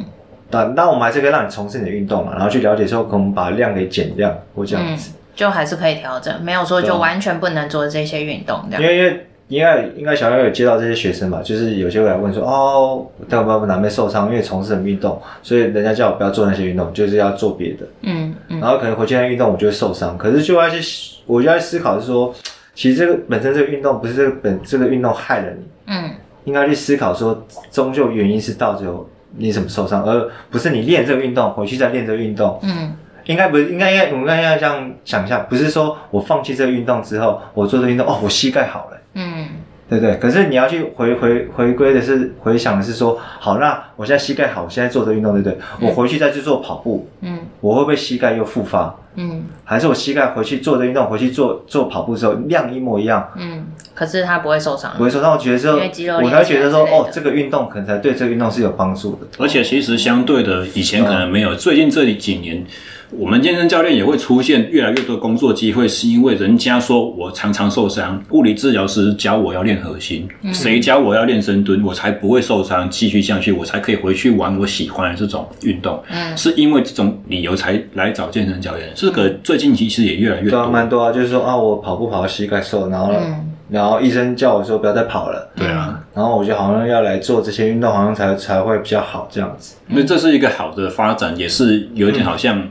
[SPEAKER 1] 那那我们还是可以让你从事你的运动嘛，然后去了解说，可能我们把量给减量或这样
[SPEAKER 4] 嗯
[SPEAKER 1] 子。，
[SPEAKER 4] 就还是可以调整，没有说
[SPEAKER 1] 对
[SPEAKER 4] 就
[SPEAKER 1] 啊
[SPEAKER 4] 完全不能做这些运动这样。
[SPEAKER 1] 因为因为应该应该小朋友有接到这些学生嘛，就是有些会来问说，哦，但我爸爸哪边受伤，因为从事什么运动，所以人家叫我不要做那些运动，就是要做别的。
[SPEAKER 4] 嗯嗯
[SPEAKER 1] 然后可能回去那运动我就会受伤，可是就要去我就在思考是说，其实这个本身这个运动不是这个本这个运动害了你，
[SPEAKER 4] 嗯
[SPEAKER 1] 应该去思考说，终究原因是到底有你怎么受伤，而不是你练这个运动回去再练这个运动。
[SPEAKER 4] 嗯
[SPEAKER 1] 应该不是，应该应该我们应该要这样想一下，不是说我放弃这个运动之后，我做这个运动哦，我膝盖好了，
[SPEAKER 4] 嗯
[SPEAKER 1] 对不对？可是你要去回回回归的是回想的是说，好，那我现在膝盖好，我现在做这个运动，对不对？我回去再去做跑步，
[SPEAKER 4] 嗯
[SPEAKER 1] 我会不会膝盖又复发？
[SPEAKER 4] 嗯
[SPEAKER 1] 还是我膝盖回去做这个运动，回去做做跑步之后量一模一样，
[SPEAKER 4] 嗯，可是他不会受伤
[SPEAKER 1] 我。会说让我觉得说
[SPEAKER 4] 因为肌肉，
[SPEAKER 1] 我
[SPEAKER 4] 连
[SPEAKER 1] 才会
[SPEAKER 4] 起来
[SPEAKER 1] 觉得说
[SPEAKER 4] 之类的
[SPEAKER 1] 哦，这个运动可能才对这个运动是有帮助的。
[SPEAKER 3] 而且其实相对的，以前可能没有，最近这里几年，我们健身教练也会出现越来越多的工作机会，是因为人家说我常常受伤，物理治疗师教我要练核心，谁教我要练深蹲，我才不会受伤，继续下去，我才可以回去玩我喜欢的这种运动，
[SPEAKER 4] 嗯
[SPEAKER 3] 是因为这种理由才来找健身教练，这个最近其实也越来越
[SPEAKER 1] 对啊，蛮
[SPEAKER 3] 多，
[SPEAKER 1] 多啊，就是说啊，我跑步跑到膝盖受，然后、
[SPEAKER 4] 嗯
[SPEAKER 1] 然后医生叫我说不要再跑了，
[SPEAKER 3] 对啊，
[SPEAKER 1] 然后我就好像要来做这些运动，好像才才会比较好这样子。
[SPEAKER 3] 那这是一个好的发展，也是有一点好像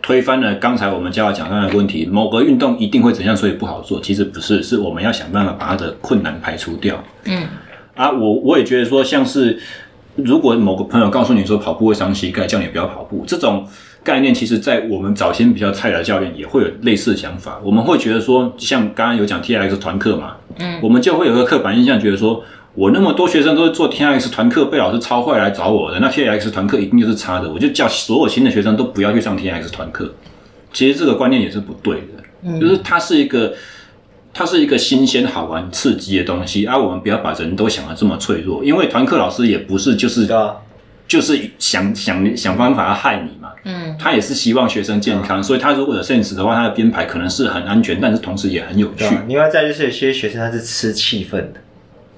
[SPEAKER 3] 推翻了刚才我们教导讲到的问题，某个运动一定会怎样，所以不好做。其实不是，是我们要想办法把它的困难排除掉。
[SPEAKER 4] 嗯
[SPEAKER 3] 啊，我我也觉得说，像是如果某个朋友告诉你说跑步会伤膝盖，叫你不要跑步，这种概念，其实在我们早先比较菜的教练也会有类似的想法。我们会觉得说，像刚刚有讲 T X 团课嘛，
[SPEAKER 4] 嗯
[SPEAKER 3] 我们就会有一个刻板印象，觉得说。我那么多学生都是做 T X 团课，被老师抄坏来找我的，那 T X 团课一定就是差的，我就叫所有新的学生都不要去上 T X 团课。其实这个观念也是不对的，就是它是一个，它是一个新鲜、好玩、刺激的东西啊。我们不要把人都想的这么脆弱，因为团课老师也不是就是
[SPEAKER 1] 对啊，
[SPEAKER 3] 就是想想想方法要害你嘛，
[SPEAKER 4] 嗯
[SPEAKER 3] 他也是希望学生健
[SPEAKER 1] 嗯
[SPEAKER 3] 康，所以他如果有 sense 的话，他的编排可能是很安全，但是同时也很有
[SPEAKER 1] 对
[SPEAKER 3] 趣。
[SPEAKER 1] 啊。另外再就是有些学生他是吃气氛的，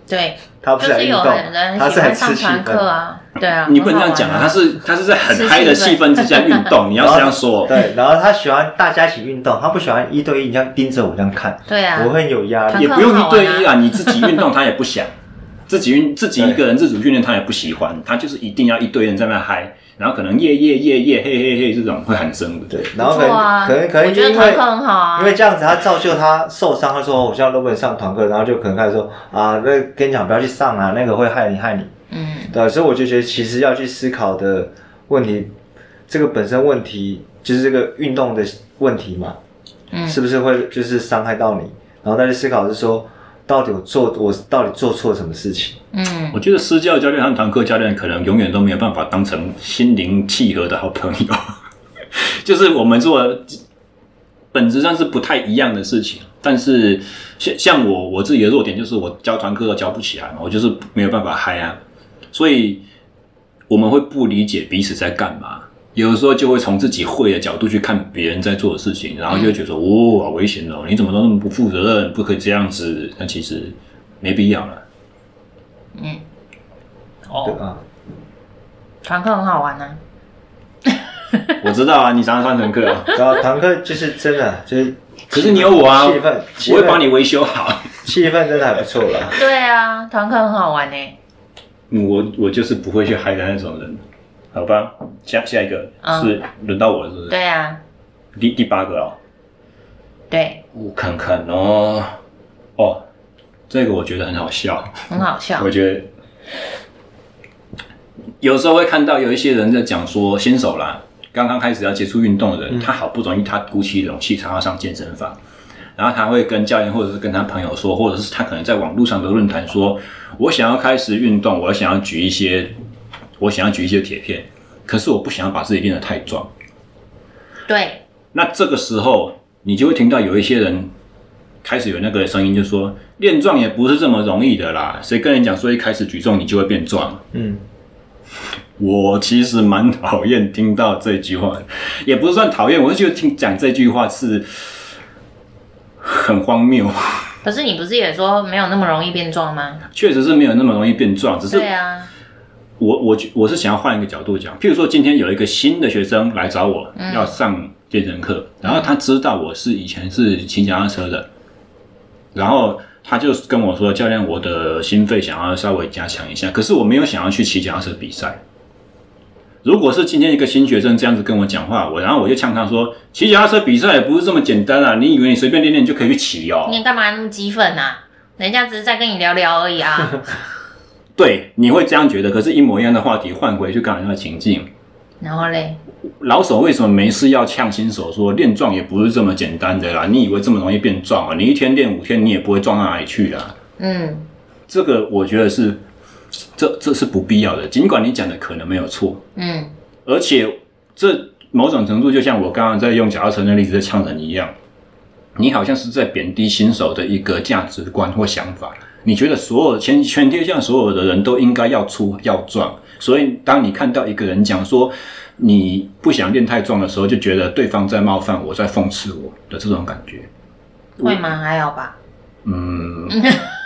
[SPEAKER 4] 对，
[SPEAKER 1] 他不
[SPEAKER 4] 就是
[SPEAKER 1] 来
[SPEAKER 4] 是
[SPEAKER 1] 运
[SPEAKER 4] 有
[SPEAKER 1] 动
[SPEAKER 4] 很，人
[SPEAKER 1] 他
[SPEAKER 4] 喜
[SPEAKER 1] 是
[SPEAKER 4] 欢
[SPEAKER 1] 很吃
[SPEAKER 4] 上
[SPEAKER 1] 气
[SPEAKER 4] 团
[SPEAKER 1] 氛
[SPEAKER 4] 课。啊，对啊，
[SPEAKER 3] 你不能这
[SPEAKER 4] 很好
[SPEAKER 3] 样讲
[SPEAKER 4] 玩
[SPEAKER 3] 啊，他是他是在很
[SPEAKER 4] 是
[SPEAKER 3] 嗨的
[SPEAKER 4] 气
[SPEAKER 3] 气
[SPEAKER 4] 氛
[SPEAKER 3] 氛之下运动，你要这样 说。
[SPEAKER 1] 对，然后他喜欢大家一起运动，他不喜欢一对一这样盯着我这样看，
[SPEAKER 4] 对啊
[SPEAKER 1] 我，会很有压力
[SPEAKER 3] 也。不用一对一啊，你自己运动他也不想，自己运自己一个人自主训练他也不喜欢，他就是一定要一堆人在那嗨，然后可能耶耶耶耶嘿嘿嘿这种会喊声的。
[SPEAKER 1] 对，然后可
[SPEAKER 4] 不错啊
[SPEAKER 1] 能可能可能
[SPEAKER 4] 我觉
[SPEAKER 1] 就
[SPEAKER 4] 得
[SPEAKER 1] 因
[SPEAKER 4] 团
[SPEAKER 1] 为
[SPEAKER 4] 课很好啊
[SPEAKER 1] 因为这样子他造就他受伤，他说哦我现在都不能上团课，然后就可能开始说啊，那跟你讲不要去上啊，那个会害你害你。
[SPEAKER 4] 嗯
[SPEAKER 1] 对啊，所以我就觉得其实要去思考的问题，这个本身问题就是这个运动的问题嘛，
[SPEAKER 4] 嗯
[SPEAKER 1] 是不是会就是伤害到你？然后再去思考是说，到底我做我到底做错什么事情？
[SPEAKER 4] 嗯
[SPEAKER 3] 我觉得私教教练和团课教练可能永远都没有办法当成心灵契合的好朋友， 就是我们做的本质上是不太一样的事情。但是像像我我自己的弱点就是我教团课都教不起来嘛，我就是没有办法嗨啊，所以我们会不理解彼此在干嘛。有的时候就会从自己会的角度去看别人在做的事情，然后就会觉得说，哦，好危险哦，你怎么都那么不负责任，不可以这样子。那其实没必要了。
[SPEAKER 4] 嗯，
[SPEAKER 1] 对
[SPEAKER 4] 哦，
[SPEAKER 1] 啊，
[SPEAKER 4] 团课很好玩 啊，
[SPEAKER 3] 我知道啊，你常常上团课 啊，
[SPEAKER 1] 然后堂课就是真的就是，
[SPEAKER 3] 可是你有我啊
[SPEAKER 1] 气氛，气氛
[SPEAKER 3] 我会把你维修好。
[SPEAKER 1] 气氛真的还不错啦。
[SPEAKER 4] 对啊，团课很好玩呢，
[SPEAKER 3] 嗯我我就是不会去嗨的那种人，好吧？下下一个
[SPEAKER 4] 嗯
[SPEAKER 3] 是轮到我了，是不是？
[SPEAKER 4] 对啊，
[SPEAKER 3] 第第八个哦，
[SPEAKER 4] 对，
[SPEAKER 3] 我看看哦，哦，这个我觉得很好笑，
[SPEAKER 4] 很好笑
[SPEAKER 3] 我，觉得。有时候会看到有一些人在讲说，新手啦，刚刚开始要接触运动的人，他好不容易他鼓起勇气，他要上健身房，然后他会跟教练或者是跟他朋友说，或者是他可能在网络上的论坛说，我想要开始运动，我想要举一些，我想要举一些铁片，可是我不想要把自己练得太壮。
[SPEAKER 4] 对，
[SPEAKER 3] 那这个时候你就会听到有一些人开始有那个声音，就说练壮也不是这么容易的啦，谁跟你讲说一开始举重你就会变壮？
[SPEAKER 1] 嗯，
[SPEAKER 3] 我其实蛮讨厌听到这句话，也不是算讨厌，我是觉得听讲这句话是很荒谬，
[SPEAKER 2] 可是你不是也说没有那么容易变壮吗？
[SPEAKER 3] 确实是没有那么容易变壮，只是
[SPEAKER 2] 对啊，
[SPEAKER 3] 我我觉我是想要换一个角度讲，譬如说今天有一个新的学生来找我、要上健身课，然后他知道我是以前是骑脚踏车的，然后他就跟我说：“教练，我的心肺想要稍微加强一下，可是我没有想要去骑脚踏车比赛。”如果是今天一个新学生这样子跟我讲话，我然后我就呛他说：“骑脚踏车比赛也不是这么简单啊！你以为你随便练练就可以去骑哦？”
[SPEAKER 2] 你干嘛那么激愤啊？人家只是在跟你聊聊而已啊。
[SPEAKER 3] 对，你会这样觉得。可是，一模一样的话题换回去刚才那个情境，
[SPEAKER 2] 然后嘞，
[SPEAKER 3] 老手为什么没事要呛新手说练壮也不是这么简单的啦？你以为这么容易变壮啊？你一天练五天，你也不会壮到哪里去啦。
[SPEAKER 2] 嗯，
[SPEAKER 3] 这个我觉得是，这这是不必要的。尽管你讲的可能没有错，
[SPEAKER 2] 嗯，
[SPEAKER 3] 而且这某种程度就像我刚刚在用脚踏车的例子在呛人一样，你好像是在贬低新手的一个价值观或想法。你觉得所有全全天下所有的人都应该要粗要壮，所以当你看到一个人讲说你不想练太壮的时候，就觉得对方在冒犯我，在讽刺我的这种感觉。
[SPEAKER 2] 会吗？还好吧。
[SPEAKER 3] 嗯，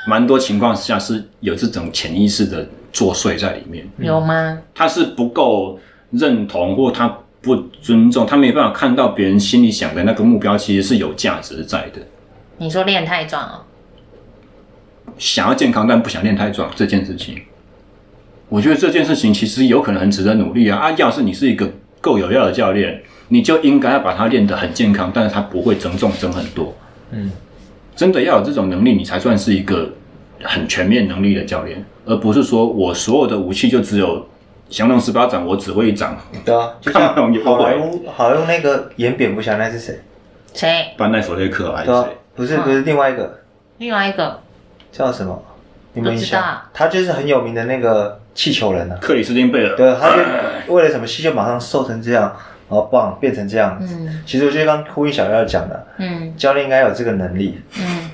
[SPEAKER 3] 蛮多情况下是有这种潜意识的作祟在里面。
[SPEAKER 4] 嗯
[SPEAKER 2] 有吗？
[SPEAKER 3] 他是不够认同或他不尊重，他没办法看到别人心里想的那个目标其实是有价值在的。
[SPEAKER 2] 你说练太壮哦，
[SPEAKER 3] 想要健康但不想练太壮这件事情，我觉得这件事情其实有可能很值得努力啊！啊，要是你是一个够有料的教练，你就应该要把它练得很健康，但是它不会增重增很多。
[SPEAKER 1] 嗯，
[SPEAKER 3] 真的要有这种能力，你才算是一个很全面能力的教练，而不是说我所有的武器就只有降龙十八掌，我只会一掌，
[SPEAKER 1] 对啊，就
[SPEAKER 3] 看不懂也
[SPEAKER 1] 像
[SPEAKER 3] 不会
[SPEAKER 1] 好莱坞好莱坞那个演蝙蝠侠那是谁？
[SPEAKER 2] 谁？
[SPEAKER 3] 班奈弗雷克还是
[SPEAKER 1] 对啊
[SPEAKER 3] 哎谁？，嗯
[SPEAKER 1] 不是不是另外一个
[SPEAKER 2] 另外一个
[SPEAKER 1] 叫什么？你们
[SPEAKER 2] 不
[SPEAKER 1] 印
[SPEAKER 2] 知道
[SPEAKER 1] 象？他就是很有名的那个气球人啊。
[SPEAKER 3] 克里斯汀贝尔，
[SPEAKER 1] 对，他就为了什么戏就马上瘦成这样，然后棒变成这样。
[SPEAKER 2] 嗯
[SPEAKER 1] 其实我就刚呼应小廖讲的，
[SPEAKER 2] 嗯
[SPEAKER 1] 教练应该有这个能 力。
[SPEAKER 2] 嗯，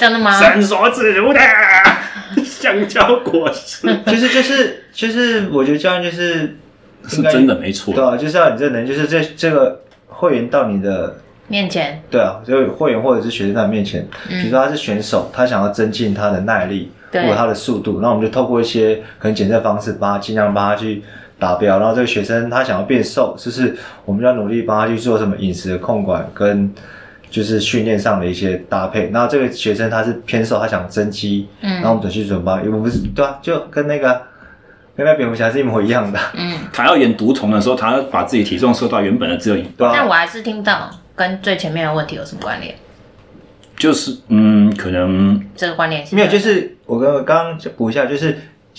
[SPEAKER 2] 真的吗？
[SPEAKER 3] 伸手指如的 香蕉果实，
[SPEAKER 1] 就是就是就是，我觉得教练就是
[SPEAKER 3] 是真的没错。
[SPEAKER 1] 对啊，就是要你这能力，就是这这个会员到你的
[SPEAKER 2] 面前，
[SPEAKER 1] 对啊，就是会员或者是学生在你面前，
[SPEAKER 2] 嗯
[SPEAKER 1] 比如说他是选手，他想要增进他的耐力或
[SPEAKER 2] 对
[SPEAKER 1] 者他的速度，那我们就透过一些可能检测方式，帮他尽量帮他去达标。然后这个学生他想要变瘦，就是我们就要努力帮他去做什么饮食的控管跟就是训练上的一些搭配。那这个学生他是偏瘦，他想增肌，
[SPEAKER 2] 嗯
[SPEAKER 1] 然后我们就去准备，我们不是对啊，就跟那个跟那蝙蝠侠是一模一 样的，
[SPEAKER 2] 嗯，
[SPEAKER 3] 他要演毒虫的时候，他把自己体重瘦到原本的只有一，
[SPEAKER 1] 对
[SPEAKER 2] 但
[SPEAKER 1] 啊，
[SPEAKER 2] 我还是听不到跟最前面的问题有什么关联，
[SPEAKER 3] 就是嗯，可能
[SPEAKER 2] 这个关联性
[SPEAKER 1] 没有，就是我刚刚刚补一下，就是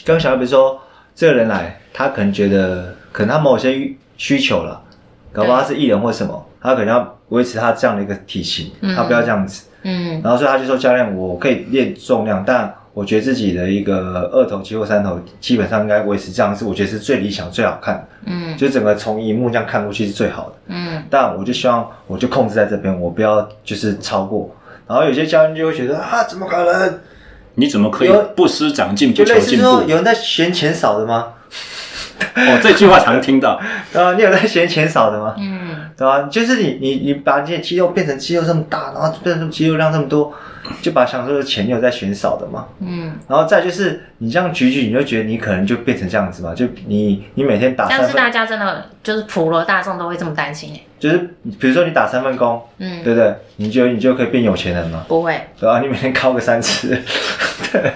[SPEAKER 1] 刚刚小孩不是说这个人来，他可能觉得可能他某些需求了，搞不好他是艺人或什么，他可能要维持他这样的一个体型，
[SPEAKER 2] 嗯
[SPEAKER 1] 他不要这样子，
[SPEAKER 2] 嗯
[SPEAKER 1] 然后所以他就说教练，我可以练重量，但我觉得自己的一个二头肌或三头基本上应该维持这样子，我觉得是最理想、最好看，
[SPEAKER 2] 嗯
[SPEAKER 1] 就整个从荧幕这样看过去是最好的。
[SPEAKER 2] 嗯
[SPEAKER 1] 但我就希望我就控制在这边，我不要就是超过。然后有些教练就会觉得啊，怎么可能？
[SPEAKER 3] 你怎么可以
[SPEAKER 1] 有
[SPEAKER 3] 不思长进不
[SPEAKER 1] 就
[SPEAKER 3] 求
[SPEAKER 1] 类似
[SPEAKER 3] 进步？
[SPEAKER 1] 说有
[SPEAKER 3] 哦，
[SPEAKER 1] 人在嫌钱少的吗？
[SPEAKER 3] 这句话常听到，
[SPEAKER 1] 啊，你有在嫌钱少的吗？
[SPEAKER 2] 嗯，
[SPEAKER 1] 对吧、就是你你你把你的肌肉变成肌肉这么大，然后变成肌肉量这么多，就把想说的钱有在嫌少的嘛。
[SPEAKER 2] 嗯，
[SPEAKER 1] 然后再就是你这样举举，你就觉得你可能就变成这样子嘛，就你你每天打
[SPEAKER 2] 但
[SPEAKER 1] 三
[SPEAKER 2] 是大
[SPEAKER 1] 份，
[SPEAKER 2] 家真的就是普罗大众都会这么担心哎，
[SPEAKER 1] 就是比如说你打三份工，
[SPEAKER 2] 嗯，
[SPEAKER 1] 对不对？你就你就可以变有钱人嘛，
[SPEAKER 2] 不会，
[SPEAKER 1] 对吧、你每天靠个三次， 对。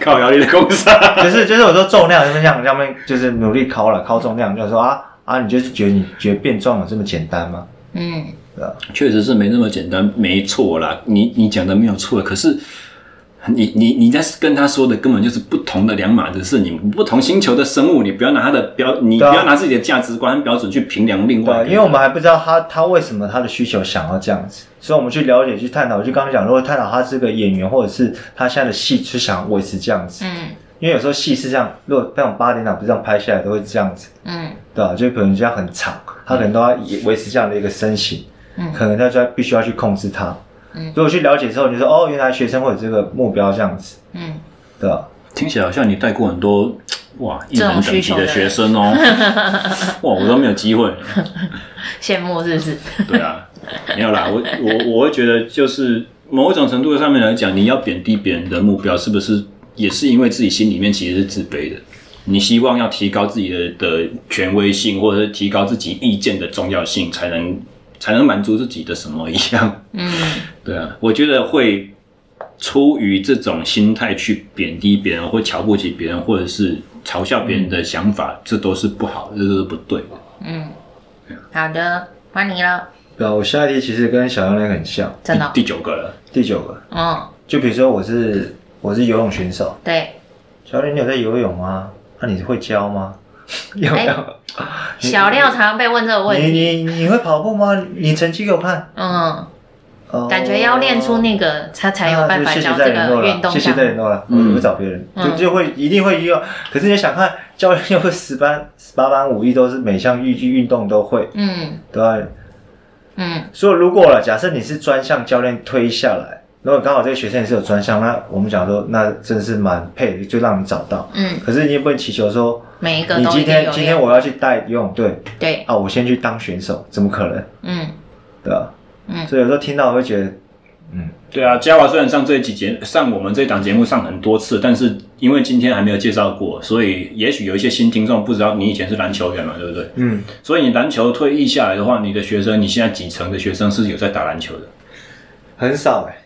[SPEAKER 3] 靠摇力的公司。
[SPEAKER 1] 就是就是我说重量就是这样，上面就是努力考了，考重量，就是说啊啊，你就是觉得你觉得变壮有这么简单吗？
[SPEAKER 2] 嗯
[SPEAKER 3] 确实是没那么简单，没错啦。你你讲的没有错，可是你你你在跟他说的根本就是不同的两码子事。你们不同星球的生物，你不要拿他的标，你不
[SPEAKER 1] 对啊
[SPEAKER 3] 要拿自己的价值观标准去评量另
[SPEAKER 1] 对啊，
[SPEAKER 3] 外一个人。
[SPEAKER 1] 因为我们还不知道他他为什么他的需求想要这样子，所以我们去了解去探讨。我就刚刚讲，如果探讨他是个演员，或者是他现在的戏是想维持这样子，
[SPEAKER 2] 嗯
[SPEAKER 1] 因为有时候戏是这样，如果那种八点档不是这样拍下来都会这样子，
[SPEAKER 2] 嗯
[SPEAKER 1] 对吧、就可能这样很长，他可能都要以维持这样的一个身形，
[SPEAKER 2] 嗯
[SPEAKER 1] 可能他就要必须要去控制他。
[SPEAKER 2] 嗯
[SPEAKER 1] 如果去了解之后，你就说哦，原来学生会有这个目标这样子，
[SPEAKER 2] 嗯，
[SPEAKER 1] 对吧？
[SPEAKER 3] 听起来好像你带过很多哇一
[SPEAKER 4] 这
[SPEAKER 3] 门
[SPEAKER 4] 种
[SPEAKER 3] 等
[SPEAKER 4] 需
[SPEAKER 3] 级
[SPEAKER 4] 求的
[SPEAKER 3] 的学
[SPEAKER 4] 人
[SPEAKER 3] 生哦，哇，我都没有机会。
[SPEAKER 2] 羡慕是不是？
[SPEAKER 3] 对啊，没有啦，我我我会觉得就是某种程度上面来讲，你要贬低别人的目标，是不是也是因为自己心里面其实是自卑的？你希望要提高自己的的权威性，或者是提高自己意见的重要性，才能才能满足自己的什么一样？
[SPEAKER 2] 嗯
[SPEAKER 3] 对啊，我觉得会出于这种心态去贬低别人，或瞧不起别人，或者是嘲笑别人的想法，这都是不好的，这都是不对的。
[SPEAKER 2] 嗯，好的，换你了，
[SPEAKER 1] 对啊，我下一题其实跟小杨那个很像。
[SPEAKER 2] 真的哦，
[SPEAKER 3] 第第九个了，
[SPEAKER 1] 第九个，
[SPEAKER 2] 嗯，
[SPEAKER 1] 就比如说我是我是游泳选手，
[SPEAKER 2] 对，
[SPEAKER 1] 小李你有在游泳吗？那、你会教吗？ 有没有？你
[SPEAKER 2] 哎小廖常常被问这个问
[SPEAKER 1] 你
[SPEAKER 2] 题，
[SPEAKER 1] 你你会跑步吗？你成绩给我看。
[SPEAKER 2] 嗯，
[SPEAKER 1] 哦
[SPEAKER 2] 感觉要练出那个，他才有办法
[SPEAKER 1] 啊就
[SPEAKER 2] 教
[SPEAKER 1] 谢谢再
[SPEAKER 2] 这
[SPEAKER 1] 联络
[SPEAKER 2] 个
[SPEAKER 1] 了
[SPEAKER 2] 运动
[SPEAKER 1] 谢谢
[SPEAKER 2] 项
[SPEAKER 1] 再
[SPEAKER 2] 目。
[SPEAKER 1] 联络了，
[SPEAKER 3] 嗯
[SPEAKER 1] 我不找别人，
[SPEAKER 2] 嗯
[SPEAKER 1] 就就会一定会用。可是你想看，教练又不是十 班十八般武艺都是每项运运动都会，
[SPEAKER 2] 嗯
[SPEAKER 1] 对吧？
[SPEAKER 2] 嗯
[SPEAKER 1] 所以如果了，假设你是专项教练推下来，如果刚好这个学生也是有专项，那我们讲说，那真是蛮配的，就让你找到。
[SPEAKER 2] 嗯，
[SPEAKER 1] 可是你也不能祈求说，
[SPEAKER 2] 每一个
[SPEAKER 1] 你
[SPEAKER 2] 都一
[SPEAKER 1] 今
[SPEAKER 2] 定有
[SPEAKER 1] 天今天
[SPEAKER 2] 练。
[SPEAKER 1] 我要去带游泳队
[SPEAKER 2] 对，
[SPEAKER 1] 啊，我先去当选手，怎么可能？
[SPEAKER 2] 嗯
[SPEAKER 1] 对吧？
[SPEAKER 2] 嗯
[SPEAKER 1] 所以有时候听到我会觉得，嗯，
[SPEAKER 3] 对啊，嘉华虽然上这一集节上我们这档节目上很多次，但是因为今天还没有介绍过，所以也许有一些新听众不知道你以前是篮球员嘛，对不对？
[SPEAKER 1] 嗯，
[SPEAKER 3] 所以你篮球退役下来的话，你的学生你现在几成的学生是有在打篮球的？
[SPEAKER 1] 很少哎、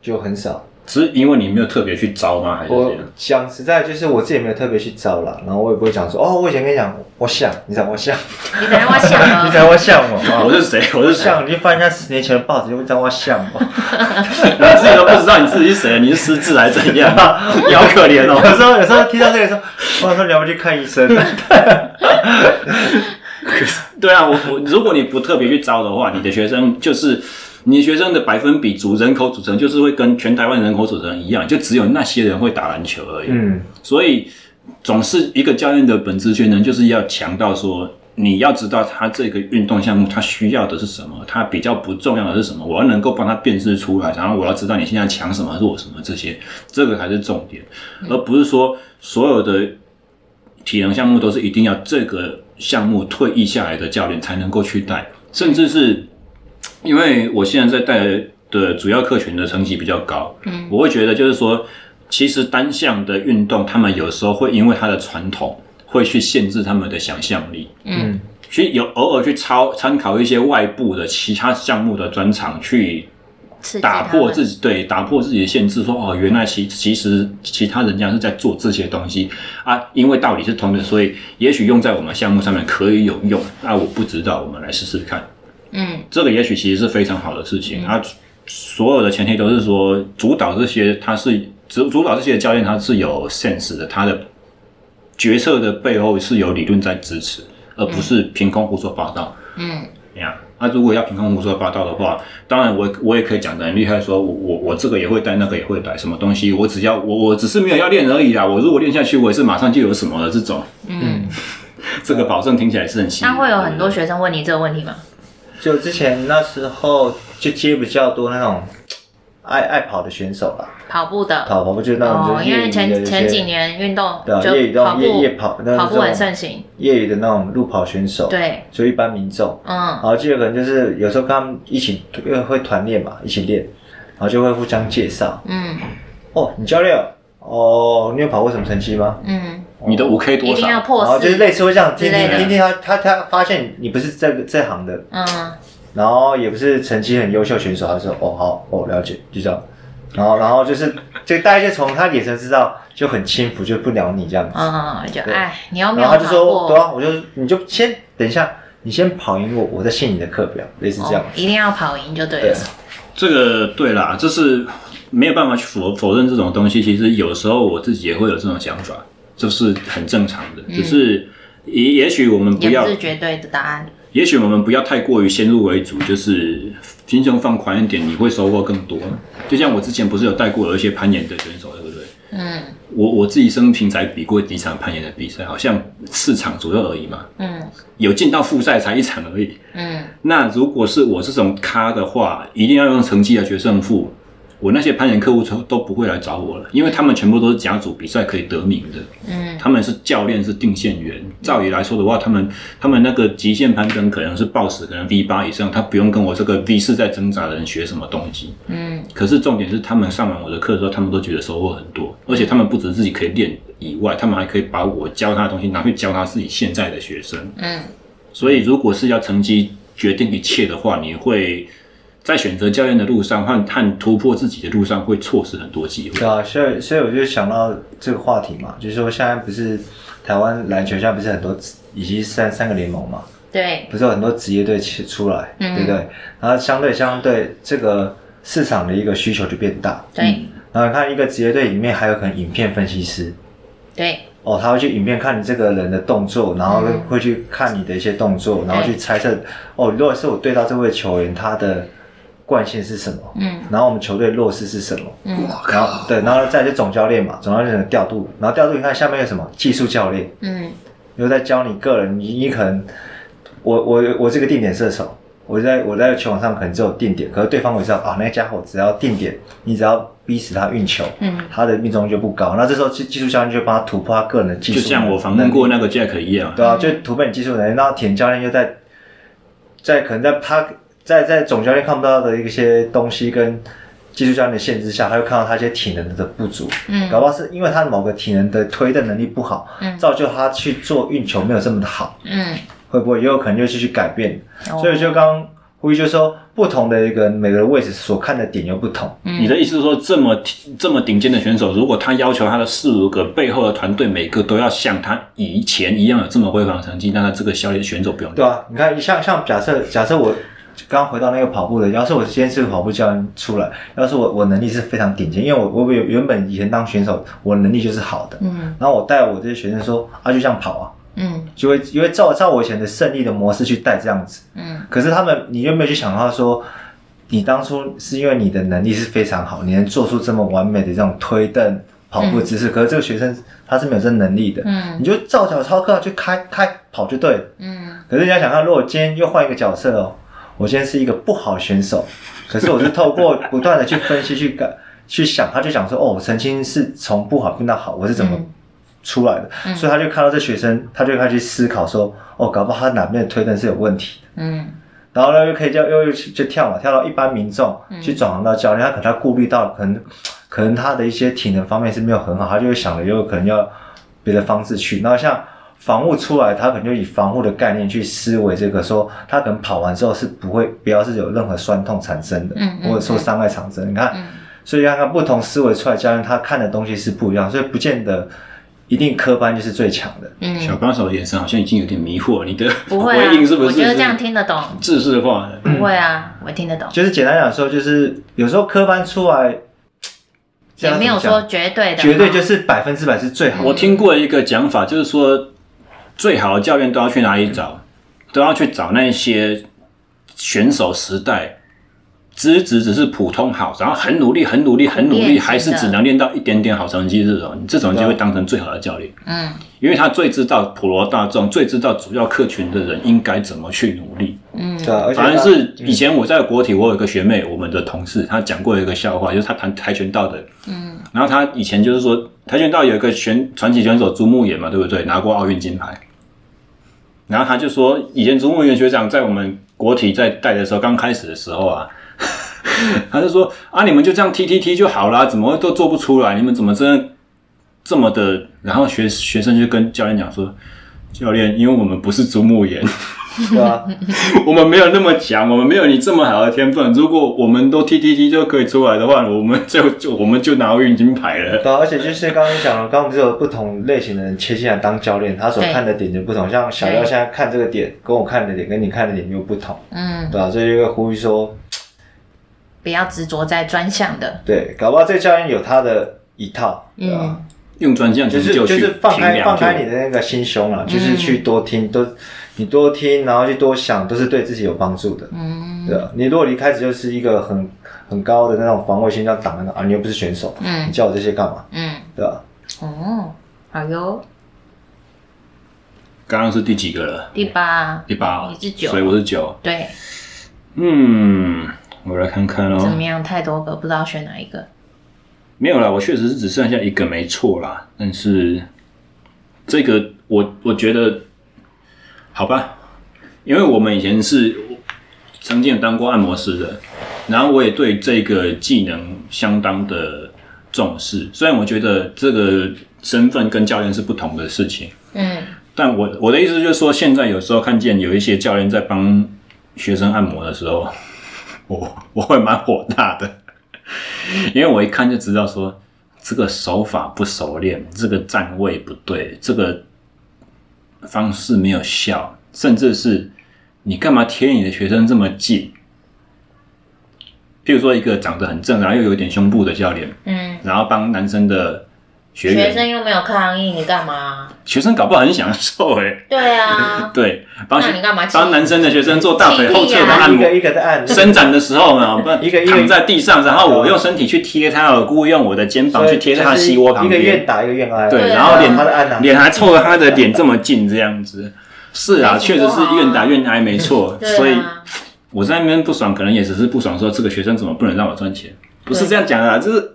[SPEAKER 1] 就很少。
[SPEAKER 3] 只是因为你没有特别去招吗？还是怎
[SPEAKER 1] 我
[SPEAKER 3] 样？
[SPEAKER 1] 讲实在，就是我自己没有特别去找啦，然后我也不会讲说，哦，我以前跟你讲，我像，你讲我像，
[SPEAKER 2] 你等一下我想 哦
[SPEAKER 1] 你
[SPEAKER 2] 了，
[SPEAKER 1] 讲我像 我，啊
[SPEAKER 3] 我是谁？我是谁？
[SPEAKER 1] 像，你就翻一下十年前的报纸，就会知道我哦像我。
[SPEAKER 3] 你自己都不知道你自己是谁，你是失智还是怎样？你好可怜
[SPEAKER 1] 有
[SPEAKER 3] 哦。
[SPEAKER 1] 时候有时候听到这个说，我想说你要不要去看医生？
[SPEAKER 3] 对啊，我我如果你不特别去招的话，你的学生就是你学生的百分比组人口组成，就是会跟全台湾人口组成一样，就只有那些人会打篮球而已。
[SPEAKER 1] 嗯，
[SPEAKER 3] 所以总是一个教练的本质学能，就是要强调说，你要知道他这个运动项目他需要的是什么，他比较不重要的是什么，我要能够帮他辨识出来，然后我要知道你现在强什么弱什么这些，这个才是重点，而不是说所有的体能项目都是一定要这个项目退役下来的教练才能够去带，甚至是因为我现在在带的主要课群的成绩比较高，
[SPEAKER 2] 嗯
[SPEAKER 3] 我会觉得就是说，其实单项的运动，他们有时候会因为它的传统，会去限制他们的想象力。
[SPEAKER 2] 嗯
[SPEAKER 3] 去有偶尔去抄参考一些外部的其他项目的专场，去
[SPEAKER 2] 刺激
[SPEAKER 3] 打
[SPEAKER 2] 他
[SPEAKER 3] 破
[SPEAKER 2] 们
[SPEAKER 3] 自己对打破自己的限制，说哦，原来其其实其他人家是在做这些东西啊，因为道理是通的，所以也许用在我们项目上面可以有用。那、我不知道，我们来试试看。
[SPEAKER 2] 嗯
[SPEAKER 3] 这个也许其实是非常好的事情。啊，所有的前提都是说，主导这些他是主主导这些教练他是有 sense 的，他的决策的背后是有理论在支持，而不是凭空胡说八道。
[SPEAKER 2] 嗯
[SPEAKER 3] 那样，那、如果要凭空胡说八道的话，当然我我也可以讲的很厉害说我我我这个也会带，那个也会带，什么东西我只要我我只是没有要练而已啊啦。我如果练下去，我也是马上就有什么了。这种
[SPEAKER 2] 嗯，哦
[SPEAKER 3] 这个保证听起来是很新。
[SPEAKER 2] 那会有很多学生问你这个问题吗？
[SPEAKER 1] 就之前那时候就接比较多那种爱爱跑的选手啦，
[SPEAKER 2] 跑步的
[SPEAKER 1] 跑跑步就那种
[SPEAKER 2] 哦
[SPEAKER 1] 就，是
[SPEAKER 2] 因
[SPEAKER 1] 业余
[SPEAKER 2] 为
[SPEAKER 1] 的
[SPEAKER 2] 前
[SPEAKER 1] 一些
[SPEAKER 2] 前几年运动
[SPEAKER 1] 对啊业余
[SPEAKER 2] 就
[SPEAKER 1] 的
[SPEAKER 2] 跑
[SPEAKER 1] 夜
[SPEAKER 2] 步
[SPEAKER 1] 夜跑那是
[SPEAKER 2] 跑
[SPEAKER 1] 这
[SPEAKER 2] 步
[SPEAKER 1] 种
[SPEAKER 2] 很盛行，
[SPEAKER 1] 业余的那种路跑选手，，
[SPEAKER 2] 对，
[SPEAKER 1] 就一般民众。然
[SPEAKER 2] 嗯
[SPEAKER 1] 后记得可能就是有时候跟他们一起，因为会团练嘛，一起练，然后就会互相介绍。
[SPEAKER 2] 嗯
[SPEAKER 1] 哦，你教练哦，你有跑过什么成绩吗？
[SPEAKER 2] 嗯，
[SPEAKER 3] 你的五 K 多少？
[SPEAKER 2] 一定要
[SPEAKER 1] 然
[SPEAKER 2] 破
[SPEAKER 1] 后哦
[SPEAKER 2] 四
[SPEAKER 1] 就是，类似会这样听
[SPEAKER 2] 哦之类
[SPEAKER 1] 听
[SPEAKER 2] 的
[SPEAKER 1] 听听他他他发现你不是这个这行的，
[SPEAKER 2] 嗯
[SPEAKER 1] 然后也不是成绩很优秀选手，他说哦好哦了解就这样，然后然后就是就大家就从他眼神知道就很轻浮就不聊你这样子，
[SPEAKER 2] 嗯，就
[SPEAKER 1] 对
[SPEAKER 2] 哎，你又没
[SPEAKER 1] 然
[SPEAKER 2] 有
[SPEAKER 1] 后他就
[SPEAKER 2] 跑
[SPEAKER 1] 说
[SPEAKER 2] 过，
[SPEAKER 1] 对啊，我就你就先等一下，你先跑赢我，我再信你的课表，类似这样
[SPEAKER 2] 哦，，一定要跑赢就对
[SPEAKER 1] 对
[SPEAKER 2] 了，，
[SPEAKER 3] 这个对啦，这是没有办法去否否认这种东西。其实有时候我自己也会有这种想法，这是很正常的。只是也也许我们不
[SPEAKER 2] 也
[SPEAKER 3] 要
[SPEAKER 2] 不是绝对的答案，
[SPEAKER 3] 也许我们不要太过于先入为主，就是心胸放宽一点，你会收获更多。就像我之前不是有带过有一些攀岩的选手，对不对？
[SPEAKER 2] 嗯
[SPEAKER 3] 我我自己生平才比过几场攀岩的比赛，好像四场左右而已嘛，
[SPEAKER 2] 嗯
[SPEAKER 3] 有进到复赛才一场而已。
[SPEAKER 2] 嗯
[SPEAKER 3] 那如果是我这种咖的话，一定要用成绩来决胜负。我那些攀岩客户都都不会来找我了，因为他们全部都是甲组比赛可以得名的。
[SPEAKER 2] 嗯
[SPEAKER 3] 他们是教练，是定线员。照理来说的话，他们他们那个极限攀登可能是报时，可能 V 八以上，他不用跟我这个 V 四在挣扎的人学什么东西。
[SPEAKER 2] 嗯
[SPEAKER 3] 可是重点是，他们上完我的课之后，他们都觉得收获很多，而且他们不止自己可以练以外，他们还可以把我教他的东西拿去教他自己现在的学生。
[SPEAKER 2] 嗯
[SPEAKER 3] 所以，如果是要成绩决定一切的话，你会在选择教练的路上和和突破自己的路上会错失很多机会
[SPEAKER 1] 对。啊，所以所以我就想到这个话题嘛，就是说现在不是台湾篮球现在不是很多，已经三三个联盟嘛，
[SPEAKER 2] 对
[SPEAKER 1] 不是有很多职业队起出来，
[SPEAKER 2] 嗯
[SPEAKER 1] 对不对？然后相对相对这个市场的一个需求就变大，
[SPEAKER 2] 对
[SPEAKER 1] 然后你看一个职业队里面还有可能影片分析师，
[SPEAKER 2] 对
[SPEAKER 1] 哦，他会去影片看你这个人的动作，然后
[SPEAKER 2] 嗯
[SPEAKER 1] 会去看你的一些动作，然后去猜测哦，如果是我对到这位球员，他的惯性是什么？
[SPEAKER 2] 嗯
[SPEAKER 1] 然后我们球队弱势是什么？
[SPEAKER 2] 嗯
[SPEAKER 1] 然后对，然后再来就总教练嘛，总教练的调度，然后调度你看下面有什么技术教练，
[SPEAKER 2] 嗯
[SPEAKER 1] 又在教你个人，你你可能我我我是个定点射手，我在我在球场上可能只有定点，可是对方我知道啊，那个家伙只要定点，你只要逼死他运球，
[SPEAKER 2] 嗯
[SPEAKER 1] 他的命中率就不高，那这时候技技术教练就帮他突破他个人的技术
[SPEAKER 3] 就
[SPEAKER 1] 能力，
[SPEAKER 3] 像我访问过那个 Jack 一样啊，
[SPEAKER 1] 对啊，就突破你技术能力，那田教练又在在可能在他在在总教练看不到的一些东西跟技术教练的限制下，他会看到他一些体能的不足，
[SPEAKER 2] 嗯
[SPEAKER 1] 搞不好是因为他某个体能的推的能力不好，
[SPEAKER 2] 嗯
[SPEAKER 1] 造就他去做运球没有这么的好，
[SPEAKER 2] 嗯
[SPEAKER 1] 会不会也有可能就是去改变？
[SPEAKER 2] 哦
[SPEAKER 1] 所以就刚刚呼吁就说，不同的一个每个人位置所看的点又不同，
[SPEAKER 3] 你的意思是说，这么这么顶尖的选手，如果他要求他的四五个背后的团队每个都要像他以前一样有这么辉煌的成绩，那他这个效率选手不用
[SPEAKER 1] 对啊，你看，像像假设假设我刚回到那个跑步的，要是我今天是个跑步教练出来，要是我我能力是非常顶尖，因为我我原原本以前当选手，我能力就是好的，
[SPEAKER 2] 嗯
[SPEAKER 1] 然后我带我这些学生说啊，就这样跑啊，
[SPEAKER 2] 嗯
[SPEAKER 1] 就会因为照照我以前的胜利的模式去带这样子，
[SPEAKER 2] 嗯
[SPEAKER 1] 可是他们你有没有去想到说？你当初是因为你的能力是非常好，你能做出这么完美的这种推蹬跑步姿势，可是这个学生他是没有这能力的，
[SPEAKER 2] 嗯
[SPEAKER 1] 你就照脚操课去开开跑就对了。
[SPEAKER 2] 嗯
[SPEAKER 1] 可是你要想看，如果今天又换一个角色哦，我今天是一个不好选手，可是我是透过不断的去分析、去改、去想，他就想说，哦，我曾经是从不好变到好，我是怎么
[SPEAKER 2] 嗯
[SPEAKER 1] 出来的？
[SPEAKER 2] 嗯
[SPEAKER 1] 所以他就看到这学生，他就开始去思考说，哦，搞不好他哪边的推灯是有问题的。
[SPEAKER 2] 嗯
[SPEAKER 1] 然后呢，又可以叫又又去就跳嘛，跳到一般民众
[SPEAKER 2] 嗯
[SPEAKER 1] 去转行到教练，他可能他顾虑到可能 可能他的一些体能方面是没有很好，他就会想着有可能要别的方式去。然后像防护出来，他可能就以防护的概念去思维这个说，他可能跑完之后是不会不要是有任何酸痛产生的，
[SPEAKER 2] 嗯嗯
[SPEAKER 1] 或者说伤害产生。你看，
[SPEAKER 2] 嗯
[SPEAKER 1] 所以看看不同思维出来教练，他看的东西是不一样，所以不见得一定科班就是最强的。
[SPEAKER 3] 小
[SPEAKER 2] 嗯，
[SPEAKER 3] 帮手的眼神好像已经有点迷惑，你的
[SPEAKER 2] 不会啊
[SPEAKER 3] 回应是不是？
[SPEAKER 2] 我觉得这样听得懂
[SPEAKER 3] 是制式化的。
[SPEAKER 2] 不会啊，我听得懂，
[SPEAKER 1] 就是简单讲说，就是有时候科班出来。 这
[SPEAKER 2] 也
[SPEAKER 1] 样
[SPEAKER 2] 没有
[SPEAKER 1] 怎么
[SPEAKER 2] 说
[SPEAKER 1] 讲
[SPEAKER 2] 绝对的，
[SPEAKER 1] 绝对就是百分之百是最好
[SPEAKER 3] 我
[SPEAKER 1] 的。
[SPEAKER 3] 听过一个讲法，就是说，最好的教练都要去哪里找？都要去找那些选手时代资质只是普通好，然后很努力、很努力、很努
[SPEAKER 2] 练习
[SPEAKER 3] 力，
[SPEAKER 2] 的
[SPEAKER 3] 还是只能练到一点点好成绩这种，你这种就会当成最好的教练，
[SPEAKER 2] 嗯
[SPEAKER 3] 因为他最知道普罗大众、最知道主要客群的人应该怎么去努力。
[SPEAKER 2] 嗯
[SPEAKER 1] 对啊，而且
[SPEAKER 3] 反
[SPEAKER 1] 他
[SPEAKER 3] 正是以前我在国体，我有一个学妹，我们的同事，她讲过一个笑话，就是她谈跆拳道的，
[SPEAKER 2] 嗯，
[SPEAKER 3] 然后她以前就是说，跆拳道有一个选传奇选手朱木炎嘛，对不对？拿过奥运金牌，然后她就说，以前朱木炎学长在我们国体在带的时候，刚开始的时候啊。 他就说啊，你们就这样踢踢踢就好啦，怎么会都做不出来？你们怎么真的这么的？然后学学生就跟教练讲说，教练，因为我们不是朱木炎，
[SPEAKER 1] 对啊，
[SPEAKER 3] 我们没有那么强，我们没有你这么好的天分。如果我们都 T T T 就可以出来的话，我们就 就我们就拿奥运金牌了。
[SPEAKER 1] 对啊，而且就是刚刚讲了，刚刚不是有不同类型的人切进来当教练，他所
[SPEAKER 2] 对
[SPEAKER 1] 看的点就不同。像小廖
[SPEAKER 2] 对
[SPEAKER 1] 现在看这个点，跟我看的点跟你看的点又不同，
[SPEAKER 2] 嗯，
[SPEAKER 1] 对啊，所以就会呼吁说，
[SPEAKER 2] 不要执着在专项的，
[SPEAKER 1] 对，搞不好这个教练有他的一套，对啊，
[SPEAKER 2] 嗯
[SPEAKER 3] 用专项其
[SPEAKER 1] 就
[SPEAKER 3] 实
[SPEAKER 1] 是就
[SPEAKER 3] 去
[SPEAKER 1] 是放
[SPEAKER 3] 评
[SPEAKER 1] 开
[SPEAKER 3] 量
[SPEAKER 1] 放
[SPEAKER 3] 就
[SPEAKER 1] 开你的那个心胸啊，就是
[SPEAKER 2] 嗯
[SPEAKER 1] 去多听，多你多听，然后去多想，都是对自己有帮助的。
[SPEAKER 2] 嗯
[SPEAKER 1] 对啊，你如果一开始就是一个很很高的那种防卫心，要挡那个啊，你又不是选手，
[SPEAKER 2] 嗯
[SPEAKER 1] 你叫我这些干嘛？
[SPEAKER 2] 嗯
[SPEAKER 1] 对吧？
[SPEAKER 2] 哦，好哟，
[SPEAKER 3] 刚刚是第几个了？
[SPEAKER 2] 第八，
[SPEAKER 3] 第八哦，
[SPEAKER 2] 你是九
[SPEAKER 3] 所以我是九。
[SPEAKER 2] 对，
[SPEAKER 3] 嗯，我来看看
[SPEAKER 2] 怎么
[SPEAKER 3] 哦。
[SPEAKER 2] 样？太多个，不知道选哪一个。
[SPEAKER 3] 没有啦，我确实是只剩下一个没错啦，但是这个我我觉得好吧，因为我们以前是曾经有当过按摩师的，然后我也对这个技能相当的重视，虽然我觉得这个身份跟教练是不同的事情。
[SPEAKER 2] 嗯，
[SPEAKER 3] 但我我的意思就是说，现在有时候看见有一些教练在帮学生按摩的时候， 我我会蛮火大的，因为我一看就知道说这个手法不熟练，这个站位不对，这个方式没有效，甚至是你干嘛贴你的学生这么近？譬如说，一个长得很正，然后又有一点胸部的教练，
[SPEAKER 2] 嗯，
[SPEAKER 3] 然后帮男生的学员，
[SPEAKER 2] 学生又没有抗议，你干嘛？
[SPEAKER 3] 学生搞不好很享受哎、，
[SPEAKER 2] 对啊
[SPEAKER 3] 对，帮
[SPEAKER 2] 那你干嘛气
[SPEAKER 3] 帮男生的学生做大腿后侧的按
[SPEAKER 1] 一
[SPEAKER 3] 摩
[SPEAKER 1] 个，一个在按，
[SPEAKER 3] 伸展的时候 呢，不然
[SPEAKER 1] 一个一个
[SPEAKER 3] 躺在地上，然后我用身体去贴他的，故意用我的肩膀
[SPEAKER 1] 所以
[SPEAKER 3] 去贴他的
[SPEAKER 1] 就是
[SPEAKER 3] 膝窝旁
[SPEAKER 1] 一个愿
[SPEAKER 3] 边，
[SPEAKER 1] 打一个愿挨，
[SPEAKER 3] 对，
[SPEAKER 2] 对啊
[SPEAKER 3] 然后脸
[SPEAKER 1] 他的按啊，
[SPEAKER 3] 脸还凑着他的 脸这么近，这样子。是啊，
[SPEAKER 2] 没什
[SPEAKER 3] 确
[SPEAKER 2] 么
[SPEAKER 3] 实
[SPEAKER 2] 不好啊
[SPEAKER 3] 是愿打愿挨，没错。
[SPEAKER 2] 对啊，
[SPEAKER 3] 所以我在那边不爽，可能也只是不爽，说这个学生怎么不能让我赚钱？不是这样讲的啦，就是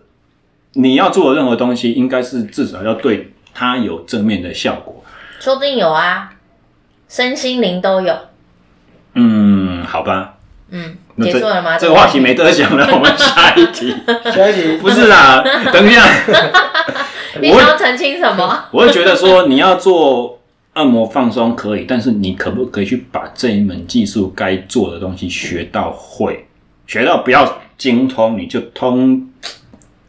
[SPEAKER 3] 你要做的任何东西，应该是至少要对他有正面的效果。
[SPEAKER 2] 说不定有啊，身心灵都有。
[SPEAKER 3] 嗯，好吧，
[SPEAKER 2] 嗯，
[SPEAKER 3] 那
[SPEAKER 2] 结
[SPEAKER 3] 这
[SPEAKER 2] 束了吗？
[SPEAKER 3] 这个话题没得讲了， 我们下一题。
[SPEAKER 1] 下一题
[SPEAKER 3] 不是啦，等一下，
[SPEAKER 2] 你
[SPEAKER 3] 我
[SPEAKER 2] 想
[SPEAKER 3] 会
[SPEAKER 2] 要澄清什么？
[SPEAKER 3] 我会觉得说你要做按摩放松可以，但是你可不可以去把这一门技术该做的东西学到会，学到不要精通，你就通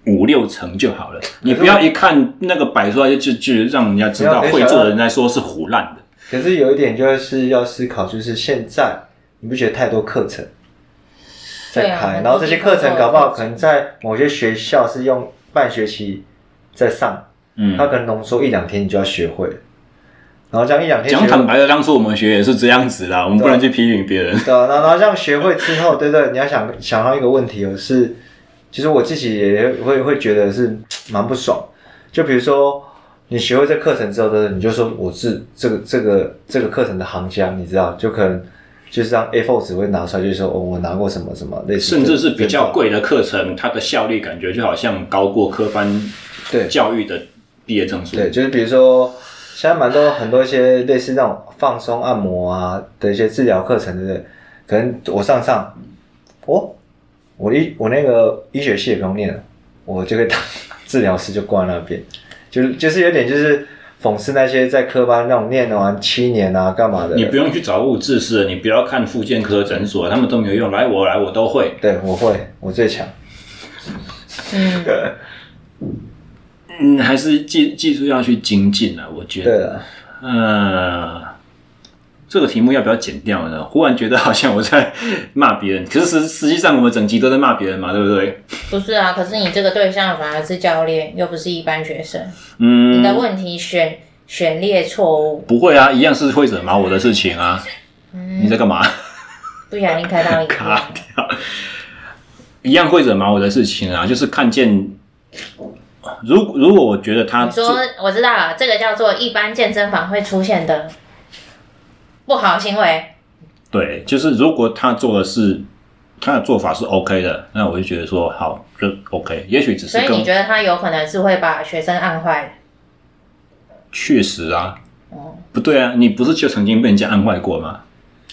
[SPEAKER 3] 五六成就好了。你不要一看那个摆出来就就就让人家知道
[SPEAKER 1] 没有
[SPEAKER 3] 会做的人来说是胡乱的。
[SPEAKER 1] 可是有一点就是要思考，就是现在你不觉得太多课程在
[SPEAKER 2] 对啊
[SPEAKER 1] 开，
[SPEAKER 2] 很多
[SPEAKER 1] 然后这些课程
[SPEAKER 2] 地方都有
[SPEAKER 1] 搞不好
[SPEAKER 2] 课程
[SPEAKER 1] 可能在某些学校是用半学期在上，
[SPEAKER 3] 嗯
[SPEAKER 1] 它，可能浓缩一两天你就要学会了，然后这样一两天
[SPEAKER 3] 讲
[SPEAKER 1] 学
[SPEAKER 3] 坦
[SPEAKER 1] 会，
[SPEAKER 3] 白的，当初我们学也是这样子啦，我们不能去批评别人。
[SPEAKER 1] 对啊，然后然后这样学会之后，对对，你要想想到一个问题哦，是，其实我自己也会会觉得是蛮不爽，就比如说。你学会这课程之后对不对？你就说我是这个这个这个课程的行家，你知道，就可能就是让 A4 纸会拿出来，就是说哦，我拿过什么什么类似这，
[SPEAKER 3] 甚至是比
[SPEAKER 1] 这
[SPEAKER 3] 较
[SPEAKER 1] 种
[SPEAKER 3] 贵的课程，它的效率感觉就好像高过科班
[SPEAKER 1] 对
[SPEAKER 3] 教育的毕业证书。
[SPEAKER 1] 对，就是比如说，现在蛮多很多一些类似那种放松按摩啊的一些治疗课程，对不对？可能我上上，哦，我医我那个医学系也不用念了，我就可以当治疗师，就挂在那边，就是就是有点就是讽刺那些在科班那种念完七年啊干嘛的，
[SPEAKER 3] 你不用去找物质师，你不要看复健科诊所，他们都没有用。来我来我都会，
[SPEAKER 1] 对我会，我最强，
[SPEAKER 2] 嗯，
[SPEAKER 3] 嗯，还是技技术要去精进啊，我觉
[SPEAKER 1] 对
[SPEAKER 3] 得。
[SPEAKER 1] 了，
[SPEAKER 3] 呃，这个题目要不要剪掉呢？忽然觉得好像我在骂别人，可是实实际上我们整集都在骂别人嘛，对不对？
[SPEAKER 2] 不是啊，可是你这个对象反而是教练，又不是一般学生。你的
[SPEAKER 3] 嗯，
[SPEAKER 2] 问题选选列错误，
[SPEAKER 3] 不会啊，一样是会惹毛我的事情啊。
[SPEAKER 2] 嗯
[SPEAKER 3] 你在干嘛？
[SPEAKER 2] 不小心开 到一
[SPEAKER 3] 卡
[SPEAKER 2] 半。
[SPEAKER 3] 掉，一样会惹毛我的事情啊，就是看见，如如果我觉得他
[SPEAKER 2] 你说
[SPEAKER 3] 做
[SPEAKER 2] 我知道了，这个叫做一般健身房会出现的不好行为。
[SPEAKER 3] 对，就是如果他做的是他的做法是 OK 的，那我就觉得说好就 OK，也许只是
[SPEAKER 2] 所以
[SPEAKER 3] 更
[SPEAKER 2] 你觉得他有可能是会把学生按坏的？
[SPEAKER 3] 确实啊，
[SPEAKER 2] 哦，
[SPEAKER 3] 不对啊，你不是就曾经被人家按坏过吗？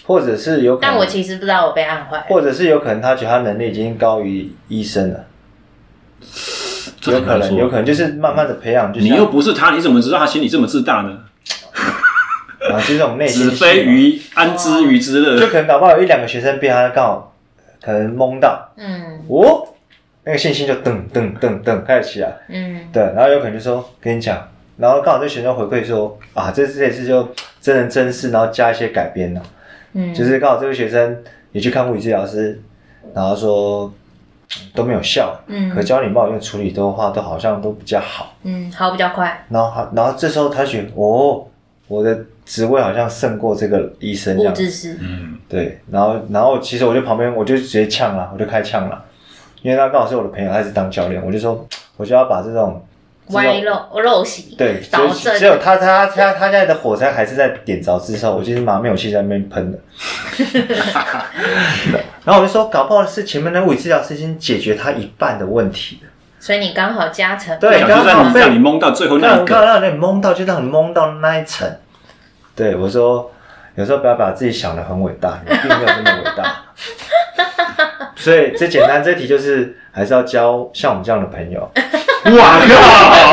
[SPEAKER 1] 或者是有可
[SPEAKER 2] 但我
[SPEAKER 1] 能，
[SPEAKER 2] 其实不知道我被按坏。
[SPEAKER 1] 或者是有可能他觉得他能力已经高于医生了，
[SPEAKER 3] 这
[SPEAKER 1] 有
[SPEAKER 3] 很
[SPEAKER 1] 可
[SPEAKER 3] 难
[SPEAKER 1] 能，
[SPEAKER 3] 说
[SPEAKER 1] 有可能就是慢慢的培养，就
[SPEAKER 3] 你
[SPEAKER 1] 像
[SPEAKER 3] 又不是他，你怎么知道他心里这么自大呢？
[SPEAKER 1] 啊，就这种内心
[SPEAKER 3] 子
[SPEAKER 1] 戏
[SPEAKER 3] 非
[SPEAKER 1] 嘛
[SPEAKER 3] 鱼，安知鱼之
[SPEAKER 1] 就
[SPEAKER 3] 乐？
[SPEAKER 1] 可能搞不好有一两个学生被他刚好可能蒙到，
[SPEAKER 2] 嗯
[SPEAKER 1] 哦，那个信心就噔噔噔噔开始起来，
[SPEAKER 2] 嗯，
[SPEAKER 1] 对，然后有可能就说跟你讲，然后刚好这学生回馈说啊，这这也是就真人真事，然后加一些改编了，
[SPEAKER 2] 嗯
[SPEAKER 1] 就是刚好这位学生也去看物理治疗师，然后说嗯都没有效，
[SPEAKER 2] 嗯
[SPEAKER 1] 可教你帮我用处理的话都好像都比较好，
[SPEAKER 2] 嗯，好比较快，
[SPEAKER 1] 然后他然后这时候他觉得哦，我的职位好像胜过这个医生这
[SPEAKER 2] 物
[SPEAKER 1] 样子
[SPEAKER 2] 质师。
[SPEAKER 3] 嗯，
[SPEAKER 1] 对，然后然后其实我就旁边我就直接呛了，我就开呛了，因为他刚好是我的朋友，他是当教练，我就说我就要把这种
[SPEAKER 2] 歪漏漏习，
[SPEAKER 1] 对，只
[SPEAKER 2] 导
[SPEAKER 1] 有
[SPEAKER 2] 正
[SPEAKER 1] 只有他他他他现在的火柴还是在点着之上，我就是拿灭火器在那边喷的。然后我就说，搞不好是前面那物理治疗师已经解决他一半的问题了。
[SPEAKER 2] 所以你刚好加成
[SPEAKER 3] 不
[SPEAKER 1] 对
[SPEAKER 3] 小
[SPEAKER 1] 刚
[SPEAKER 3] 心
[SPEAKER 1] 好
[SPEAKER 3] 让你
[SPEAKER 1] 被
[SPEAKER 3] 让你蒙到最后那
[SPEAKER 1] 让
[SPEAKER 3] 一
[SPEAKER 1] 让
[SPEAKER 3] 个，
[SPEAKER 1] 让人懵到，就让你懵到那一层。对我说，有时候不要把自己想的很伟大，你并没有那么伟大。所以最简单这题就是，还是要交像我们这样的朋友，
[SPEAKER 3] 哇靠！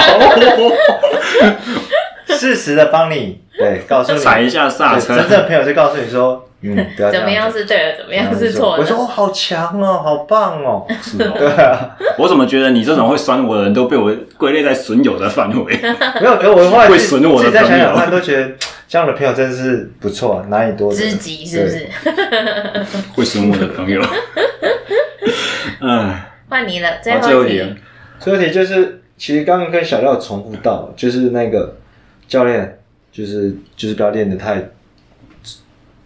[SPEAKER 1] 适时的帮你对告诉你，
[SPEAKER 3] 踩一下刹
[SPEAKER 1] 对
[SPEAKER 3] 车，
[SPEAKER 1] 真正的朋友是告诉你说， 嗯，不要这
[SPEAKER 2] 怎么样
[SPEAKER 1] 子
[SPEAKER 2] 是对的，怎么
[SPEAKER 1] 这
[SPEAKER 2] 样
[SPEAKER 1] 子
[SPEAKER 2] 是错
[SPEAKER 1] 我说哦，
[SPEAKER 2] 的。
[SPEAKER 1] 好强哦，好棒哦，
[SPEAKER 3] 是 哦。我怎么觉得你这种会酸我的人都被我归类在损友的范围？
[SPEAKER 1] 没有，可是我后来
[SPEAKER 3] 会
[SPEAKER 1] 自
[SPEAKER 3] 损我
[SPEAKER 1] 自
[SPEAKER 3] 的
[SPEAKER 1] 己再想
[SPEAKER 3] 朋友
[SPEAKER 1] 想，后来都觉得这样的朋友真的是不错，难以多得
[SPEAKER 2] 知己是不是？
[SPEAKER 3] 会损我的朋友。嗯，
[SPEAKER 2] 换你了，最
[SPEAKER 3] 好，最
[SPEAKER 2] 后
[SPEAKER 3] 后
[SPEAKER 2] 一
[SPEAKER 3] 一
[SPEAKER 2] 题。
[SPEAKER 3] 题，
[SPEAKER 1] 最后一题就是，其实刚刚跟小廖重复到，就是那个教练，就是就是不要练得太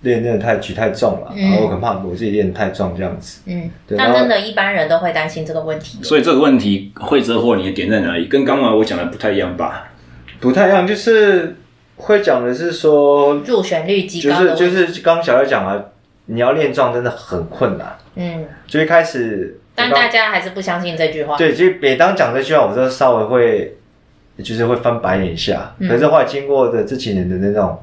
[SPEAKER 1] 练练得太举太重了，
[SPEAKER 2] 嗯
[SPEAKER 1] 然后我很怕我自己练得太重这样子。
[SPEAKER 2] 嗯，
[SPEAKER 1] 对然
[SPEAKER 2] 那
[SPEAKER 1] 后
[SPEAKER 2] 真的，一般人都会担心这个问题。
[SPEAKER 3] 所以这个问题会折火你的点在哪里？跟刚刚我讲的不太一样吧？
[SPEAKER 1] 不太一样，就是会讲的是说，
[SPEAKER 2] 入选率极
[SPEAKER 1] 就
[SPEAKER 2] 高的
[SPEAKER 1] 是
[SPEAKER 2] 问
[SPEAKER 1] 就
[SPEAKER 2] 题，
[SPEAKER 1] 是刚刚小廖讲了，你要练壮真的很困难，
[SPEAKER 2] 嗯，
[SPEAKER 1] 就一开始我
[SPEAKER 2] 但
[SPEAKER 1] 刚
[SPEAKER 2] 大家还是不相信这句话。
[SPEAKER 1] 对，就每当讲这句话，我都稍微会。就是会翻白眼一下，
[SPEAKER 2] 嗯
[SPEAKER 1] 可是后来经过的这几年的那种，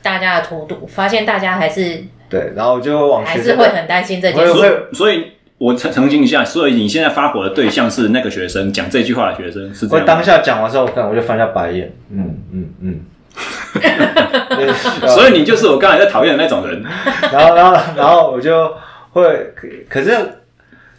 [SPEAKER 2] 大家的荼毒，发现大家还是
[SPEAKER 1] 对，然后我就往
[SPEAKER 2] 还
[SPEAKER 1] 哦学
[SPEAKER 2] 是
[SPEAKER 1] 生
[SPEAKER 2] 会很担心这件
[SPEAKER 1] 对
[SPEAKER 2] 事。
[SPEAKER 3] 所
[SPEAKER 1] 会
[SPEAKER 3] 以，所以我澄澄清一下，所以你现在发火的对象是那个学生，讲这句话的学生是这
[SPEAKER 1] 我
[SPEAKER 3] 样吗。
[SPEAKER 1] 当下讲完之后，我看我就翻一下白眼，嗯嗯 嗯。所
[SPEAKER 3] 所以你就是我刚才在讨厌的那种人。
[SPEAKER 1] 然后，然后，然后我就会，可可是，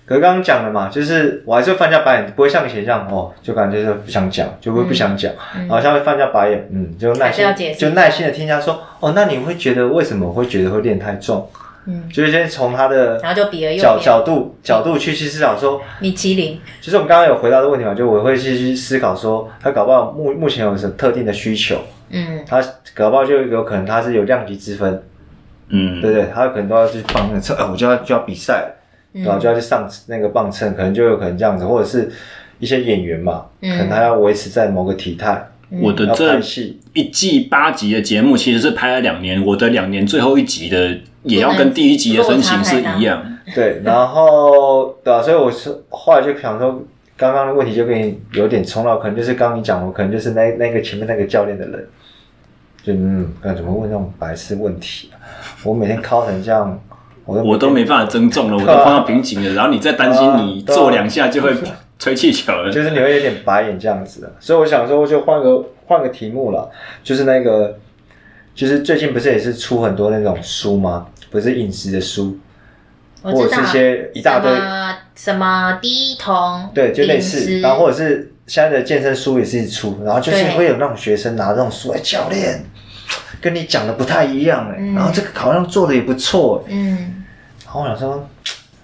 [SPEAKER 1] 可是刚刚讲了嘛，就是我还是会翻一下白眼，不会像以前这样哦，就感觉是不想讲，就会不想讲，然后
[SPEAKER 2] 嗯
[SPEAKER 1] 下面翻一下白眼，嗯，就耐
[SPEAKER 2] 还是
[SPEAKER 1] 心
[SPEAKER 2] 要解，释
[SPEAKER 1] 就耐心的听他说，哦，那你会觉得为什么会觉得会练太重？
[SPEAKER 2] 嗯，
[SPEAKER 1] 就是先从他的
[SPEAKER 2] 然后就比了
[SPEAKER 1] 角
[SPEAKER 2] 又比，
[SPEAKER 1] 角度角度去去思考说，
[SPEAKER 2] 米其林，
[SPEAKER 1] 就是我们刚刚有回答的问题嘛，就我会去去思考说，他搞不好目目前有什么特定的需求，
[SPEAKER 2] 嗯，
[SPEAKER 1] 他搞不好就有可能他是有量级之分，
[SPEAKER 3] 嗯，
[SPEAKER 1] 对不对？他可能都要去放那个秤，呃我就要就要比赛，
[SPEAKER 2] 嗯
[SPEAKER 1] 然后就要去上那个磅秤，可能就有可能这样子，或者是一些演员嘛，
[SPEAKER 2] 嗯
[SPEAKER 1] 可能他要维持在某个体态，
[SPEAKER 3] 我的
[SPEAKER 1] 要
[SPEAKER 3] 这
[SPEAKER 1] 拍戏，
[SPEAKER 3] 一季八集的节目其实是拍了两年，我的两年最后一集的也要
[SPEAKER 2] 不
[SPEAKER 3] 跟
[SPEAKER 2] 能
[SPEAKER 3] 第一集的身形是一样。
[SPEAKER 1] 对，然后对啊，所以我是后来就想说。刚刚的问题就跟你有点冲到，可能就是刚刚你讲的，我可能就是那那个前面那个教练的人，就嗯，那怎么问那种白痴问题啊、我每天敲成这样，我都
[SPEAKER 3] 我都没办法增重了，我都碰到瓶颈了，然后你再担心你做两下就会吹气球了。
[SPEAKER 1] 就是你会有点白眼这样子的。所以我想说，就换个换个题目了，就是那个，就是最近不是也是出很多那种书吗？不是饮食的书，
[SPEAKER 2] 我
[SPEAKER 1] 或
[SPEAKER 2] 知
[SPEAKER 1] 者
[SPEAKER 2] 道
[SPEAKER 1] 是一些一大堆，
[SPEAKER 2] 什么什么低酮，
[SPEAKER 1] 对，就类
[SPEAKER 2] 饮食
[SPEAKER 1] 似，然后或者是现在的健身书也是一直出，然后就是
[SPEAKER 2] 对
[SPEAKER 1] 会有那种学生拿这种书，哎，教练。跟你讲的不太一样哎、
[SPEAKER 2] 嗯
[SPEAKER 1] 然后这个好像做的也不错、欸，
[SPEAKER 2] 嗯，
[SPEAKER 1] 然后我想说，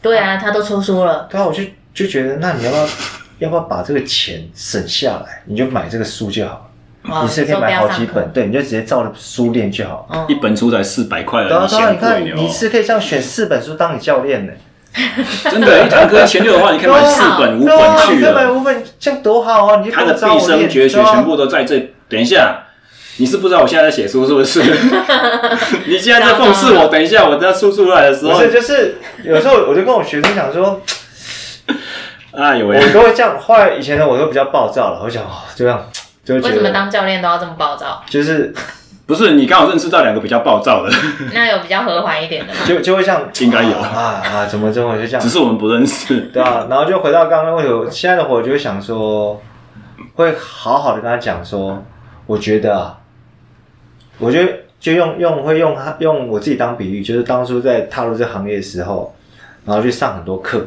[SPEAKER 2] 对啊，他都出书了，
[SPEAKER 1] 对啊，我就就觉得，那你要不要要不要把这个钱省下来，你就买这个书就好了。
[SPEAKER 2] 哦
[SPEAKER 1] 你是可以
[SPEAKER 2] 说不
[SPEAKER 1] 买
[SPEAKER 2] 要
[SPEAKER 1] 好
[SPEAKER 2] 上
[SPEAKER 1] 几
[SPEAKER 2] 课
[SPEAKER 1] 本，对，你就直接照着书练就好。
[SPEAKER 2] 嗯
[SPEAKER 3] 一本书才四百块
[SPEAKER 1] 对
[SPEAKER 3] 了，
[SPEAKER 1] 啊，
[SPEAKER 3] 你
[SPEAKER 1] 对啊，
[SPEAKER 3] 嫌
[SPEAKER 1] 你看
[SPEAKER 3] 贵
[SPEAKER 1] 你
[SPEAKER 3] 哦？
[SPEAKER 1] 是可以像选四本书当你教练呢。
[SPEAKER 3] 真的，一堂课一千六的话，你可 以
[SPEAKER 1] 啊
[SPEAKER 3] 买四本五本去
[SPEAKER 1] 对啊四本
[SPEAKER 3] 了。
[SPEAKER 1] 五本这样多好啊！你就
[SPEAKER 3] 他
[SPEAKER 1] 跟
[SPEAKER 3] 的
[SPEAKER 1] 我找
[SPEAKER 3] 毕
[SPEAKER 1] 我
[SPEAKER 3] 生
[SPEAKER 1] 练，
[SPEAKER 3] 绝学
[SPEAKER 1] 对啊
[SPEAKER 3] 全部都在这。等一下，你是不知道我现在在写书是不是？ 你现在在讽刺我。等一下，我在说出来的时
[SPEAKER 1] 不
[SPEAKER 3] 候，
[SPEAKER 1] 是，就是有时候我就跟我学生讲说，
[SPEAKER 3] 哎呦
[SPEAKER 1] 我
[SPEAKER 3] 喂！
[SPEAKER 1] 都会这样。后来以前呢，我都比较暴躁了，我想哦就这 样，就会
[SPEAKER 2] 为
[SPEAKER 1] 觉
[SPEAKER 2] 什么
[SPEAKER 1] 得
[SPEAKER 2] 当教练都要这么 暴躁？
[SPEAKER 1] 就是
[SPEAKER 3] 不是，你刚好认识到两个比较暴躁的，
[SPEAKER 2] 那有比较和缓一点的吗？
[SPEAKER 1] 就就会像
[SPEAKER 3] 应该有
[SPEAKER 1] 啊啊，怎么怎么就这样
[SPEAKER 3] 只，是我们不认识。
[SPEAKER 1] 对啊。然后就回到刚刚的问题，我现在的我就会想说，会好好的跟他讲说，我觉得啊，我觉得就用用会用他用我自己当比喻，就是当初在踏入这行业的时候，然后去上很多课，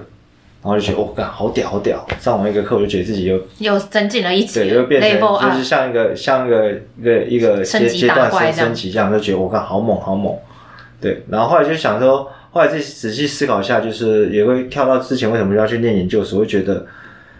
[SPEAKER 1] 然后就觉得哦，干好屌好屌！上完一个课，我就觉得自己又
[SPEAKER 4] 又增进了一级
[SPEAKER 1] 对，又变成
[SPEAKER 4] level
[SPEAKER 1] 就
[SPEAKER 4] up
[SPEAKER 1] 是。像一个像一个一个一个
[SPEAKER 4] 啊升
[SPEAKER 1] 阶
[SPEAKER 4] 级
[SPEAKER 1] 阶
[SPEAKER 4] 打
[SPEAKER 1] 段
[SPEAKER 4] 怪
[SPEAKER 1] 升
[SPEAKER 4] 这样
[SPEAKER 1] 升级这样，就觉得我干好猛好猛。对，然后后来就想说，后来自己仔细思考一下，就是也会跳到之前为什么要去念研究所，会觉得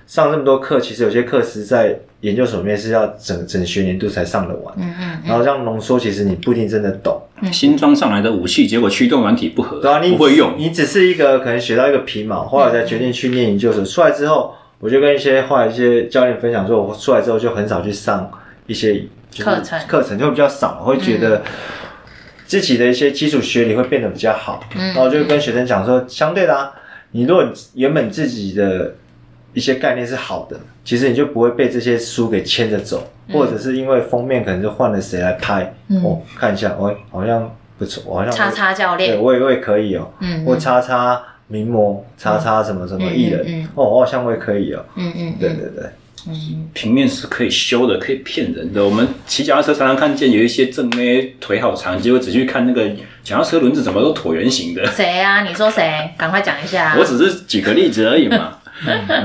[SPEAKER 1] 上这么多课，其实有些课是在研究所里面是要整整学年度才上得完，
[SPEAKER 2] 嗯嗯
[SPEAKER 1] 然后这样浓缩，其实你不一定真的懂。
[SPEAKER 3] 新装上来的武器，结果驱动软体不合，
[SPEAKER 1] 对啊，你
[SPEAKER 3] 不会用。
[SPEAKER 1] 你只是一个可能学到一个皮毛，后来才决定去念研究所。出来之后，我就跟一些后来一些教练分享说，我出来之后就很少去上一些就是
[SPEAKER 4] 课程
[SPEAKER 1] 课程就比较少，会觉得自己的一些基础学理会变得比较好。
[SPEAKER 2] 嗯
[SPEAKER 1] 然后就跟学生讲说，相对的啊，你如果原本自己的一些概念是好的，其实你就不会被这些书给牵着走，
[SPEAKER 2] 嗯
[SPEAKER 1] 或者是因为封面可能就换了谁来拍，
[SPEAKER 2] 嗯
[SPEAKER 1] 哦，看一下，哦，好像不错，我好像
[SPEAKER 2] 叉叉教
[SPEAKER 1] 对，
[SPEAKER 2] 练，
[SPEAKER 1] 我也我也可以哦，
[SPEAKER 2] 嗯，
[SPEAKER 1] 或叉叉名模，叉叉什么什么艺人，
[SPEAKER 2] 嗯嗯嗯
[SPEAKER 1] 哦，我好像我也可以哦，
[SPEAKER 2] 嗯嗯，
[SPEAKER 1] 对对对，
[SPEAKER 2] 嗯，
[SPEAKER 3] 平面是可以修的，可以骗人的。我们骑脚踏车常常看见有一些正妹腿好长，结果只去看那个脚踏车轮子怎么都椭圆形的。
[SPEAKER 2] 谁啊？你说谁？赶快讲一下。
[SPEAKER 3] 我只是举个例子而已嘛，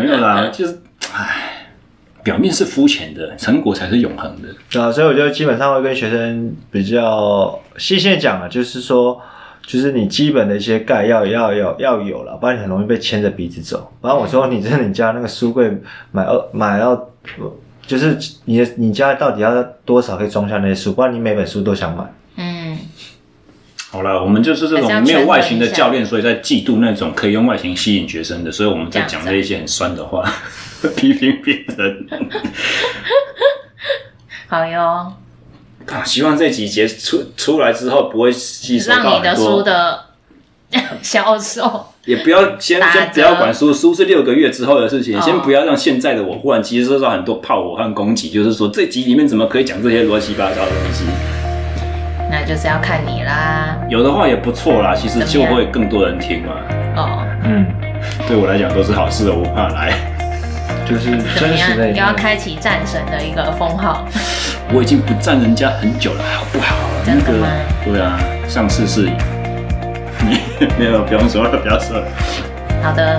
[SPEAKER 3] 没有啦，就是唉，表面是肤浅的，成果才是永恒的。
[SPEAKER 1] 对啊，所以我就基本上会跟学生比较细线讲啊，就是说，就是你基本的一些概要要要要有了，不然你很容易被牵着鼻子走。不然我
[SPEAKER 2] 嗯
[SPEAKER 1] 说你真的你家那个书柜买二买到，就是你的你家到底要多少可以装下那些书？不然你每本书都想买。
[SPEAKER 2] 嗯，
[SPEAKER 3] 好啦，我们就是这
[SPEAKER 2] 还是要
[SPEAKER 3] 种没有外形
[SPEAKER 2] 权衡
[SPEAKER 3] 的
[SPEAKER 2] 一下
[SPEAKER 3] 教练，所以在嫉妒那种可以用外形吸引学生的，所以我们在
[SPEAKER 2] 这样
[SPEAKER 3] 讲
[SPEAKER 2] 子啊
[SPEAKER 3] 这一些很酸的话， 批评别人。
[SPEAKER 2] 好哟，
[SPEAKER 3] 啊，希望这集结出出来之后不会吸收
[SPEAKER 2] 让
[SPEAKER 3] 到
[SPEAKER 2] 你的
[SPEAKER 3] 很
[SPEAKER 2] 书
[SPEAKER 3] 多，
[SPEAKER 2] 的 销售，
[SPEAKER 3] 也不要先
[SPEAKER 2] 打折
[SPEAKER 3] 先不要管书，书是六个月之后的事情，
[SPEAKER 2] 哦
[SPEAKER 3] 先不要让现在的我忽然接收到很多炮火和攻击，就是说这集里面怎么可以讲这些乱七八糟的东西？
[SPEAKER 2] 那就是要看你啦。
[SPEAKER 3] 有的话也不错啦，其实
[SPEAKER 2] 怎
[SPEAKER 3] 就
[SPEAKER 2] 么样
[SPEAKER 3] 会更多人听嘛。
[SPEAKER 2] 哦，
[SPEAKER 1] 嗯，
[SPEAKER 3] 对我来讲都是好事，我不怕来。
[SPEAKER 1] 就是
[SPEAKER 2] 怎么
[SPEAKER 1] 真
[SPEAKER 2] 样
[SPEAKER 1] 实？的一
[SPEAKER 2] 又要
[SPEAKER 1] 面。
[SPEAKER 2] 开启战神的一个封 号，
[SPEAKER 3] 我已经不站人家很久了，好不好？
[SPEAKER 2] 真的吗
[SPEAKER 3] 那个对啊，上次是，你 没有不用说了，不要说了。
[SPEAKER 2] 好的，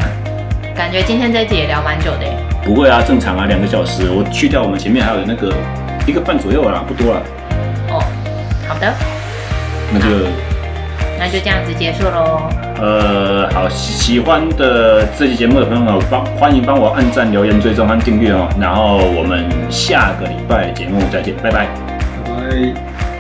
[SPEAKER 2] 感觉今天这集也聊蛮久的耶，
[SPEAKER 3] 不会啊，正常啊，两个小时，我去掉我们前面还有那个一个半左右啦，不多啦。啊
[SPEAKER 2] 哦，好的，
[SPEAKER 3] 那个
[SPEAKER 2] 那就这样子结束喽，
[SPEAKER 3] 呃，好，喜喜欢的这期节目的朋友，帮欢迎帮我按赞、留言、追踪和订阅哦。然后我们下个礼拜节目再见，拜拜。
[SPEAKER 1] 拜拜